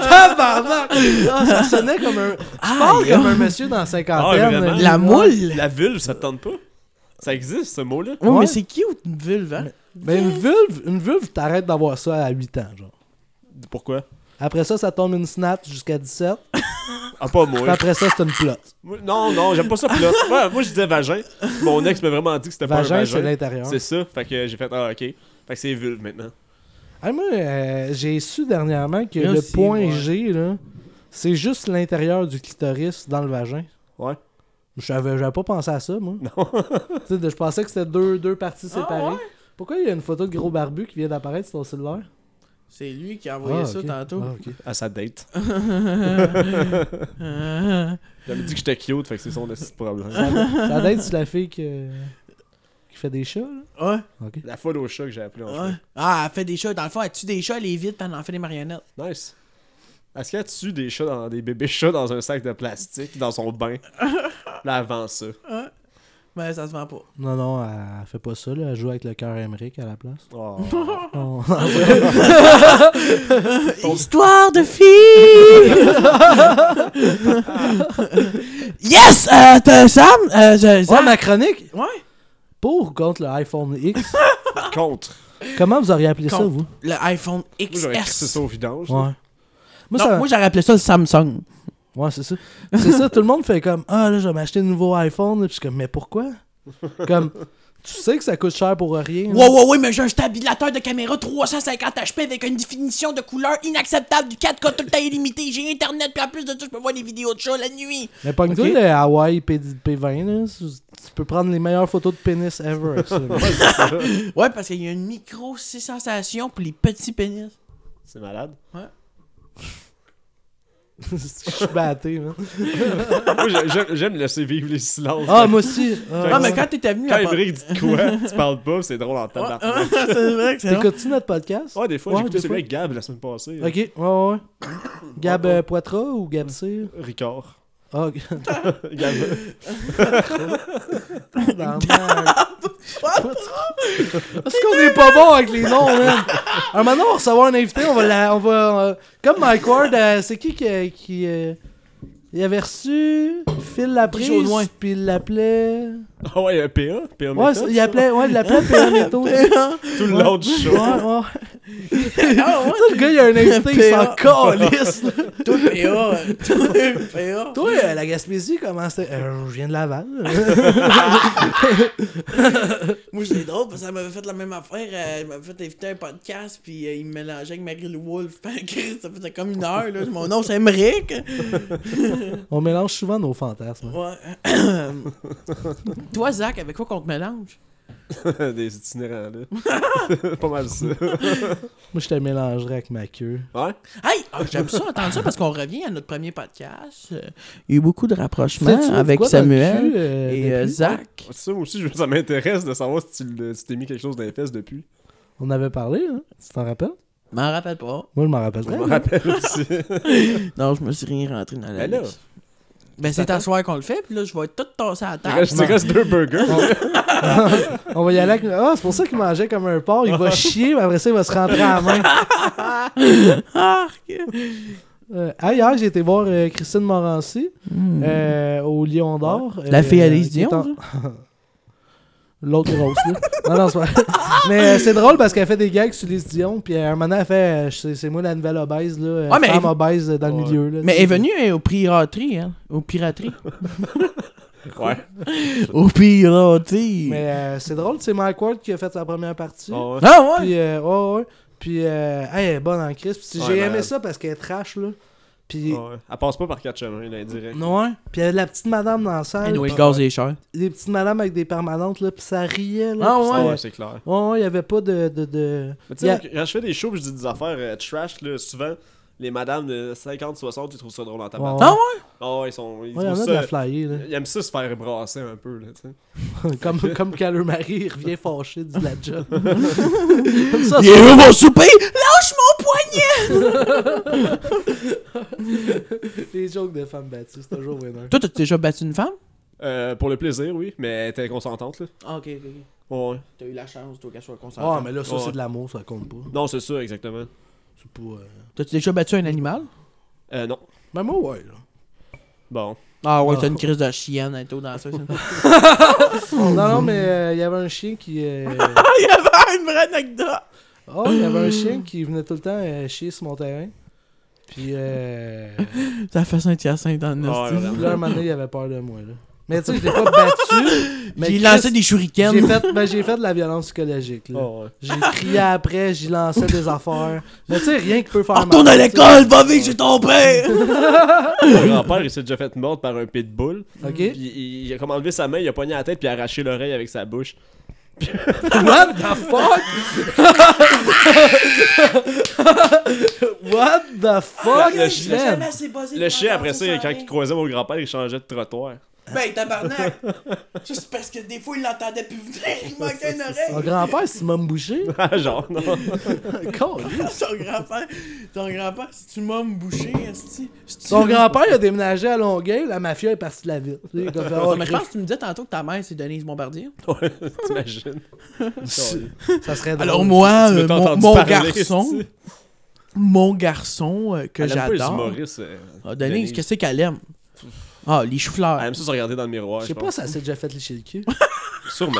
[SPEAKER 3] Tabarnak! Ah, ça sonnait comme un. Je parle
[SPEAKER 2] Aïe,
[SPEAKER 3] comme un monsieur dans la cinquantaine.
[SPEAKER 4] Ah, vraiment?
[SPEAKER 3] là.
[SPEAKER 2] La moule?
[SPEAKER 4] La vulve, ça te tente pas? Ça existe, ce mot-là?
[SPEAKER 2] Oui,
[SPEAKER 3] Ouais.
[SPEAKER 2] mais c'est cute, une vulve, hein?
[SPEAKER 3] Ben, une vulve, une vulve t'arrêtes d'avoir ça à 8 ans, genre.
[SPEAKER 4] Pourquoi?
[SPEAKER 3] Après ça, ça tombe une snatch jusqu'à 17.
[SPEAKER 4] Ah, pas
[SPEAKER 3] Puis
[SPEAKER 4] moi.
[SPEAKER 3] après ça, c'est une plotte.
[SPEAKER 4] Moi- Non, non, j'aime pas ça plot. Ouais, moi, je disais vagin. Mon ex m'a vraiment dit que c'était pas un
[SPEAKER 3] Vagin, c'est
[SPEAKER 4] vagin.
[SPEAKER 3] l'intérieur.
[SPEAKER 4] C'est ça. Fait que j'ai fait, ah, ok. Fait que c'est vulve maintenant.
[SPEAKER 3] Ah, moi, euh, j'ai su dernièrement que
[SPEAKER 2] Là
[SPEAKER 3] le
[SPEAKER 2] aussi,
[SPEAKER 3] point
[SPEAKER 2] ouais.
[SPEAKER 3] G, là, c'est juste l'intérieur du clitoris dans le vagin.
[SPEAKER 4] Ouais.
[SPEAKER 3] Je savais- J'avais pas pensé à ça, moi.
[SPEAKER 4] Non.
[SPEAKER 3] Tu sais, de- je pensais que c'était deux, deux parties
[SPEAKER 2] Ah,
[SPEAKER 3] séparées. Pourquoi il y a une photo de gros barbu qui vient d'apparaître sur ton cellulaire?
[SPEAKER 2] C'est lui qui a envoyé
[SPEAKER 3] Ah,
[SPEAKER 2] ça
[SPEAKER 3] ok.
[SPEAKER 2] tantôt.
[SPEAKER 3] Ah, ok.
[SPEAKER 4] À sa date.
[SPEAKER 2] Euh,
[SPEAKER 4] J'avais dit que j'étais cute, fait que c'est son petit problème.
[SPEAKER 3] Ça date sur la fille que- qui fait des chats, là?
[SPEAKER 2] ouais,
[SPEAKER 3] Ok.
[SPEAKER 4] La folle au chat que j'ai appelé en
[SPEAKER 2] ouais. Ah, elle fait des chats. Dans le fond, elle tue des chats, elle est vide, puis elle en fait des marionnettes.
[SPEAKER 4] fait. Nice. Est-ce qu'elle tue des chats dans des bébés chats dans un sac de plastique dans son bain? Là avant ça.
[SPEAKER 2] Mais ça se vend pas.
[SPEAKER 3] Non, non, elle fait pas ça, là. Elle joue avec le cœur Emmerich à la place.
[SPEAKER 4] Oh.
[SPEAKER 2] Ah.
[SPEAKER 3] Non. Euh,
[SPEAKER 2] Histoire de fille! yes! Euh, t'as- Sam? Euh, je-
[SPEAKER 3] Ouais,
[SPEAKER 2] Zach?
[SPEAKER 3] ma chronique!
[SPEAKER 2] Ouais.
[SPEAKER 3] Pour ou contre le iPhone X?
[SPEAKER 4] Contre.
[SPEAKER 3] Comment vous auriez appelé ça,
[SPEAKER 2] Contre.
[SPEAKER 3] vous?
[SPEAKER 2] Le iPhone
[SPEAKER 4] Moi j'aurais crissé
[SPEAKER 2] XS.
[SPEAKER 4] ça au vidange. là.
[SPEAKER 3] Ouais. Moi,
[SPEAKER 2] non,
[SPEAKER 3] ça...
[SPEAKER 2] moi j'aurais appelé ça le Samsung.
[SPEAKER 3] Ouais, c'est ça. C'est ça, tout le monde fait comme Ah, là, je vais m'acheter un nouveau iPhone. Puis je suis comme Mais pourquoi Comme, tu sais que ça coûte cher pour rien. là.
[SPEAKER 2] Ouais, ouais, ouais, mais j'ai un stabilateur de caméra 350 HP avec une définition de couleur inacceptable du 4K tout le temps illimité. J'ai internet, puis en plus de ça, je peux voir des vidéos de chat la nuit.
[SPEAKER 3] Mais pogne-toi
[SPEAKER 2] Ok.
[SPEAKER 3] le Hawaii P- P20, là. Tu peux prendre les meilleures photos de pénis ever. avec ça, là.
[SPEAKER 2] Ouais, parce qu'il y a une micro sensation pour les petits pénis.
[SPEAKER 4] C'est malade.
[SPEAKER 3] Je suis batté, man.
[SPEAKER 4] Moi, j'ai- j'ai- j'aime laisser vivre les silences.
[SPEAKER 3] Ah, moi aussi. Ah,
[SPEAKER 2] Non,
[SPEAKER 3] ouais.
[SPEAKER 2] mais quand t'étais venu
[SPEAKER 4] Quand
[SPEAKER 2] à
[SPEAKER 4] Émeric dit de quoi, tu parles pas, c'est drôle en tête.
[SPEAKER 2] Ouais, ouais, c'est vrai que c'est long.
[SPEAKER 3] T'écoutes-tu notre podcast?
[SPEAKER 4] Ouais, des fois,
[SPEAKER 3] Ouais,
[SPEAKER 4] j'ai écouté
[SPEAKER 3] des
[SPEAKER 4] celui
[SPEAKER 3] fois.
[SPEAKER 4] avec Gab la semaine passée.
[SPEAKER 3] Ok, ouais, ouais. ouais. Gab euh, Poitras ou Gab Cyr?
[SPEAKER 4] Ricard.
[SPEAKER 3] Ah, Gab.
[SPEAKER 4] Gab.
[SPEAKER 3] Poitras! Est-ce qu'on est pas bon avec les noms, man? Un moment, donné, on va recevoir un invité, on va la. On va, euh, comme Mike Ward, euh, c'est qui qui. euh, qui, euh, il avait reçu Phil
[SPEAKER 2] Toujours
[SPEAKER 3] Laprise,
[SPEAKER 2] loin.
[SPEAKER 3] puis il l'appelait.
[SPEAKER 4] Ah ouais, il y a un PA. PA
[SPEAKER 3] Ouais,
[SPEAKER 4] méthode,
[SPEAKER 3] il
[SPEAKER 4] ça.
[SPEAKER 3] l'appelait, ouais, il l'appelait Péraméto. Ouais,
[SPEAKER 4] Tout le long du show.
[SPEAKER 3] ouais.
[SPEAKER 2] Ah, ouais,
[SPEAKER 3] Ça, le gars, il a un invité, il s'en
[SPEAKER 2] PA.
[SPEAKER 3] calisse. là.
[SPEAKER 2] toi, PA. euh, Toi, PA.
[SPEAKER 3] Toi, euh, la Gaspésie, comment c'était? Euh, je viens de Laval.
[SPEAKER 2] Moi, c'est drôle parce qu'elle m'avait fait la même affaire. euh, Elle m'avait fait inviter à un podcast, puis euh, il me mélangeait avec Marie-Lou Wolfe. Puis, Chris, ça faisait comme une heure. Là. Mon nom, c'est Emmerich.
[SPEAKER 3] On mélange souvent nos fantasmes.
[SPEAKER 2] Ouais. Toi, Zach, avec quoi qu'on te mélange
[SPEAKER 4] Des itinérants, là. pas mal ça.
[SPEAKER 3] Moi, je te mélangerais avec ma queue.
[SPEAKER 4] Ouais?
[SPEAKER 2] Hey, ah, j'aime ça, entendre ça, parce qu'on revient à notre premier podcast. Euh, Il y a eu beaucoup de rapprochements
[SPEAKER 3] Sais-tu
[SPEAKER 2] avec
[SPEAKER 3] pourquoi dans le
[SPEAKER 2] Samuel
[SPEAKER 3] cul, euh,
[SPEAKER 2] et euh,
[SPEAKER 3] depuis?
[SPEAKER 2] Zach.
[SPEAKER 4] Ça moi aussi, je- ça m'intéresse de savoir si tu le- si t'es mis quelque chose dans les fesses depuis.
[SPEAKER 3] On avait parlé, hein? Tu t'en rappelles?
[SPEAKER 2] Je m'en rappelle pas.
[SPEAKER 3] Moi, je m'en rappelle
[SPEAKER 4] Je
[SPEAKER 3] très
[SPEAKER 4] me
[SPEAKER 3] bien.
[SPEAKER 4] rappelle aussi.
[SPEAKER 2] Non, je me suis rien rentré dans la
[SPEAKER 4] Ben là.
[SPEAKER 2] liste. Ben, c'est à soir qu'on le fait, puis là, je vais être tout tassé à la
[SPEAKER 4] Il
[SPEAKER 2] table.
[SPEAKER 4] reste, il reste deux burgers.
[SPEAKER 3] On va y aller avec. Ah, c'est pour ça qu'il mangeait comme un porc. Il va chier, mais après ça, il va se rentrer à la main.
[SPEAKER 2] Ah,
[SPEAKER 3] Euh, ah, hier, j'ai été voir euh, Christine Morancy euh, au Lion d'Or.
[SPEAKER 2] Hmm. La
[SPEAKER 3] euh,
[SPEAKER 2] fille Alice
[SPEAKER 3] qui est
[SPEAKER 2] Dion,
[SPEAKER 3] en- L'autre grosse, là. Non, non, c'est pas... Mais euh, c'est drôle parce qu'elle fait des gags sur Alice Dion, puis euh, un moment, elle fait euh, c'est, c'est moi la nouvelle obèse, là. euh,
[SPEAKER 2] Ouais, mais
[SPEAKER 3] femme
[SPEAKER 2] elle-
[SPEAKER 3] obèse euh, dans le
[SPEAKER 4] Ouais.
[SPEAKER 3] milieu, là.
[SPEAKER 2] Mais elle est venue hein, aux pirateries, hein? Aux pirateries.
[SPEAKER 4] Ouais.
[SPEAKER 2] aux pirateries.
[SPEAKER 4] Mm.
[SPEAKER 3] Mais euh, c'est drôle, c'est Mike Ward qui a fait sa première partie.
[SPEAKER 4] Ah ouais.
[SPEAKER 2] Ah, ouais!
[SPEAKER 3] Puis, euh, ouais, ouais. Puis, euh, hey, elle est bonne en crise. Puis,
[SPEAKER 4] Ouais,
[SPEAKER 3] j'ai aimé
[SPEAKER 4] malade.
[SPEAKER 3] ça parce qu'elle est trash, là. Puis,
[SPEAKER 4] Ah ouais. Elle passe pas par quatre chemins, là, direct.
[SPEAKER 3] ouais. Puis, il y avait la petite madame dans la salle.
[SPEAKER 2] Anyway, le gaz est cher.
[SPEAKER 3] Des petites madames avec des permanentes, là. Puis, ça riait, là.
[SPEAKER 2] Ah,
[SPEAKER 3] puis
[SPEAKER 4] Ah
[SPEAKER 3] c'était-
[SPEAKER 4] ouais, c'est clair.
[SPEAKER 3] Ouais, ouais, il y avait pas de. de, de...
[SPEAKER 4] Mais tu sais,
[SPEAKER 3] Yeah.
[SPEAKER 4] quand je fais des shows pis je dis des affaires euh, trash, là, souvent, les madames de 50-60, ils trouvent ça drôle en tabac.
[SPEAKER 3] Ouais,
[SPEAKER 2] Ah,
[SPEAKER 3] ouais.
[SPEAKER 2] ouais!
[SPEAKER 4] Ah ouais, ils sont. Ils
[SPEAKER 3] Ouais, il y en
[SPEAKER 4] trouvent
[SPEAKER 3] a de la
[SPEAKER 4] ça.
[SPEAKER 3] flyer, là.
[SPEAKER 4] Ils aiment ça se faire brasser un peu, là, tu sais.
[SPEAKER 3] comme, comme quand leur mari il revient fâché de la job. comme ça,
[SPEAKER 2] Il
[SPEAKER 3] c'est-
[SPEAKER 2] est où mon souper? Lâche mon poignet!
[SPEAKER 3] les jokes de femmes battues, c'est toujours winner.
[SPEAKER 2] Toi, t'as déjà battu une femme?
[SPEAKER 4] Euh, pour le plaisir, oui, mais elle était consentante, là.
[SPEAKER 2] Ah, ok, ok. ok.
[SPEAKER 4] Ouais.
[SPEAKER 2] T'as eu la chance, toi, qu'elle soit consentante.
[SPEAKER 3] Ah, mais là, ça,
[SPEAKER 4] Ouais.
[SPEAKER 3] c'est de l'amour, ça compte pas.
[SPEAKER 4] Non, c'est ça, exactement.
[SPEAKER 3] C'est pas. euh,
[SPEAKER 2] Ah. T'as-tu déjà battu un animal?
[SPEAKER 4] Euh, non.
[SPEAKER 3] Ben, moi, ouais, là.
[SPEAKER 4] Bon.
[SPEAKER 2] Ah ouais, Ah,
[SPEAKER 3] Ah.
[SPEAKER 2] t'as une crise de chienne un taux dans ça. Il
[SPEAKER 3] Non, non, mais euh, il y avait un chien qui. euh,
[SPEAKER 2] y avait une vraie anecdote.
[SPEAKER 3] Oh, il y avait un chien qui venait tout le temps euh, chier sur mon terrain. Puis, euh,
[SPEAKER 2] Ça fait Saint-Hyacinthe dans le
[SPEAKER 4] Ah,
[SPEAKER 2] nostalgie.
[SPEAKER 4] ouais,
[SPEAKER 3] là, un moment donné, il avait peur de moi. Là. Mais tu sais, je l'ai pas battu. mais
[SPEAKER 2] J'ai
[SPEAKER 3] Chris,
[SPEAKER 2] lancé des
[SPEAKER 3] J'ai
[SPEAKER 2] shurikens.
[SPEAKER 3] fait, ben, j'ai fait de la violence psychologique. là.
[SPEAKER 4] Ah ouais.
[SPEAKER 3] J'ai crié après, j'ai lancé des affaires. Mais tu sais, rien qui peut faire
[SPEAKER 2] Retourne à
[SPEAKER 3] mal, tu sais.
[SPEAKER 2] l'école, va vite, j'ai ton père!
[SPEAKER 4] Mon grand-père, il s'est déjà fait mordre par un pitbull. Puis
[SPEAKER 3] Ok?
[SPEAKER 4] il, il a comme enlevé sa main, il a pogné la tête, puis il a arraché l'oreille avec sa bouche.
[SPEAKER 3] What the fuck? What the
[SPEAKER 2] Oh,
[SPEAKER 3] fuck?
[SPEAKER 4] Le chien-
[SPEAKER 3] man?
[SPEAKER 4] Le chien, après ça, quand il croisait mon grand-père, il changeait de trottoir.
[SPEAKER 2] hein. Ben, tabarnak! Juste parce que des fois, il l'entendait plus venir, il manquait une
[SPEAKER 3] Mon
[SPEAKER 2] oreille.
[SPEAKER 3] grand-père, c'est Mom Boucher.
[SPEAKER 4] Ah, genre, non.
[SPEAKER 3] Caliste.
[SPEAKER 2] Son grand-père, ton grand-père, si tu m'as me bouché, est-ce
[SPEAKER 3] Son grand-père, il a déménagé à Longueuil, la mafia est partie de la ville. Tu sais, il a
[SPEAKER 4] Ah,
[SPEAKER 3] fait, oh,
[SPEAKER 2] mais je pense que tu me disais tantôt que ta mère, c'est Denise Bombardier.
[SPEAKER 4] Ouais, T'imagines? Ah, Tu
[SPEAKER 3] Ça serait drôle.
[SPEAKER 2] Alors, moi,
[SPEAKER 4] m'as
[SPEAKER 2] euh,
[SPEAKER 4] t'as
[SPEAKER 2] mon,
[SPEAKER 4] entendu
[SPEAKER 2] mon
[SPEAKER 4] parler,
[SPEAKER 2] garçon,
[SPEAKER 4] c'est-tu?
[SPEAKER 2] mon garçon euh, que
[SPEAKER 4] Elle aime pas les
[SPEAKER 2] j'adore.
[SPEAKER 4] humoristes, euh,
[SPEAKER 2] Ah,
[SPEAKER 4] Denise.
[SPEAKER 2] Denise, qu'est-ce qu'elle aime? Ah, les choux-fleurs.
[SPEAKER 4] Elle aime ça se regarder dans le miroir.
[SPEAKER 3] Je sais
[SPEAKER 4] je
[SPEAKER 3] pas,
[SPEAKER 4] pense.
[SPEAKER 3] ça s'est déjà fait lécher le cul.
[SPEAKER 4] Sûrement.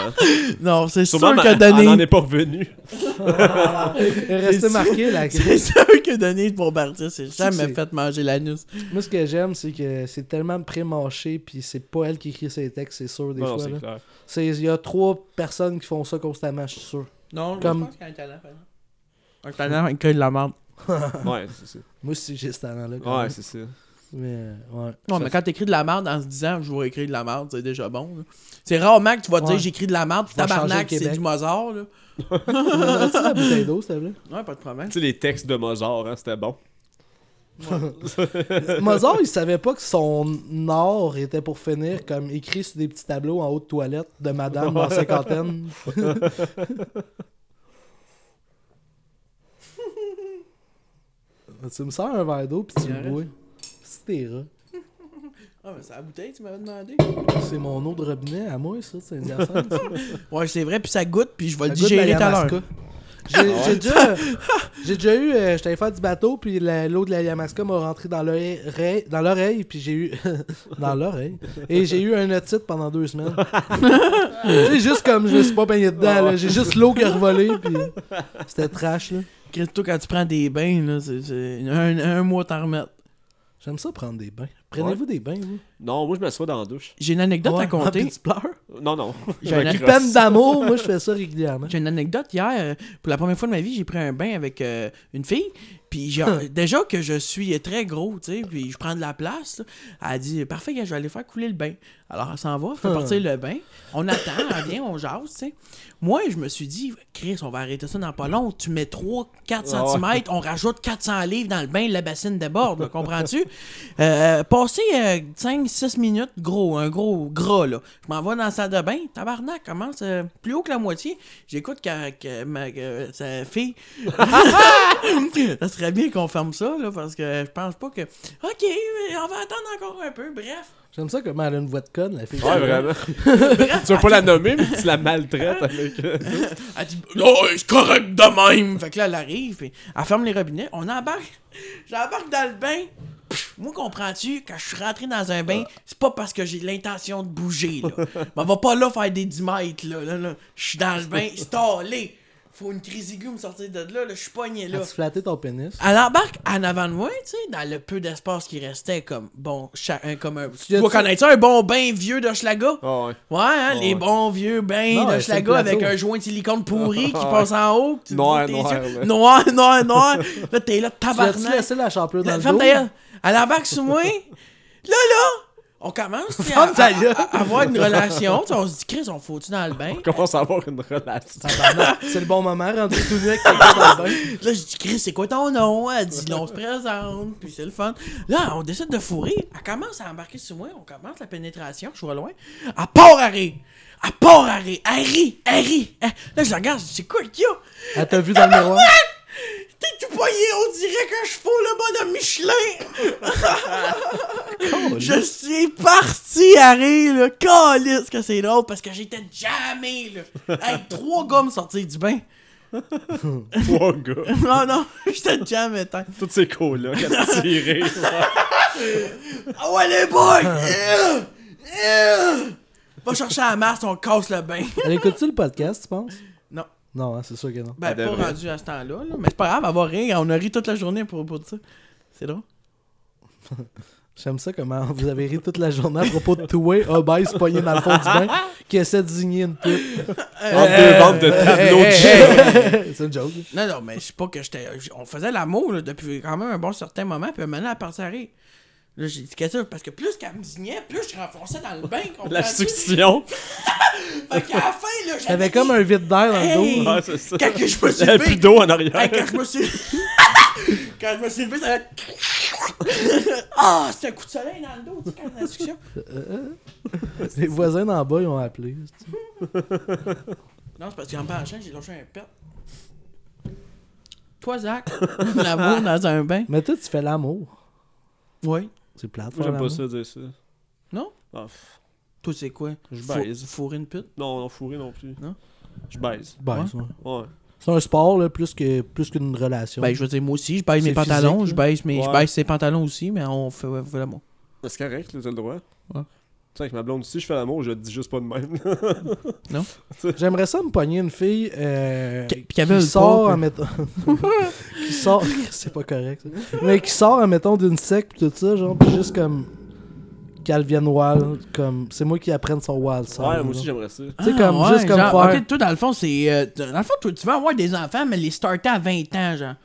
[SPEAKER 2] Non, c'est sûr que
[SPEAKER 4] Sûrement, mais elle- elle n'en
[SPEAKER 2] Denis.
[SPEAKER 4] est pas revenue.
[SPEAKER 3] Restez marqué là.
[SPEAKER 2] C'est sûr que Denis pour partir, c'est jamais
[SPEAKER 3] c'est-
[SPEAKER 2] fait manger l'anus.
[SPEAKER 3] Moi, ce que j'aime, c'est que c'est tellement pré-mâché, puis c'est pas elle qui écrit ses textes, c'est sûr, des
[SPEAKER 4] Non,
[SPEAKER 3] fois.
[SPEAKER 4] c'est
[SPEAKER 3] là.
[SPEAKER 4] clair.
[SPEAKER 3] C'est- Il y a trois personnes qui font ça constamment, je suis sûr.
[SPEAKER 2] Non, je
[SPEAKER 3] Comme-
[SPEAKER 2] pense qu'un talent, par exemple. Un talent, il cueille de la merde.
[SPEAKER 4] Ouais, c'est ça.
[SPEAKER 3] Moi aussi, j'ai ce talent-là. quand
[SPEAKER 4] Ouais,
[SPEAKER 3] même.
[SPEAKER 4] c'est ça.
[SPEAKER 3] Mais, euh, ouais.
[SPEAKER 2] Non,
[SPEAKER 4] Ça-
[SPEAKER 2] mais quand t'écris de la merde en se disant je vais écrire de la merde, c'est déjà bon. là. C'est rarement que tu vas te
[SPEAKER 3] Ouais.
[SPEAKER 2] dire j'écris de la merde, puis
[SPEAKER 3] Je vais changer
[SPEAKER 2] tabarnak, c'est
[SPEAKER 3] le Québec.
[SPEAKER 2] du Mozart. Là.
[SPEAKER 3] Euh, as-tu la bouteille d'eau, s'il te plaît?
[SPEAKER 2] Ouais, pas de problème.
[SPEAKER 4] Tu sais, les textes de Mozart, hein, c'était bon.
[SPEAKER 3] Mozart, il savait pas que son or était pour finir comme écrit sur des petits tableaux en haut de toilette de madame dans la cinquantaine. tu me sers un verre d'eau puis tu le bois. C'est tes rats.
[SPEAKER 2] Ah, mais c'est la bouteille, tu m'avais demandé.
[SPEAKER 3] C'est mon eau de robinet à moi, ça. C'est une hyacinthe, ça.
[SPEAKER 2] Ouais, c'est vrai, puis ça goûte, puis je vais
[SPEAKER 3] Ça
[SPEAKER 2] le
[SPEAKER 3] goûte la
[SPEAKER 2] digérer tout à l'heure.
[SPEAKER 3] Yamaska. J'ai j'ai déjà, j'ai déjà eu, euh, j'étais allé faire du bateau, puis la- l'eau de la Yamaska m'a rentré dans l'oreille, ray- dans l'oreille, puis j'ai eu, dans l'oreille, et j'ai eu un otite pendant deux semaines. c'est juste comme je me suis pas baigné dedans, là, j'ai juste l'eau qui a revolé, puis c'était trash là.
[SPEAKER 2] Christo, quand tu prends des bains, là, c'est, c'est un, un mois t'en remettre.
[SPEAKER 3] J'aime ça prendre des bains. Prenez-vous des bains, vous.
[SPEAKER 4] Non, moi, je m'assois dans la douche.
[SPEAKER 2] J'ai une anecdote
[SPEAKER 3] Ouais.
[SPEAKER 2] à
[SPEAKER 3] Ah, puis
[SPEAKER 2] conter.
[SPEAKER 3] tu pleures.
[SPEAKER 4] Non, non.
[SPEAKER 2] J'ai
[SPEAKER 4] Je
[SPEAKER 2] un
[SPEAKER 4] me
[SPEAKER 2] appel
[SPEAKER 4] crosse.
[SPEAKER 3] Peine d'amour, moi je fais ça régulièrement.
[SPEAKER 2] J'ai une anecdote hier. euh, Pour la première fois de ma vie, j'ai pris un bain avec euh, une fille. Puis j'ai- déjà que je suis très gros, tu sais, puis je prends de la place. là. Elle a dit Parfait, gars, je vais aller faire couler le bain. Alors elle s'en va, fait partir le bain. On attend, elle vient, on jase, tu sais. Moi, je me suis dit Chris, on va arrêter ça dans pas long. Tu mets 3-4
[SPEAKER 4] Ah ouais.
[SPEAKER 2] cm, on rajoute 400 livres dans le bain, la bassine déborde, là, comprends-tu Euh, Passé 5-6 minutes, gros, un gros gras, là. Je m'en vais dans la salle de bain, tabarnak, commence euh, plus haut que la moitié. J'écoute que, que ma que sa fille ça serait bien qu'on ferme ça, là, parce que je pense pas que. Ok, mais on va attendre encore un peu, bref.
[SPEAKER 3] J'aime ça comment elle a une voix de conne, la fille.
[SPEAKER 4] Ouais, vraiment. tu veux pas la nommer, mais tu la maltraites avec. euh,
[SPEAKER 2] Elle dit, non, c'est correct de même. Fait que là, elle arrive, puis elle ferme les robinets, on embarque. J'embarque dans le bain. Pff, Moi, comprends-tu, quand je suis rentré dans un bain, c'est pas parce que j'ai l'intention de bouger, là. Mais on va pas là faire des 10 mètres, là. là, là. Je suis dans le bain, stallé. Faut une crise aiguë me sortir de là, là. Je suis pogné, là.
[SPEAKER 3] As-tu flatté ton pénis?
[SPEAKER 2] Elle embarque en avant de moi, tu sais, dans le peu d'espace qui restait, comme bon, chacun comme un. Tu
[SPEAKER 3] l'as
[SPEAKER 2] dois
[SPEAKER 3] dit-
[SPEAKER 2] connaître ça, un bon bain vieux d'Hochelaga?
[SPEAKER 4] Ah ouais.
[SPEAKER 2] Ouais, hein, les
[SPEAKER 4] ouais.
[SPEAKER 2] bons vieux bains
[SPEAKER 3] Non, ouais, c'est le
[SPEAKER 2] d'Hochelaga avec
[SPEAKER 3] plateau.
[SPEAKER 2] un joint de silicone pourri qui passe en haut. que tu
[SPEAKER 4] Noir,
[SPEAKER 2] vois tes
[SPEAKER 4] noir,
[SPEAKER 2] yeux-
[SPEAKER 4] là.
[SPEAKER 2] Noir, noir, noir. Là, t'es là,
[SPEAKER 3] Tu as-tu
[SPEAKER 2] tabarnak.
[SPEAKER 3] laissé la champlure dans
[SPEAKER 2] La
[SPEAKER 3] le
[SPEAKER 2] femme
[SPEAKER 3] dos?
[SPEAKER 2] d'ailleurs, elle embarque sur moi. Là, là, on commence tu sais, à,
[SPEAKER 3] Ferme ta gueule.
[SPEAKER 2] à- à avoir une relation. tu sais, On se dit, Chris, on faut-tu dans le bain?
[SPEAKER 4] On commence à avoir une relation.
[SPEAKER 3] Tabarnak, C'est le bon moment, rendu tout nu avec quelqu'un dans le bain.
[SPEAKER 2] Là, je dis, Chris, c'est quoi ton nom? Elle dit, on se présente, puis c'est le fun. Là, on décide de fourrer. Elle commence à embarquer sur moi, on commence la pénétration, je vois loin. Elle part à rire. Elle part à rire. Elle rit, elle rit. Elle- Là, je la regarde, je dis, c'est quoi qu'il y a?
[SPEAKER 3] Elle t'a vu dans le miroir?
[SPEAKER 2] T'es tout poigné, on dirait que je fous le bonhomme Michelin. je suis parti à rire, là. Calisse que c'est drôle, parce que j'étais jamais, là. Hey, trois gars me sortir du bain.
[SPEAKER 4] Trois gars.
[SPEAKER 2] Non, non, j'étais jamais tant.
[SPEAKER 4] Tous ces colocs à tirer.
[SPEAKER 2] Ah ouais, les boys! Eww! Eww! Va chercher la masse, on casse le bain.
[SPEAKER 3] Elle écoute-tu le podcast, tu penses?
[SPEAKER 2] Non.
[SPEAKER 3] Non, hein, c'est sûr que non.
[SPEAKER 2] Ben,
[SPEAKER 4] Elle
[SPEAKER 2] pas
[SPEAKER 4] devrait.
[SPEAKER 2] rendu à ce temps-là, là. mais c'est pas grave, elle va rire. On a ri toute la journée pour, pour ça. C'est drôle.
[SPEAKER 3] J'aime ça comment vous avez ri toute la journée à propos de Toué, obèse, poigné dans le fond du bain, qui essaie de zigner une pute.
[SPEAKER 4] Entre deux bandes de tableaux de chien.
[SPEAKER 3] c'est une joke.
[SPEAKER 2] Non, non, mais c'est pas que j'étais. j- On faisait l'amour là, depuis quand même un bon certain moment, puis maintenant, elle partit à rire. Là, j'ai dit qu'est-ce que ça, parce que plus qu'elle me zignait, plus je renfonçais dans le bain.
[SPEAKER 4] La
[SPEAKER 2] comprends-tu?
[SPEAKER 4] succion.
[SPEAKER 2] Fait qu'à la fin, là, j'avais.
[SPEAKER 3] T'avais comme un vide d'air dans le
[SPEAKER 2] Hey!
[SPEAKER 3] dos.
[SPEAKER 4] Ouais, c'est ça.
[SPEAKER 2] Quand que je me suis
[SPEAKER 4] Il y avait
[SPEAKER 2] levé,
[SPEAKER 4] plus d'eau en
[SPEAKER 2] Hey,
[SPEAKER 4] arrière.
[SPEAKER 2] quand je me suis. quand je me suis levé, ça a- Ah, c'était un coup de soleil dans le dos, tu sais, quand la suction.
[SPEAKER 3] Les voisins d'en bas, ils ont appelé.
[SPEAKER 2] Non, c'est parce qu'en penchant, j'ai lâché un pet. Toi, Zach, l'amour dans un bain.
[SPEAKER 3] Mais toi, tu fais l'amour.
[SPEAKER 2] Oui.
[SPEAKER 3] C'est plate.
[SPEAKER 4] Moi,
[SPEAKER 3] faire
[SPEAKER 4] j'aime pas
[SPEAKER 3] l'amour.
[SPEAKER 4] ça dire ça.
[SPEAKER 2] Non?
[SPEAKER 4] Ah, pff.
[SPEAKER 2] Toi, c'est quoi?
[SPEAKER 4] Je
[SPEAKER 2] Fou-
[SPEAKER 4] baise.
[SPEAKER 2] Fourrer une pute?
[SPEAKER 4] Non, non, fourré non plus.
[SPEAKER 2] Non?
[SPEAKER 4] Je baise.
[SPEAKER 3] Ben, c'est-
[SPEAKER 4] Ouais.
[SPEAKER 3] C'est un sport, là, plus que- plus qu'une relation.
[SPEAKER 2] Ben, je veux dire, moi aussi, je baisse mes
[SPEAKER 3] C'est physique,
[SPEAKER 2] pantalons,
[SPEAKER 3] là.
[SPEAKER 2] je baisse, mes, je
[SPEAKER 4] Ouais.
[SPEAKER 2] baisse ses pantalons aussi, mais on fait, on fait l'amour.
[SPEAKER 4] C'est correct, là, t'as le droit.
[SPEAKER 2] Ouais.
[SPEAKER 4] sais, avec ma blonde, si je fais l'amour, je le dis juste pas de même.
[SPEAKER 3] J'aimerais ça me pogner une fille euh,
[SPEAKER 2] Qui- qui
[SPEAKER 3] qui
[SPEAKER 2] avait le
[SPEAKER 3] sort,
[SPEAKER 2] corps, hein.
[SPEAKER 3] admettons. qui sort. C'est pas correct, ça. Mais qui sort, admettons, d'une secte, pis tout ça, genre, pis juste comme. Qu'elle vienne wild, comme. C'est moi qui apprenne son wild song.
[SPEAKER 4] ouais, moi aussi,
[SPEAKER 3] genre.
[SPEAKER 4] j'aimerais ça.
[SPEAKER 3] Tu sais, comme,
[SPEAKER 2] Ah,
[SPEAKER 3] juste comme
[SPEAKER 2] genre,
[SPEAKER 3] faire.
[SPEAKER 2] Ok, toi, dans le fond, c'est. euh, dans le fond, toi, tu veux avoir des enfants, mais les starter à 20 ans, genre.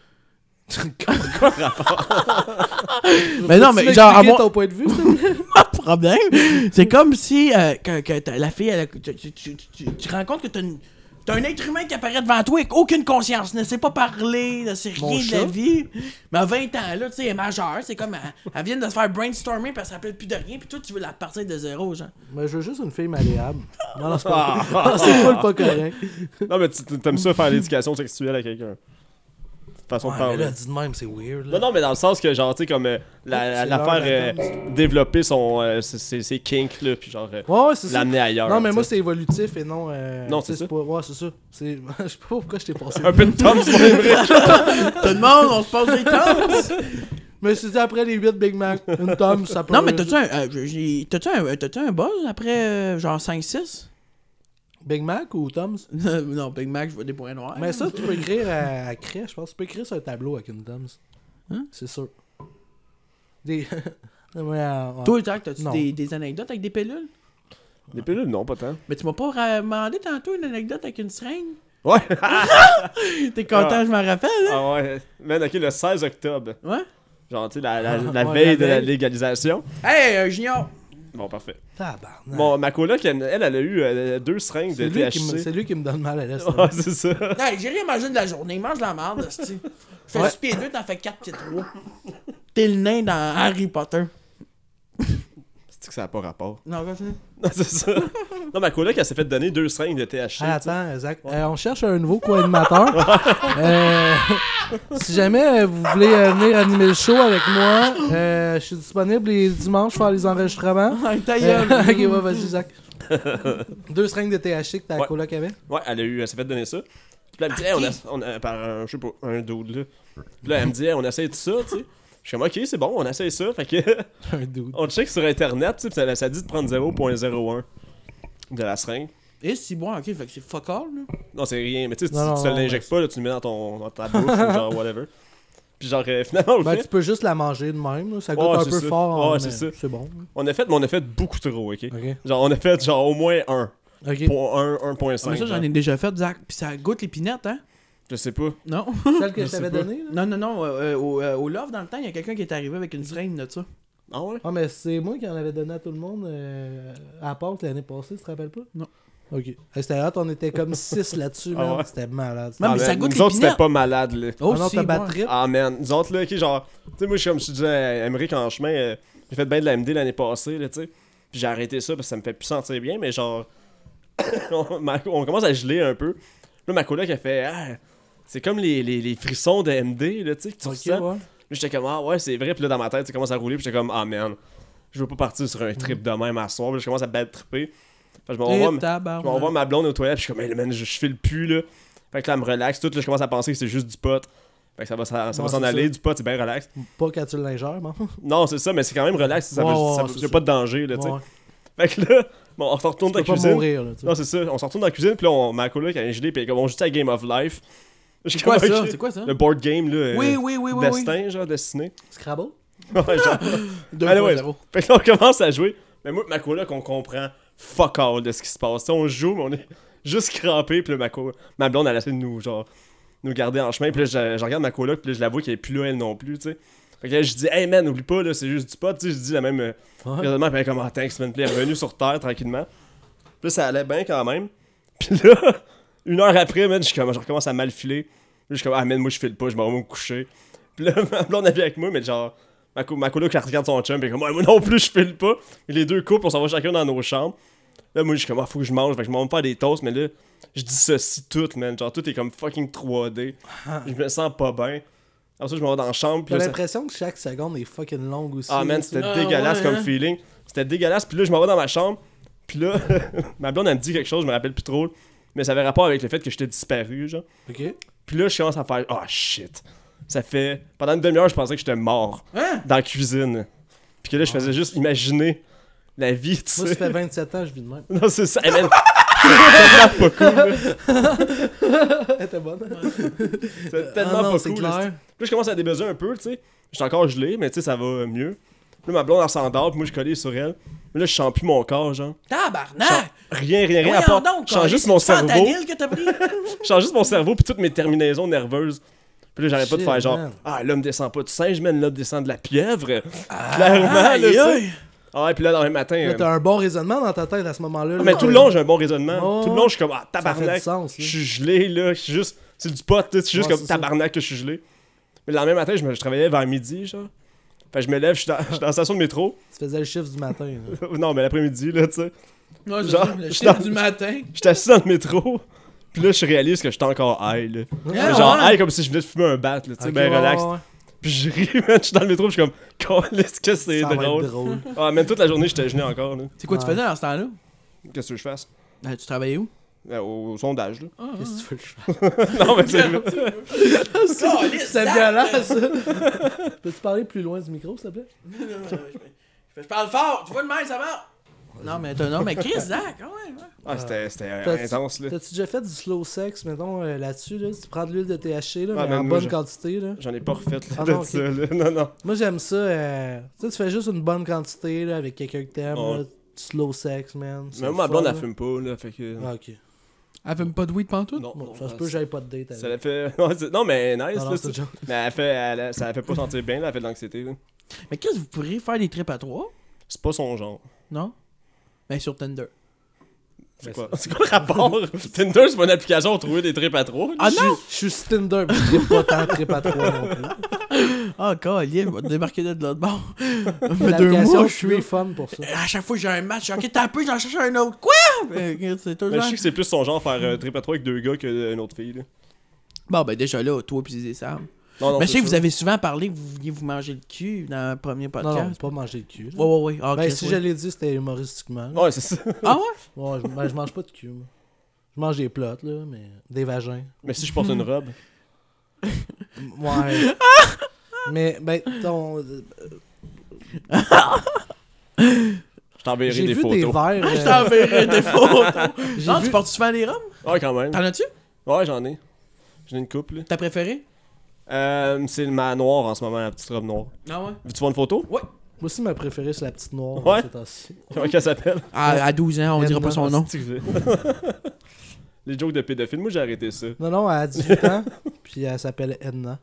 [SPEAKER 2] mais non,
[SPEAKER 3] Tu
[SPEAKER 2] mais
[SPEAKER 3] veux
[SPEAKER 2] genre, à
[SPEAKER 3] expliquer
[SPEAKER 2] mon
[SPEAKER 3] ton point de vue, s'il te plaît?
[SPEAKER 2] problème, c'est comme si euh, que, que t'as- la fille, elle a- tu, tu, tu, tu- tu te rends compte que t'as une- t'as un être humain qui apparaît devant toi avec aucune conscience, ne sait pas parler, ne sait
[SPEAKER 3] Mon
[SPEAKER 2] rien de la
[SPEAKER 3] chat.
[SPEAKER 2] vie. Mais à 20 ans, là, tu sais, elle est majeure, c'est comme. Elle, elle vient de se faire brainstormer parce qu'elle ne plus de rien, puis toi, tu veux la partir de zéro, genre.
[SPEAKER 3] Mais je veux juste une fille malléable. Non, non, c'est pas. Ah, c'est full pas correct.
[SPEAKER 4] Non, mais tu- tu- t'aimes ça faire l'éducation sexuelle à quelqu'un. Façon de
[SPEAKER 3] Ouais, mais
[SPEAKER 4] parler.
[SPEAKER 3] là, dis de même, c'est weird.
[SPEAKER 4] Non,
[SPEAKER 3] Là.
[SPEAKER 4] non, mais dans le sens que, genre, tu sais, comme euh, la-
[SPEAKER 3] C'est
[SPEAKER 4] l'affaire euh,
[SPEAKER 3] l'heure d'attendre.
[SPEAKER 4] développer son, euh, ses- ses, ses kinks, là, puis genre euh,
[SPEAKER 3] Ouais, ouais, c'est ça.
[SPEAKER 4] l'amener ailleurs.
[SPEAKER 3] Non, mais
[SPEAKER 4] tu
[SPEAKER 3] moi,
[SPEAKER 4] sais.
[SPEAKER 3] c'est évolutif et non. euh,
[SPEAKER 4] Non,
[SPEAKER 3] tu sais,
[SPEAKER 4] c'est ça.
[SPEAKER 3] Pas... Ouais, c'est ça. C'est- Je sais pas pourquoi je t'ai passé.
[SPEAKER 4] Un peu de Tom, c'est pas vrai.
[SPEAKER 2] Tout le monde, on se pose des temps.
[SPEAKER 3] Mais c'est dit après les 8 Big Mac, une tome, ça peut.
[SPEAKER 2] Non, mais t'as-tu un, euh, j'ai- t'as-tu un, euh, t'as-tu un buzz après euh, genre 5-6
[SPEAKER 3] Big Mac ou Tom's
[SPEAKER 2] Non, Big Mac, je vois des points noirs.
[SPEAKER 3] Mais ça, tu peux écrire à, à craie, je pense. Tu peux écrire sur un tableau avec une Tom's.
[SPEAKER 2] Hein?
[SPEAKER 3] C'est sûr. Des. Ouais, ouais.
[SPEAKER 2] Toi, Jack, t'as-tu
[SPEAKER 3] Non.
[SPEAKER 2] des, des anecdotes avec des pilules
[SPEAKER 4] Des pilules, non, pas tant.
[SPEAKER 2] Mais tu m'as pas ra- demandé tantôt une anecdote avec une seringue
[SPEAKER 4] Ouais.
[SPEAKER 2] T'es content,
[SPEAKER 4] Ah.
[SPEAKER 2] je m'en rappelle, hein?
[SPEAKER 4] ah ouais. Man, ok, le 16 octobre.
[SPEAKER 2] Ouais.
[SPEAKER 4] Genre, tu sais, la, la, la
[SPEAKER 3] Ah, Ouais,
[SPEAKER 4] veille
[SPEAKER 3] la
[SPEAKER 4] de la
[SPEAKER 3] veille.
[SPEAKER 4] légalisation.
[SPEAKER 2] Hey, euh, Junior
[SPEAKER 4] Bon, parfait.
[SPEAKER 3] Tabarnak.
[SPEAKER 4] Mon, ma coloc, elle, elle, elle a eu euh, deux seringues de
[SPEAKER 3] c'est lui, qui me-
[SPEAKER 4] THC.
[SPEAKER 3] c'est lui qui me donne mal à l'aise.
[SPEAKER 4] Ouais, c'est ça.
[SPEAKER 2] Hey, j'ai rien mangé de la journée, mange de la merde, esti. Fais
[SPEAKER 3] Ouais.
[SPEAKER 2] six pieds deux, t'en fais 4 pieds 3. T'es le nain dans Harry Potter.
[SPEAKER 4] C'est que ça n'a pas rapport.
[SPEAKER 2] Non, continue.
[SPEAKER 4] Non, c'est ça. Non, ma coloc, elle s'est fait donner deux seringues de THC.
[SPEAKER 3] Ah, attends, Zach. Euh, on cherche un nouveau co-animateur. Euh, si jamais euh, vous voulez euh, venir animer le show avec moi, euh, je suis disponible les dimanches pour faire les enregistrements.
[SPEAKER 2] Ah, ta gueule.
[SPEAKER 3] Euh, ok, ouais, vas-y, Zach. Deux seringues de THC que ta
[SPEAKER 4] Ouais.
[SPEAKER 3] coloc avait.
[SPEAKER 4] Ouais, elle a eu, elle s'est fait donner ça. Puis là, elle me dit, Hey, on a, on a- par un, je sais pas, un dude, là. Puis là, elle me dit, Hey, on essaie de ça, tu sais. Je suis comme, ok, c'est bon, on essaie ça. Fait que,
[SPEAKER 3] Un dude.
[SPEAKER 4] on check sur internet, tu sais, puis ça, ça dit de prendre 0.01 de la seringue.
[SPEAKER 2] Et si bon, ok, fait que c'est fuck all, là.
[SPEAKER 4] Non, c'est rien, mais tu sais, tu
[SPEAKER 3] Non, non,
[SPEAKER 4] tu te
[SPEAKER 3] non,
[SPEAKER 4] l'injectes pas, là, tu le mets dans, ton, dans ta bouche, ou genre, whatever. Puis genre, euh, finalement, on le
[SPEAKER 3] Ben,
[SPEAKER 4] fait.
[SPEAKER 3] tu peux juste la manger de même. là. Ça goûte
[SPEAKER 4] Ouais,
[SPEAKER 3] un
[SPEAKER 4] c'est
[SPEAKER 3] peu
[SPEAKER 4] ça.
[SPEAKER 3] fort.
[SPEAKER 4] Ouais,
[SPEAKER 3] hein,
[SPEAKER 4] c'est
[SPEAKER 3] mais
[SPEAKER 4] ça.
[SPEAKER 3] C'est bon.
[SPEAKER 4] On a fait, mais on a fait beaucoup trop, ok?
[SPEAKER 3] Ok.
[SPEAKER 4] Genre, on a fait, genre, au moins un.
[SPEAKER 3] Ok.
[SPEAKER 4] Pour un,
[SPEAKER 2] Ah,
[SPEAKER 4] 1.5.
[SPEAKER 2] mais ça, j'en
[SPEAKER 4] genre.
[SPEAKER 2] ai déjà fait, Zach. Puis ça goûte l'épinette, hein?
[SPEAKER 4] Je sais pas.
[SPEAKER 2] Non.
[SPEAKER 3] Celle que je
[SPEAKER 4] sais
[SPEAKER 3] t'avais
[SPEAKER 4] pas.
[SPEAKER 3] donnée. là?
[SPEAKER 2] non, non, non. euh, euh, au, euh, au Love, dans le temps, il y a quelqu'un qui est arrivé avec une seringue de ça.
[SPEAKER 4] Ah ouais?
[SPEAKER 3] Ah, mais c'est moi qui en avais donné à tout le monde euh, à Pâques l'année passée, tu te rappelles pas?
[SPEAKER 2] Non.
[SPEAKER 3] Ok. Hey, C'était hot, on était comme 6 là-dessus,
[SPEAKER 4] Ah
[SPEAKER 3] man.
[SPEAKER 4] ouais.
[SPEAKER 3] C'était malade.
[SPEAKER 2] Non, mais
[SPEAKER 4] Ah,
[SPEAKER 2] ça
[SPEAKER 4] ben,
[SPEAKER 2] goûte
[SPEAKER 4] Nous autres,
[SPEAKER 2] l'épinette.
[SPEAKER 4] c'était pas malade, là.
[SPEAKER 3] Ah
[SPEAKER 2] Oh,
[SPEAKER 3] non,
[SPEAKER 2] si,
[SPEAKER 3] t'as
[SPEAKER 2] ouais.
[SPEAKER 3] battu trip.
[SPEAKER 4] Ah man, nous autres là, ok, genre, tu sais, moi je suis comme je disais à Emmerich en chemin, euh, j'ai fait bien de la MD l'année passée, là, tu sais. Puis j'ai arrêté ça parce que ça me fait plus sentir bien, mais genre, on, ma- on commence à geler un peu. Là, ma coloc, elle fait, ah, c'est comme les, les, les frissons de MD, là, tu sais, que tu
[SPEAKER 3] Ok,
[SPEAKER 4] ressens. Là,
[SPEAKER 3] ouais.
[SPEAKER 4] j'étais comme, ah ouais, c'est vrai, puis là, dans ma tête, ça commence à rouler, puis j'étais comme, ah man, je veux pas partir sur un trip demain, ma soir, Puis là, je commence à bad tripper. Fait que je m'envoie
[SPEAKER 2] Et
[SPEAKER 3] Ah,
[SPEAKER 2] tabarnak.
[SPEAKER 4] je m'envoie ma blonde aux toilettes, puis je suis comme, hey, man, je, je file plus, là. Fait que là, elle me relaxe, tout, là, je commence à penser que c'est juste du pot. Fait que ça va, ça, ça va
[SPEAKER 3] Ouais,
[SPEAKER 4] s'en
[SPEAKER 3] c'est
[SPEAKER 4] aller,
[SPEAKER 3] ça.
[SPEAKER 4] du pot, c'est bien relax.
[SPEAKER 3] Pas quand tu le lingères, man.
[SPEAKER 4] Non, c'est ça, mais c'est quand même relax, ça
[SPEAKER 3] Ouais,
[SPEAKER 4] veut-
[SPEAKER 3] ouais,
[SPEAKER 4] ça
[SPEAKER 3] ouais,
[SPEAKER 4] veut-
[SPEAKER 3] c'est
[SPEAKER 4] y a
[SPEAKER 3] ça.
[SPEAKER 4] pas de danger, là, tu sais.
[SPEAKER 3] Ouais.
[SPEAKER 4] Fait que là, bon, on se retourne
[SPEAKER 3] Tu
[SPEAKER 4] dans la
[SPEAKER 3] peux pas
[SPEAKER 4] cuisine.
[SPEAKER 3] mourir, là, tu
[SPEAKER 4] Non,
[SPEAKER 3] sais.
[SPEAKER 4] c'est ça, on se retourne dans la cuisine, puis là, on, ma coloc, elle est gelée, puis elle est comme, on joue à Game of Life. Je suis
[SPEAKER 2] C'est quoi
[SPEAKER 4] comme,
[SPEAKER 2] ça?
[SPEAKER 4] ok.
[SPEAKER 2] C'est quoi Euh, ça?
[SPEAKER 4] Le board game, là.
[SPEAKER 2] Oui,
[SPEAKER 4] euh,
[SPEAKER 2] oui, oui, oui. oui.
[SPEAKER 4] Destin, genre, destiné.
[SPEAKER 3] Scrabble?
[SPEAKER 4] Ouais, genre.
[SPEAKER 2] Deux
[SPEAKER 4] Anyway,
[SPEAKER 2] fois zéro.
[SPEAKER 4] Fait que là, on commence à jouer. Mais moi, ma coloc, on comprend fuck all de ce qui se passe. Tu sais, on joue, mais on est juste crampé. Puis là, ma, co- ma blonde, elle essaie de nous, genre, nous garder en chemin. Puis là, je, je regarde ma coloc, puis là, je la vois qu'elle est plus là, elle non plus, tu sais. Fait que là, je dis, hey man, oublie pas, là, c'est juste du pot. Tu sais, je dis la même. euh, raisonnement, puis elle est comme, ah, thanks, man. Puis elle est revenue sur Terre tranquillement. Puis là, ça allait bien quand même. Puis là, une heure après, man, je, suis comme, je recommence à mal filer. Puis Je suis comme, ah, man, moi, je file pas, je m'en vais me coucher. Puis là, ma blonde, elle vient avec moi, mais genre, ma, co ma coloc, elle regarde son chum, puis elle est comme, ouais, moi non plus, je file pas. Et les deux couples, on s'en va chacun dans nos chambres. Là, moi, je suis comme, ah, faut que je mange, fait que je m'en vais me faire des toasts, mais là, je dissocie tout, man. Genre, tout est comme fucking 3D. Je me sens pas bien. Après ça, je m'en vais dans la chambre, puis
[SPEAKER 3] J'ai
[SPEAKER 4] là, ça-
[SPEAKER 3] l'impression que chaque seconde est fucking longue aussi.
[SPEAKER 4] ah man,
[SPEAKER 3] tu sais.
[SPEAKER 4] c'était
[SPEAKER 2] Ah,
[SPEAKER 4] dégueulasse
[SPEAKER 2] ouais,
[SPEAKER 4] comme
[SPEAKER 2] hein?
[SPEAKER 4] feeling. C'était dégueulasse. Puis là, je m'en vais dans ma chambre. Puis là, ma blonde, elle me dit quelque chose, je me rappelle plus trop. Mais ça avait rapport avec le fait que j'étais disparu, genre.
[SPEAKER 3] Ok.
[SPEAKER 4] Puis là, je commence à faire Ah shit. Ça fait. Pendant une demi-heure, je pensais que j'étais mort
[SPEAKER 2] Hein?
[SPEAKER 4] dans la cuisine. Puis que là, je faisais juste imaginer la vie, tu
[SPEAKER 3] Moi, ça
[SPEAKER 4] sais.
[SPEAKER 3] fait 27 ans que je vis de même.
[SPEAKER 4] Non, c'est ça. Eh, man, c'est tellement pas cool.
[SPEAKER 2] Ah,
[SPEAKER 4] là.
[SPEAKER 3] Elle était bonne.
[SPEAKER 4] C'est
[SPEAKER 3] Ah
[SPEAKER 4] tellement
[SPEAKER 3] non,
[SPEAKER 4] pas
[SPEAKER 3] c'est
[SPEAKER 4] cool.
[SPEAKER 3] clair.
[SPEAKER 4] là, c'est- Puis là, je commence à débaiser un peu, tu sais. J'étais encore gelé, mais tu sais, ça va mieux. Puis Là, ma blonde, elle s'endort, puis moi, je suis collé sur elle. Mais là, je sens plus mon corps, genre. Je sens
[SPEAKER 2] Tabarnak!
[SPEAKER 4] Rien, rien, rien. à
[SPEAKER 2] Voyons
[SPEAKER 4] part-
[SPEAKER 2] donc,
[SPEAKER 4] Je sens juste
[SPEAKER 2] Carlis,
[SPEAKER 4] mon
[SPEAKER 2] c'est du
[SPEAKER 4] cerveau.
[SPEAKER 2] fentanyl que t'as pris?
[SPEAKER 4] Je sens juste mon cerveau, puis toutes mes terminaisons nerveuses. Puis là, j'arrête pas de
[SPEAKER 3] Shit,
[SPEAKER 4] faire genre,
[SPEAKER 3] man.
[SPEAKER 4] ah, l'homme descend pas du singe, man, l'homme descend de la pieuvre. Clairement, là, tu
[SPEAKER 2] Aïe,
[SPEAKER 4] sais.
[SPEAKER 2] aïe.
[SPEAKER 4] Ah, et puis là, dans le matin.
[SPEAKER 3] Ah, Là,
[SPEAKER 4] euh,
[SPEAKER 3] t'as un bon raisonnement dans ta tête à ce moment-là.
[SPEAKER 4] Ah, mais
[SPEAKER 3] là.
[SPEAKER 4] tout le long, j'ai un bon raisonnement.
[SPEAKER 3] Oh,
[SPEAKER 4] tout le long, je suis comme, ah,
[SPEAKER 3] ça fait
[SPEAKER 4] tabarnak.
[SPEAKER 3] du sens,
[SPEAKER 4] Je
[SPEAKER 3] là.
[SPEAKER 4] suis gelé, là. Je suis juste. C'est du pot, tu sais. Je suis juste
[SPEAKER 3] Ouais,
[SPEAKER 4] comme,
[SPEAKER 3] c'est ça.
[SPEAKER 4] tabarnak, que je suis gelé. Mais le lendemain matin, je, me- je travaillais vers midi, genre. Fait que je me lève, je suis dans, je suis dans la station de métro.
[SPEAKER 3] Tu faisais le chiffre du matin. là.
[SPEAKER 4] non, mais l'après-midi, là, tu sais.
[SPEAKER 2] Moi, je
[SPEAKER 4] Genre,
[SPEAKER 2] dis, le
[SPEAKER 4] je
[SPEAKER 2] chiffre
[SPEAKER 4] t'en-
[SPEAKER 2] du matin.
[SPEAKER 4] J'étais assis dans le métro. Puis là, je réalise que j'étais encore high, là.
[SPEAKER 2] Ah,
[SPEAKER 4] genre,
[SPEAKER 2] ouais.
[SPEAKER 4] high comme si je venais de fumer un bat, là, tu sais,
[SPEAKER 3] Ok,
[SPEAKER 4] ben
[SPEAKER 3] ouais,
[SPEAKER 4] relax.
[SPEAKER 3] ouais, ouais.
[SPEAKER 4] Puis je ris, man. Je suis dans le métro, puis je suis comme, est-ce que c'est
[SPEAKER 3] Ça va être
[SPEAKER 4] drôle.
[SPEAKER 3] drôle.
[SPEAKER 4] Ah, même toute la journée, j'étais gelé encore, là.
[SPEAKER 2] C'est quoi tu
[SPEAKER 3] Ouais.
[SPEAKER 2] faisais dans ce temps-là?
[SPEAKER 4] Qu'est-ce que je fasse?
[SPEAKER 2] Euh, tu travaillais où?
[SPEAKER 4] Euh, au, au sondage, là.
[SPEAKER 3] Qu'est-ce que tu veux que je fasse?
[SPEAKER 4] non, mais c'est.
[SPEAKER 3] C'est violent,
[SPEAKER 2] euh,
[SPEAKER 3] ça! Peux-tu parler plus loin du micro, s'il te plaît?
[SPEAKER 2] Je parle fort, tu vois le même, ça va? Non, mais t'as un homme, mais Chris, Zach, ah ouais, ouais.
[SPEAKER 4] Ah, c'était c'était
[SPEAKER 3] T'as-
[SPEAKER 4] intense, là.
[SPEAKER 3] T'as-tu déjà fait du slow sex, mettons, euh, là-dessus, là? Si tu prends de l'huile de THC, là,
[SPEAKER 4] Ah,
[SPEAKER 3] mais
[SPEAKER 4] man,
[SPEAKER 3] en
[SPEAKER 4] moi,
[SPEAKER 3] bonne
[SPEAKER 4] je-
[SPEAKER 3] quantité, là.
[SPEAKER 4] J'en ai pas refait là,
[SPEAKER 3] Ah
[SPEAKER 4] de
[SPEAKER 3] non, ok.
[SPEAKER 4] ça. Là. Non, non.
[SPEAKER 3] Moi, j'aime ça. euh, Tu sais, tu fais juste une bonne quantité, là, avec quelqu'un que t'aimes,
[SPEAKER 4] Ouais.
[SPEAKER 3] là, du slow sex, man. c'est
[SPEAKER 4] Mais moi, ma
[SPEAKER 3] fun, hein.
[SPEAKER 4] blonde,
[SPEAKER 3] là.
[SPEAKER 4] elle fume pas. Là, fait que...
[SPEAKER 3] Ah, ok.
[SPEAKER 2] Elle fume pas de weed pantoute?
[SPEAKER 4] Non,
[SPEAKER 3] Bon,
[SPEAKER 4] non,
[SPEAKER 3] ça se peut que j'aille pas de date
[SPEAKER 4] ça
[SPEAKER 3] avec.
[SPEAKER 4] la fait. Non, c'est- non, mais nice.
[SPEAKER 3] Non, non,
[SPEAKER 4] là,
[SPEAKER 3] c'est
[SPEAKER 4] c'est-
[SPEAKER 3] une joke.
[SPEAKER 4] mais elle fait, elle, a- ça la fait pas sentir bien. Là, elle fait de l'anxiété. là.
[SPEAKER 2] Mais Chris, vous pourriez faire des trips à trois?
[SPEAKER 4] C'est pas son genre.
[SPEAKER 2] Non? Ben sur Tinder.
[SPEAKER 4] C'est quoi, c'est quoi le rapport Tinder, c'est pas une application pour trouver des trips à trois.
[SPEAKER 2] Ah
[SPEAKER 3] Je-
[SPEAKER 2] non!
[SPEAKER 3] Je suis sur Tinder, mais je trippe pas tant, trip à trois non plus.
[SPEAKER 2] Ah, Colin, va te débarquer de l'autre bord. Mais deux mois,
[SPEAKER 3] L'application,
[SPEAKER 2] je
[SPEAKER 3] je suis
[SPEAKER 2] suis.
[SPEAKER 3] fun pour ça.
[SPEAKER 2] À chaque fois que j'ai un match, je suis ok, t'as un peu, j'en cherche un autre. Quoi? Ben, C'est
[SPEAKER 4] Mais
[SPEAKER 2] toujours.
[SPEAKER 4] je sais que c'est plus son genre faire euh, trip à trois avec deux gars qu'une autre fille. Là.
[SPEAKER 2] Bon, ben déjà là, toi pis Sam.
[SPEAKER 4] Non, non,
[SPEAKER 2] Mais je
[SPEAKER 4] c'est
[SPEAKER 2] sais que
[SPEAKER 4] sûr.
[SPEAKER 2] vous avez souvent parlé que vous veniez vous manger le cul dans le premier
[SPEAKER 3] Non, non,
[SPEAKER 2] podcast.
[SPEAKER 3] pas manger le cul. là.
[SPEAKER 2] Ouais, ouais, ouais. Ah,
[SPEAKER 3] Ben,
[SPEAKER 2] Chris,
[SPEAKER 3] si
[SPEAKER 2] oui.
[SPEAKER 3] je l'ai dit, c'était humoristiquement. là.
[SPEAKER 4] Ouais, c'est ça.
[SPEAKER 2] Ah ouais?
[SPEAKER 3] Ouais, je, ben, je mange pas de cul, moi. Je mange des plottes, là, mais des vagins.
[SPEAKER 4] Mais si je porte une robe.
[SPEAKER 3] Ouais. mais, ben, ton.
[SPEAKER 4] Je t'enverrai
[SPEAKER 3] J'ai
[SPEAKER 4] des
[SPEAKER 3] vu des
[SPEAKER 4] photos.
[SPEAKER 3] verres.
[SPEAKER 2] Ah, Je
[SPEAKER 3] euh,
[SPEAKER 2] t'enverrai des photos.
[SPEAKER 3] j'ai
[SPEAKER 2] Non,
[SPEAKER 3] vu-
[SPEAKER 2] tu portes souvent les robes?
[SPEAKER 4] Ouais, quand même.
[SPEAKER 2] T'en as-tu?
[SPEAKER 4] Ouais, j'en ai. J'en ai une couple. là.
[SPEAKER 2] T'as préféré?
[SPEAKER 4] Euh, c'est ma noire en ce moment, la petite robe noire.
[SPEAKER 2] Ah ouais.
[SPEAKER 4] Veux-tu voir une photo
[SPEAKER 3] Moi aussi, ma préférée, c'est la petite noire.
[SPEAKER 4] Ouais.
[SPEAKER 3] hein, ces temps-ci.
[SPEAKER 4] Comment qu'elle s'appelle
[SPEAKER 2] Ah, À, à 12 ans, on dira pas son nom.
[SPEAKER 4] Excusez. Les jokes de pédophiles, moi j'ai arrêté ça.
[SPEAKER 3] Non, non, elle a 18 ans, puis elle s'appelle Edna.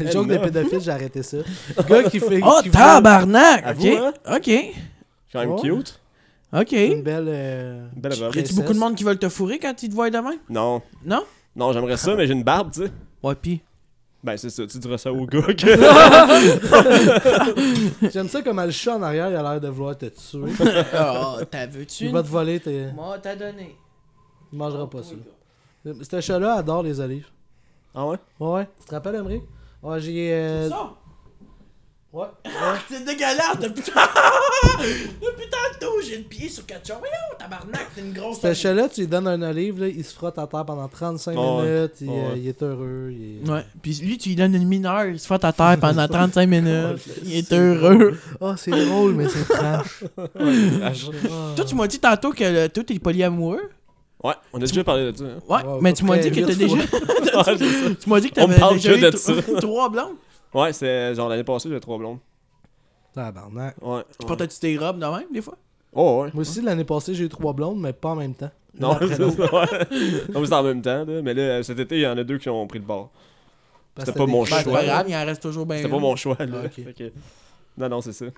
[SPEAKER 3] Le joke des
[SPEAKER 4] Edna.
[SPEAKER 3] pédophiles, j'ai arrêté ça. Le gars qui fait.
[SPEAKER 2] Oh,
[SPEAKER 3] qui voulait
[SPEAKER 2] tabarnak!
[SPEAKER 4] Avoue, hein?
[SPEAKER 2] Ok. Ok.
[SPEAKER 4] C'est quand même
[SPEAKER 3] Ouais.
[SPEAKER 4] cute.
[SPEAKER 2] Ok.
[SPEAKER 3] Une belle. euh,
[SPEAKER 4] Une Belle robe.
[SPEAKER 3] Ré-
[SPEAKER 2] Y'a-tu beaucoup de monde qui veulent te fourrer quand ils te voient demain?
[SPEAKER 4] Non.
[SPEAKER 2] Non?
[SPEAKER 4] Non, j'aimerais ça, mais j'ai une barbe, tu sais.
[SPEAKER 2] Ouais, pis.
[SPEAKER 4] Ben c'est ça, tu diras ça au gars que.
[SPEAKER 3] J'aime ça comme le chat en arrière, il a l'air de vouloir te tuer.
[SPEAKER 2] Oh, t'as vu-tu?
[SPEAKER 3] Il va te voler, t'es-
[SPEAKER 2] Moi, t'as donné.
[SPEAKER 3] il mangera pas ça. Ce chat-là adore les olives.
[SPEAKER 4] Ah ouais?
[SPEAKER 3] Ouais, ouais. Tu te rappelles, Emery? Ouais, j'ai. euh,
[SPEAKER 2] Ça!
[SPEAKER 3] Ouais.
[SPEAKER 2] C'est dégueulasse! T'as putain. T'as putain de tout! J'ai le pied sur quelque chose. Voyons, tabarnak, t'es une grosse.
[SPEAKER 3] Ce chat-là, tu lui donnes un olive, là, il se frotte à terre pendant
[SPEAKER 4] Ouais.
[SPEAKER 3] 35 minutes, il,
[SPEAKER 4] Ouais.
[SPEAKER 3] euh, il est heureux. il est-
[SPEAKER 2] Ouais, pis lui, tu lui donnes une mineure, il se frotte à terre pendant 35 minutes. Il est heureux.
[SPEAKER 3] Ah, c'est drôle, mais c'est trash.
[SPEAKER 2] Toi, tu m'as dit tantôt que le, toi, t'es polyamoureux.
[SPEAKER 4] Ouais, on a déjà parlé de ça. hein.
[SPEAKER 2] Ouais,
[SPEAKER 3] Ouais,
[SPEAKER 2] mais
[SPEAKER 3] à
[SPEAKER 2] tu
[SPEAKER 3] peu
[SPEAKER 2] m'as
[SPEAKER 3] près
[SPEAKER 2] dit que t'as
[SPEAKER 3] huit
[SPEAKER 2] déjà.
[SPEAKER 4] Ouais, c'est ça.
[SPEAKER 2] Tu m'as dit que
[SPEAKER 4] On
[SPEAKER 2] t'avais
[SPEAKER 4] parle
[SPEAKER 2] déjà
[SPEAKER 4] que
[SPEAKER 2] eu
[SPEAKER 4] de
[SPEAKER 2] tro- trois blondes.
[SPEAKER 4] Ouais, c'est genre l'année passée, j'avais trois blondes.
[SPEAKER 3] Ah, Tabarnak.
[SPEAKER 4] Ouais.
[SPEAKER 2] Tu
[SPEAKER 4] ouais.
[SPEAKER 2] portais-tu tes robes de même, des fois?
[SPEAKER 4] Oh ouais.
[SPEAKER 3] Moi aussi, l'année passée, j'ai eu trois blondes, mais pas en même temps.
[SPEAKER 4] Non, c'est ça, ouais. Non, mais c'est en même temps, là. Mais là, cet été, il y en a deux qui ont pris le bord.
[SPEAKER 3] Parce
[SPEAKER 4] C'était
[SPEAKER 3] que
[SPEAKER 4] pas
[SPEAKER 3] des
[SPEAKER 4] mon
[SPEAKER 2] Ben,
[SPEAKER 3] craques.
[SPEAKER 2] c'est
[SPEAKER 4] choix.
[SPEAKER 2] pas grave, il en reste toujours bien.
[SPEAKER 4] C'était pas
[SPEAKER 2] une.
[SPEAKER 4] mon choix, là.
[SPEAKER 3] Ah, ok.
[SPEAKER 4] Fait que- Non, non, c'est ça. Fait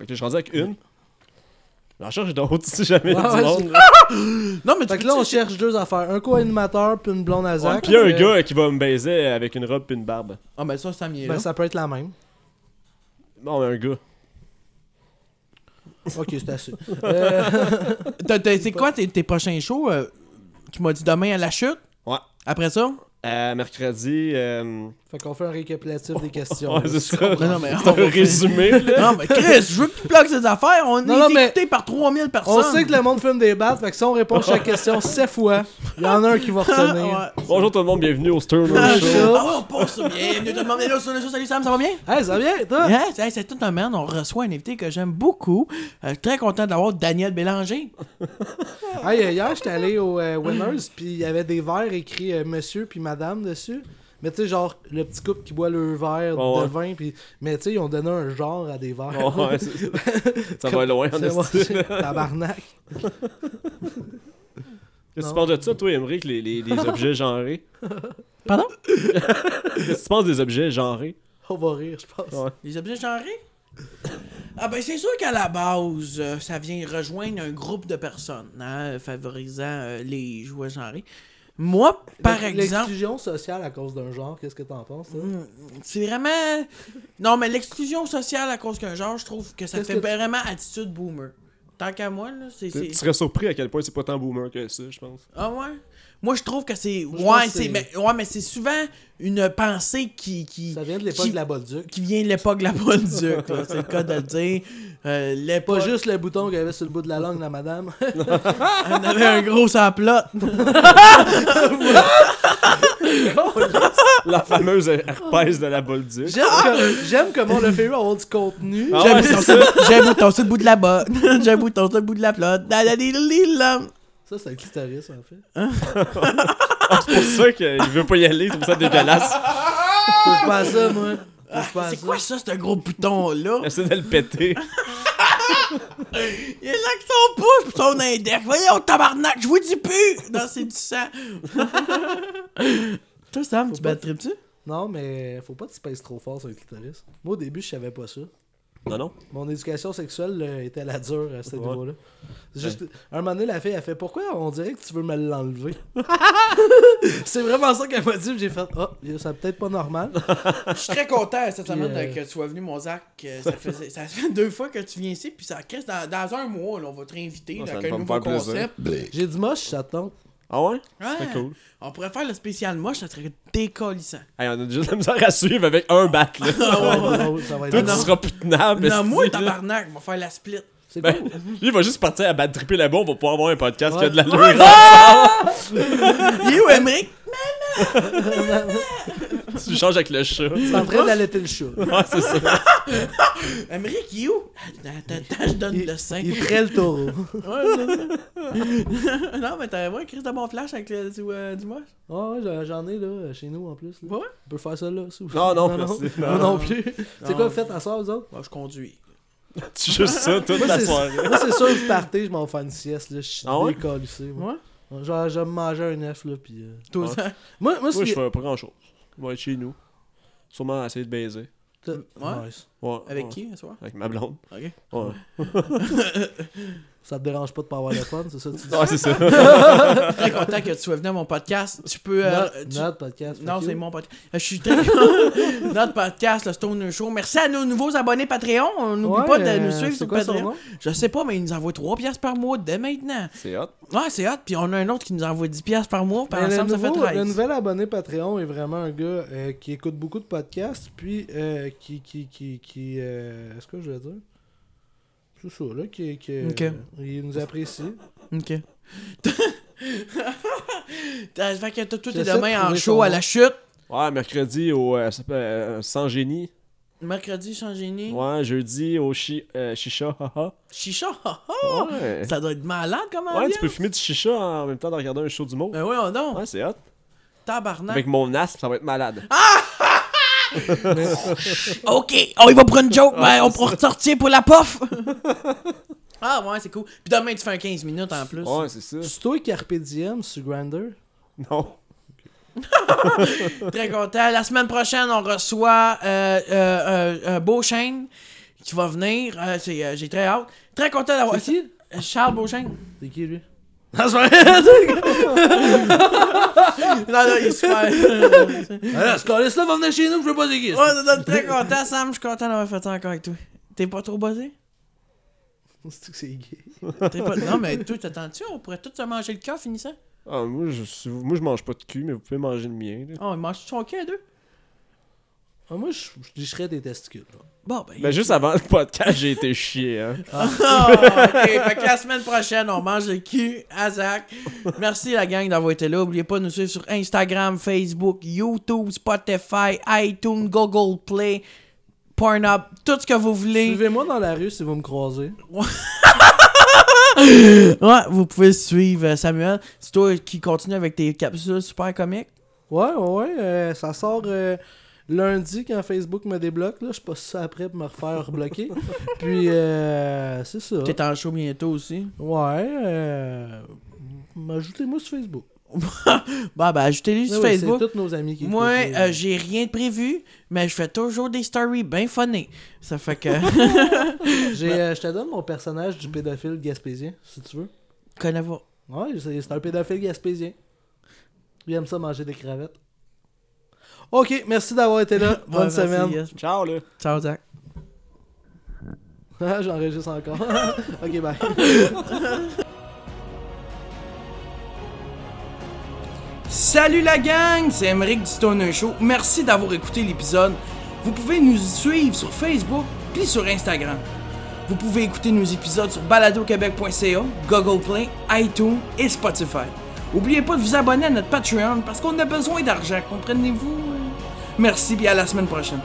[SPEAKER 4] que je suis rendu avec une. J'en cherche d'autres si jamais il y a
[SPEAKER 3] Ouais,
[SPEAKER 4] du
[SPEAKER 3] ouais,
[SPEAKER 4] monde.
[SPEAKER 2] Non, mais tu
[SPEAKER 3] Fait que
[SPEAKER 2] peux
[SPEAKER 3] là, on cherche deux affaires. Un co-animateur, puis une blonde à Zach.
[SPEAKER 4] Puis il y a un
[SPEAKER 3] Euh,
[SPEAKER 4] gars qui va me baiser avec une robe puis une barbe.
[SPEAKER 2] Ah, ben ça, ça m'y est.
[SPEAKER 3] Ben,
[SPEAKER 2] là.
[SPEAKER 3] ça peut être la même.
[SPEAKER 4] Non, mais un gars.
[SPEAKER 3] Ok, c'est assez. Euh,
[SPEAKER 2] T'as- t'as- C'est quoi tes, tes prochains shows? euh, tu m'as dit demain à la chute?
[SPEAKER 4] Ouais.
[SPEAKER 2] Après ça?
[SPEAKER 4] Euh, mercredi, euh,
[SPEAKER 3] Fait qu'on fait un récapitulatif des questions.
[SPEAKER 4] Ouais,
[SPEAKER 3] là.
[SPEAKER 4] c'est ça.
[SPEAKER 2] Non, non, mais
[SPEAKER 4] C'est un
[SPEAKER 2] on va-
[SPEAKER 4] résumé, là.
[SPEAKER 2] Non, mais Chris, je veux que tu plugues ces affaires. On
[SPEAKER 3] Non, non,
[SPEAKER 2] est
[SPEAKER 3] mais-
[SPEAKER 2] écouté par 3000 personnes.
[SPEAKER 3] on sait que le monde fume des battes, fait que si on répond à chaque question 7 fois, il y en a un qui va
[SPEAKER 2] Ah,
[SPEAKER 3] retenir.
[SPEAKER 2] ouais.
[SPEAKER 4] Bonjour tout le monde, bienvenue au
[SPEAKER 2] Ah,
[SPEAKER 4] Sturmer
[SPEAKER 3] Ouais.
[SPEAKER 4] Show.
[SPEAKER 3] show.
[SPEAKER 2] ah ouais, on passe bien. Nous demander là sur le show. Salut Sam, ça va bien?
[SPEAKER 3] Hey, ça vient, toi?
[SPEAKER 2] Yes, hey, Hein? c'est tout un man. On reçoit un invité que j'aime beaucoup. Euh, très content d'avoir Daniel Bélanger.
[SPEAKER 3] Hey, euh, hier, j'étais allé au euh, Winners, puis il y avait des verres écrits euh, monsieur puis madame dessus. Mais tu sais, genre, le petit couple qui boit le verre
[SPEAKER 4] Oh,
[SPEAKER 3] de
[SPEAKER 4] ouais.
[SPEAKER 3] vin, puis. Mais tu sais, ils ont donné un genre à des verres.
[SPEAKER 4] Oh, ouais, c'est- ça va loin, en
[SPEAKER 3] C'est moi,
[SPEAKER 4] esti.
[SPEAKER 3] Tabarnak.
[SPEAKER 4] Qu'est-ce que tu
[SPEAKER 3] Non.
[SPEAKER 4] penses de ça, toi, Émeric, les, les, les objets genrés?
[SPEAKER 2] Pardon?
[SPEAKER 4] Qu'est-ce que tu penses des objets genrés?
[SPEAKER 3] On va rire, je pense.
[SPEAKER 4] Ouais.
[SPEAKER 2] Les objets genrés? Ah ben c'est sûr qu'à la base, euh, ça vient rejoindre un groupe de personnes, hein, favorisant euh, les jouets genrés. Moi, par
[SPEAKER 3] L'ex-
[SPEAKER 2] exemple,
[SPEAKER 3] L'exclusion sociale à cause d'un genre, qu'est-ce que t'en penses? toi?
[SPEAKER 4] Mm.
[SPEAKER 2] c'est vraiment... Non, mais l'exclusion sociale à cause qu'un genre, je trouve que ça
[SPEAKER 3] Qu'est-ce
[SPEAKER 2] fait
[SPEAKER 3] que tu-
[SPEAKER 2] vraiment attitude boomer. Tant qu'à moi, là, c'est...
[SPEAKER 4] Tu tu
[SPEAKER 2] c'est-
[SPEAKER 4] serais surpris à quel point c'est pas tant boomer que ça, je pense.
[SPEAKER 2] Ah ouais? Moi, je trouve que c'est...
[SPEAKER 3] je pense
[SPEAKER 2] Ouais,
[SPEAKER 3] que
[SPEAKER 2] c'est...
[SPEAKER 3] c'est-
[SPEAKER 2] Mais... ouais, mais c'est souvent une pensée qui... qui...
[SPEAKER 3] Ça vient de l'époque
[SPEAKER 2] qui-
[SPEAKER 3] de la Bolduc.
[SPEAKER 2] qui vient de l'époque de la bonne duc, là, c'est le cas de le dire. Euh,
[SPEAKER 3] Pas
[SPEAKER 2] l'époque...
[SPEAKER 3] juste le bouton qu'il y avait sur le bout de la langue, la madame.
[SPEAKER 2] On avait un gros samplot.
[SPEAKER 4] La fameuse herpès de la Bolduc.
[SPEAKER 3] J'aime que- J'aime comment le fait eu avoir du contenu.
[SPEAKER 4] Ah
[SPEAKER 2] J'ai un
[SPEAKER 4] ouais, c'est ça.
[SPEAKER 2] bouton- J'ai un bouton sur le bout de la bas. J'ai un bouton sur le bout de la plotte. Da, da, di, li, li, la.
[SPEAKER 3] Ça, c'est un clitoris, en fait.
[SPEAKER 4] C'est pour ça qu'il veut pas y aller, il trouve ça dégueulasse.
[SPEAKER 3] Touche pas à ça, moi. Touche pas à
[SPEAKER 2] C'est
[SPEAKER 3] ça.
[SPEAKER 2] quoi ça, ce gros bouton-là?
[SPEAKER 4] Il essaie de le péter.
[SPEAKER 2] Il est là avec son pouce pis son index. Voyons, tabarnak, je vous dis plus! Non, c'est du sang. Toi, Sam, tu
[SPEAKER 3] pas-
[SPEAKER 2] battrips-tu?
[SPEAKER 3] Non, mais faut pas que tu pèses trop fort sur un clitoris. Moi, au début, je savais pas ça.
[SPEAKER 4] Non, non.
[SPEAKER 3] Mon éducation sexuelle là, était la dure à ce
[SPEAKER 4] Ouais.
[SPEAKER 3] niveau-là. C'est Juste, un moment donné, la fille, elle fait Pourquoi on dirait que tu veux me l'enlever C'est vraiment ça qu'elle m'a dit. puis J'ai fait Ah, ça peut-être pas normal.
[SPEAKER 2] Je suis très content cette semaine
[SPEAKER 3] euh,
[SPEAKER 2] que tu sois venu, mon Zach. que Ça, faisait- ça fait deux fois que tu viens ici, puis ça crée dans, dans un mois, là, on va te réinviter
[SPEAKER 4] Ah, ça
[SPEAKER 2] avec
[SPEAKER 4] va
[SPEAKER 2] un
[SPEAKER 4] me
[SPEAKER 2] nouveau
[SPEAKER 4] faire plaisir.
[SPEAKER 2] concept.
[SPEAKER 3] J'ai dit Moche, ça te tente.
[SPEAKER 4] Ah ouais?
[SPEAKER 2] Ouais.
[SPEAKER 4] C'est cool.
[SPEAKER 2] On pourrait faire le spécial moche, ça serait décollissant.
[SPEAKER 4] Hey, on a juste la misère à suivre avec un bat, là.
[SPEAKER 3] Ça va être drôle, ça va être
[SPEAKER 4] Toi, tu
[SPEAKER 3] drôle.
[SPEAKER 4] seras plus tenable.
[SPEAKER 2] Non,
[SPEAKER 4] esti,
[SPEAKER 2] moi,
[SPEAKER 4] là.
[SPEAKER 2] tabarnak, on va faire la split.
[SPEAKER 3] C'est
[SPEAKER 4] Ben,
[SPEAKER 3] cool.
[SPEAKER 4] lui, il va juste partir à battre triper là-bas, on va pouvoir avoir un podcast qui a de la
[SPEAKER 2] You, Emmerich?
[SPEAKER 4] Tu changes avec le chat.
[SPEAKER 3] T'es en train d'allaiter le chat.
[SPEAKER 4] Ouais, c'est ça.
[SPEAKER 2] Emmerich, you? Attends, attends, attends, je donne le sein.
[SPEAKER 3] Il ferait le taureau.
[SPEAKER 2] non, mais t'avais vraiment un Chris de bon flash avec le, du, euh, du moche?
[SPEAKER 3] Ouais, ouais, j'en- j'en ai là, chez nous en plus. là.
[SPEAKER 2] Ouais?
[SPEAKER 3] On peut faire ça là, ça aussi.
[SPEAKER 4] Non, non, merci.
[SPEAKER 3] Moi non plus. C'est
[SPEAKER 2] Non.
[SPEAKER 3] quoi, vous faites en soir, vous autres
[SPEAKER 2] Moi, je conduis.
[SPEAKER 4] Tu juste ça toute la
[SPEAKER 3] c'est-
[SPEAKER 4] soirée.
[SPEAKER 3] Moi, c'est sûr, vous partez, je m'en fais une sieste, là. Je suis
[SPEAKER 4] Ah ouais?
[SPEAKER 3] décalissé, moi.
[SPEAKER 2] Ouais?
[SPEAKER 3] Genre, je vais me manger un œuf, là, pis. euh,
[SPEAKER 2] Toi,
[SPEAKER 4] Ouais.
[SPEAKER 2] ça?
[SPEAKER 3] Moi, moi,
[SPEAKER 4] Moi, je
[SPEAKER 3] c'est.
[SPEAKER 4] fais pas grand-chose. Je vais être chez nous. Sûrement essayer de baiser.
[SPEAKER 2] Ouais.
[SPEAKER 3] Nice.
[SPEAKER 4] Ouais,
[SPEAKER 2] Avec
[SPEAKER 4] ouais.
[SPEAKER 2] qui, ce soir?
[SPEAKER 4] Avec ma blonde.
[SPEAKER 2] Ok.
[SPEAKER 4] Ouais,
[SPEAKER 3] Ça te dérange pas de pas avoir le fun, c'est ça que
[SPEAKER 2] Euh,
[SPEAKER 3] tu dis?
[SPEAKER 4] Ouais, c'est ça.
[SPEAKER 2] Très content que tu sois venu à mon podcast. Tu peux... euh,
[SPEAKER 3] Notre-
[SPEAKER 2] tu-
[SPEAKER 3] Notre podcast.
[SPEAKER 2] Non,
[SPEAKER 3] fuck
[SPEAKER 2] c'est
[SPEAKER 3] you.
[SPEAKER 2] mon podcast. Je suis très. Notre podcast, le Stoner Show. Merci à nos nouveaux abonnés Patreon. On N'oublie
[SPEAKER 3] Ouais,
[SPEAKER 2] pas de nous
[SPEAKER 3] euh,
[SPEAKER 2] suivre
[SPEAKER 3] c'est
[SPEAKER 2] sur
[SPEAKER 3] quoi son
[SPEAKER 2] Patreon.
[SPEAKER 3] nom?
[SPEAKER 2] Je sais pas, mais ils nous envoient 3 piastres par mois dès maintenant.
[SPEAKER 4] C'est hot.
[SPEAKER 2] Ouais, c'est hot. Puis on a un autre qui nous envoie 10 piastres par mois. Par
[SPEAKER 3] Mais
[SPEAKER 2] ensemble,
[SPEAKER 3] le, nouveau-
[SPEAKER 2] ça fait
[SPEAKER 3] le
[SPEAKER 2] 13.
[SPEAKER 3] nouvel abonné Patreon est vraiment un gars euh, qui écoute beaucoup de podcasts, puis euh, qui. qui, qui, qui euh, Est-ce que je veux dire C'est ça, là, qui. qui
[SPEAKER 2] Ok.
[SPEAKER 3] euh, il nous apprécie.
[SPEAKER 2] Ok. T'as- fait que toi, toi, t'es
[SPEAKER 3] J'essaie de
[SPEAKER 2] demain en
[SPEAKER 3] trouver
[SPEAKER 2] show
[SPEAKER 3] son
[SPEAKER 2] à la chute.
[SPEAKER 4] Ouais, mercredi au euh, ça s'appelle, euh, Sans Génie.
[SPEAKER 2] Mercredi, sans génie.
[SPEAKER 4] Ouais, jeudi au chi euh, Chicha. haha.
[SPEAKER 2] Chicha, ha, ha.
[SPEAKER 4] Ouais.
[SPEAKER 2] Oh! Ça doit être malade comme
[SPEAKER 4] Ouais,
[SPEAKER 2] ambiance.
[SPEAKER 4] tu peux fumer du chicha en même temps de regarder un show d'humour.
[SPEAKER 2] Ben oui, on donc.
[SPEAKER 4] Ouais, c'est hot.
[SPEAKER 2] Tabarnak.
[SPEAKER 4] Avec mon asp, ça va être malade.
[SPEAKER 2] Ah! Ok, on y va pour une joke, ben on pourra ressortir pour la pof! ah ouais, c'est cool. Puis demain, tu fais un 15 minutes en plus.
[SPEAKER 4] Ouais, c'est ça.
[SPEAKER 3] C'est toi Carpe Diem sur Grindr
[SPEAKER 4] Non.
[SPEAKER 2] Très content. La semaine prochaine, on reçoit euh, euh, euh, euh, Beauchesne qui va venir. Euh, c'est, euh, J'ai très hâte. Très content d'avoir.
[SPEAKER 3] C'est qui
[SPEAKER 2] Euh, Charles Beauchesne.
[SPEAKER 3] C'est qui lui
[SPEAKER 2] Non, c'est vrai. non, non, il est super.
[SPEAKER 3] Alors, Eh, ce calice-là va venir chez nous, je veux pas déguiser.
[SPEAKER 2] Ouais, non, non, très content, Sam. Je suis content d'avoir fait ça encore avec toi. T'es pas trop buzzé?
[SPEAKER 3] Oh, C'est que c'est gay.
[SPEAKER 2] T'es pas... Non, mais toi, t'attends-tu? On pourrait tous se manger le cœur finissant.
[SPEAKER 4] Ah, moi, je, si vous- moi, je mange pas de cul, mais vous pouvez manger le mien. là.
[SPEAKER 2] Oh, il mange son cul à deux?
[SPEAKER 3] Ah, moi, je, je licherais des testicules. là.
[SPEAKER 2] Bon, ben.
[SPEAKER 4] Mais juste avant le podcast, j'ai été chier, hein.
[SPEAKER 2] Ah, ok. Fait que la semaine prochaine, on mange le cul à Zach. Merci la gang d'avoir été là. N'oubliez pas de nous suivre sur Instagram, Facebook, YouTube, Spotify, iTunes, Google Play, Pornhub, tout ce que vous voulez.
[SPEAKER 3] Suivez-moi dans la rue si vous me croisez.
[SPEAKER 2] Ouais, vous pouvez suivre euh, Samuel. C'est toi qui continue avec tes capsules super comiques.
[SPEAKER 3] Ouais, ouais, ouais. euh, ça sort euh, lundi quand Facebook me débloque. Là, je passe ça après pour me refaire rebloquer. Puis, euh, c'est ça.
[SPEAKER 2] T'es en show bientôt aussi.
[SPEAKER 3] Ouais. Euh, Ajoutez-moi sur Facebook.
[SPEAKER 2] Bah, ben, ajoutez-les sur
[SPEAKER 3] Ah oui,
[SPEAKER 2] Facebook.
[SPEAKER 3] C'est tous nos amis qui
[SPEAKER 2] Moi,
[SPEAKER 3] écoutent,
[SPEAKER 2] euh, j'ai rien de prévu, mais je fais toujours des stories bien funnées. Ça fait que.
[SPEAKER 3] J'ai, euh, je te donne mon personnage du pédophile gaspésien, si tu veux.
[SPEAKER 2] Connais-vous.
[SPEAKER 3] Ouais, c'est c'est un pédophile gaspésien. Il aime ça manger des crevettes. Ok, merci d'avoir été là.
[SPEAKER 2] Ouais,
[SPEAKER 3] Bonne
[SPEAKER 2] merci,
[SPEAKER 3] semaine.
[SPEAKER 2] yes.
[SPEAKER 4] Ciao, là.
[SPEAKER 2] Ciao, Zach.
[SPEAKER 3] Ah, J'enregistre encore. ok, bye.
[SPEAKER 2] Salut la gang, c'est Emeric du Stoner Show. Merci d'avoir écouté l'épisode. Vous pouvez nous suivre sur Facebook puis sur Instagram. Vous pouvez écouter nos épisodes sur baladoquebec.ca, Google Play, iTunes et Spotify. Oubliez pas de vous abonner à notre Patreon parce qu'on a besoin d'argent, comprenez-vous? Merci et à la semaine prochaine.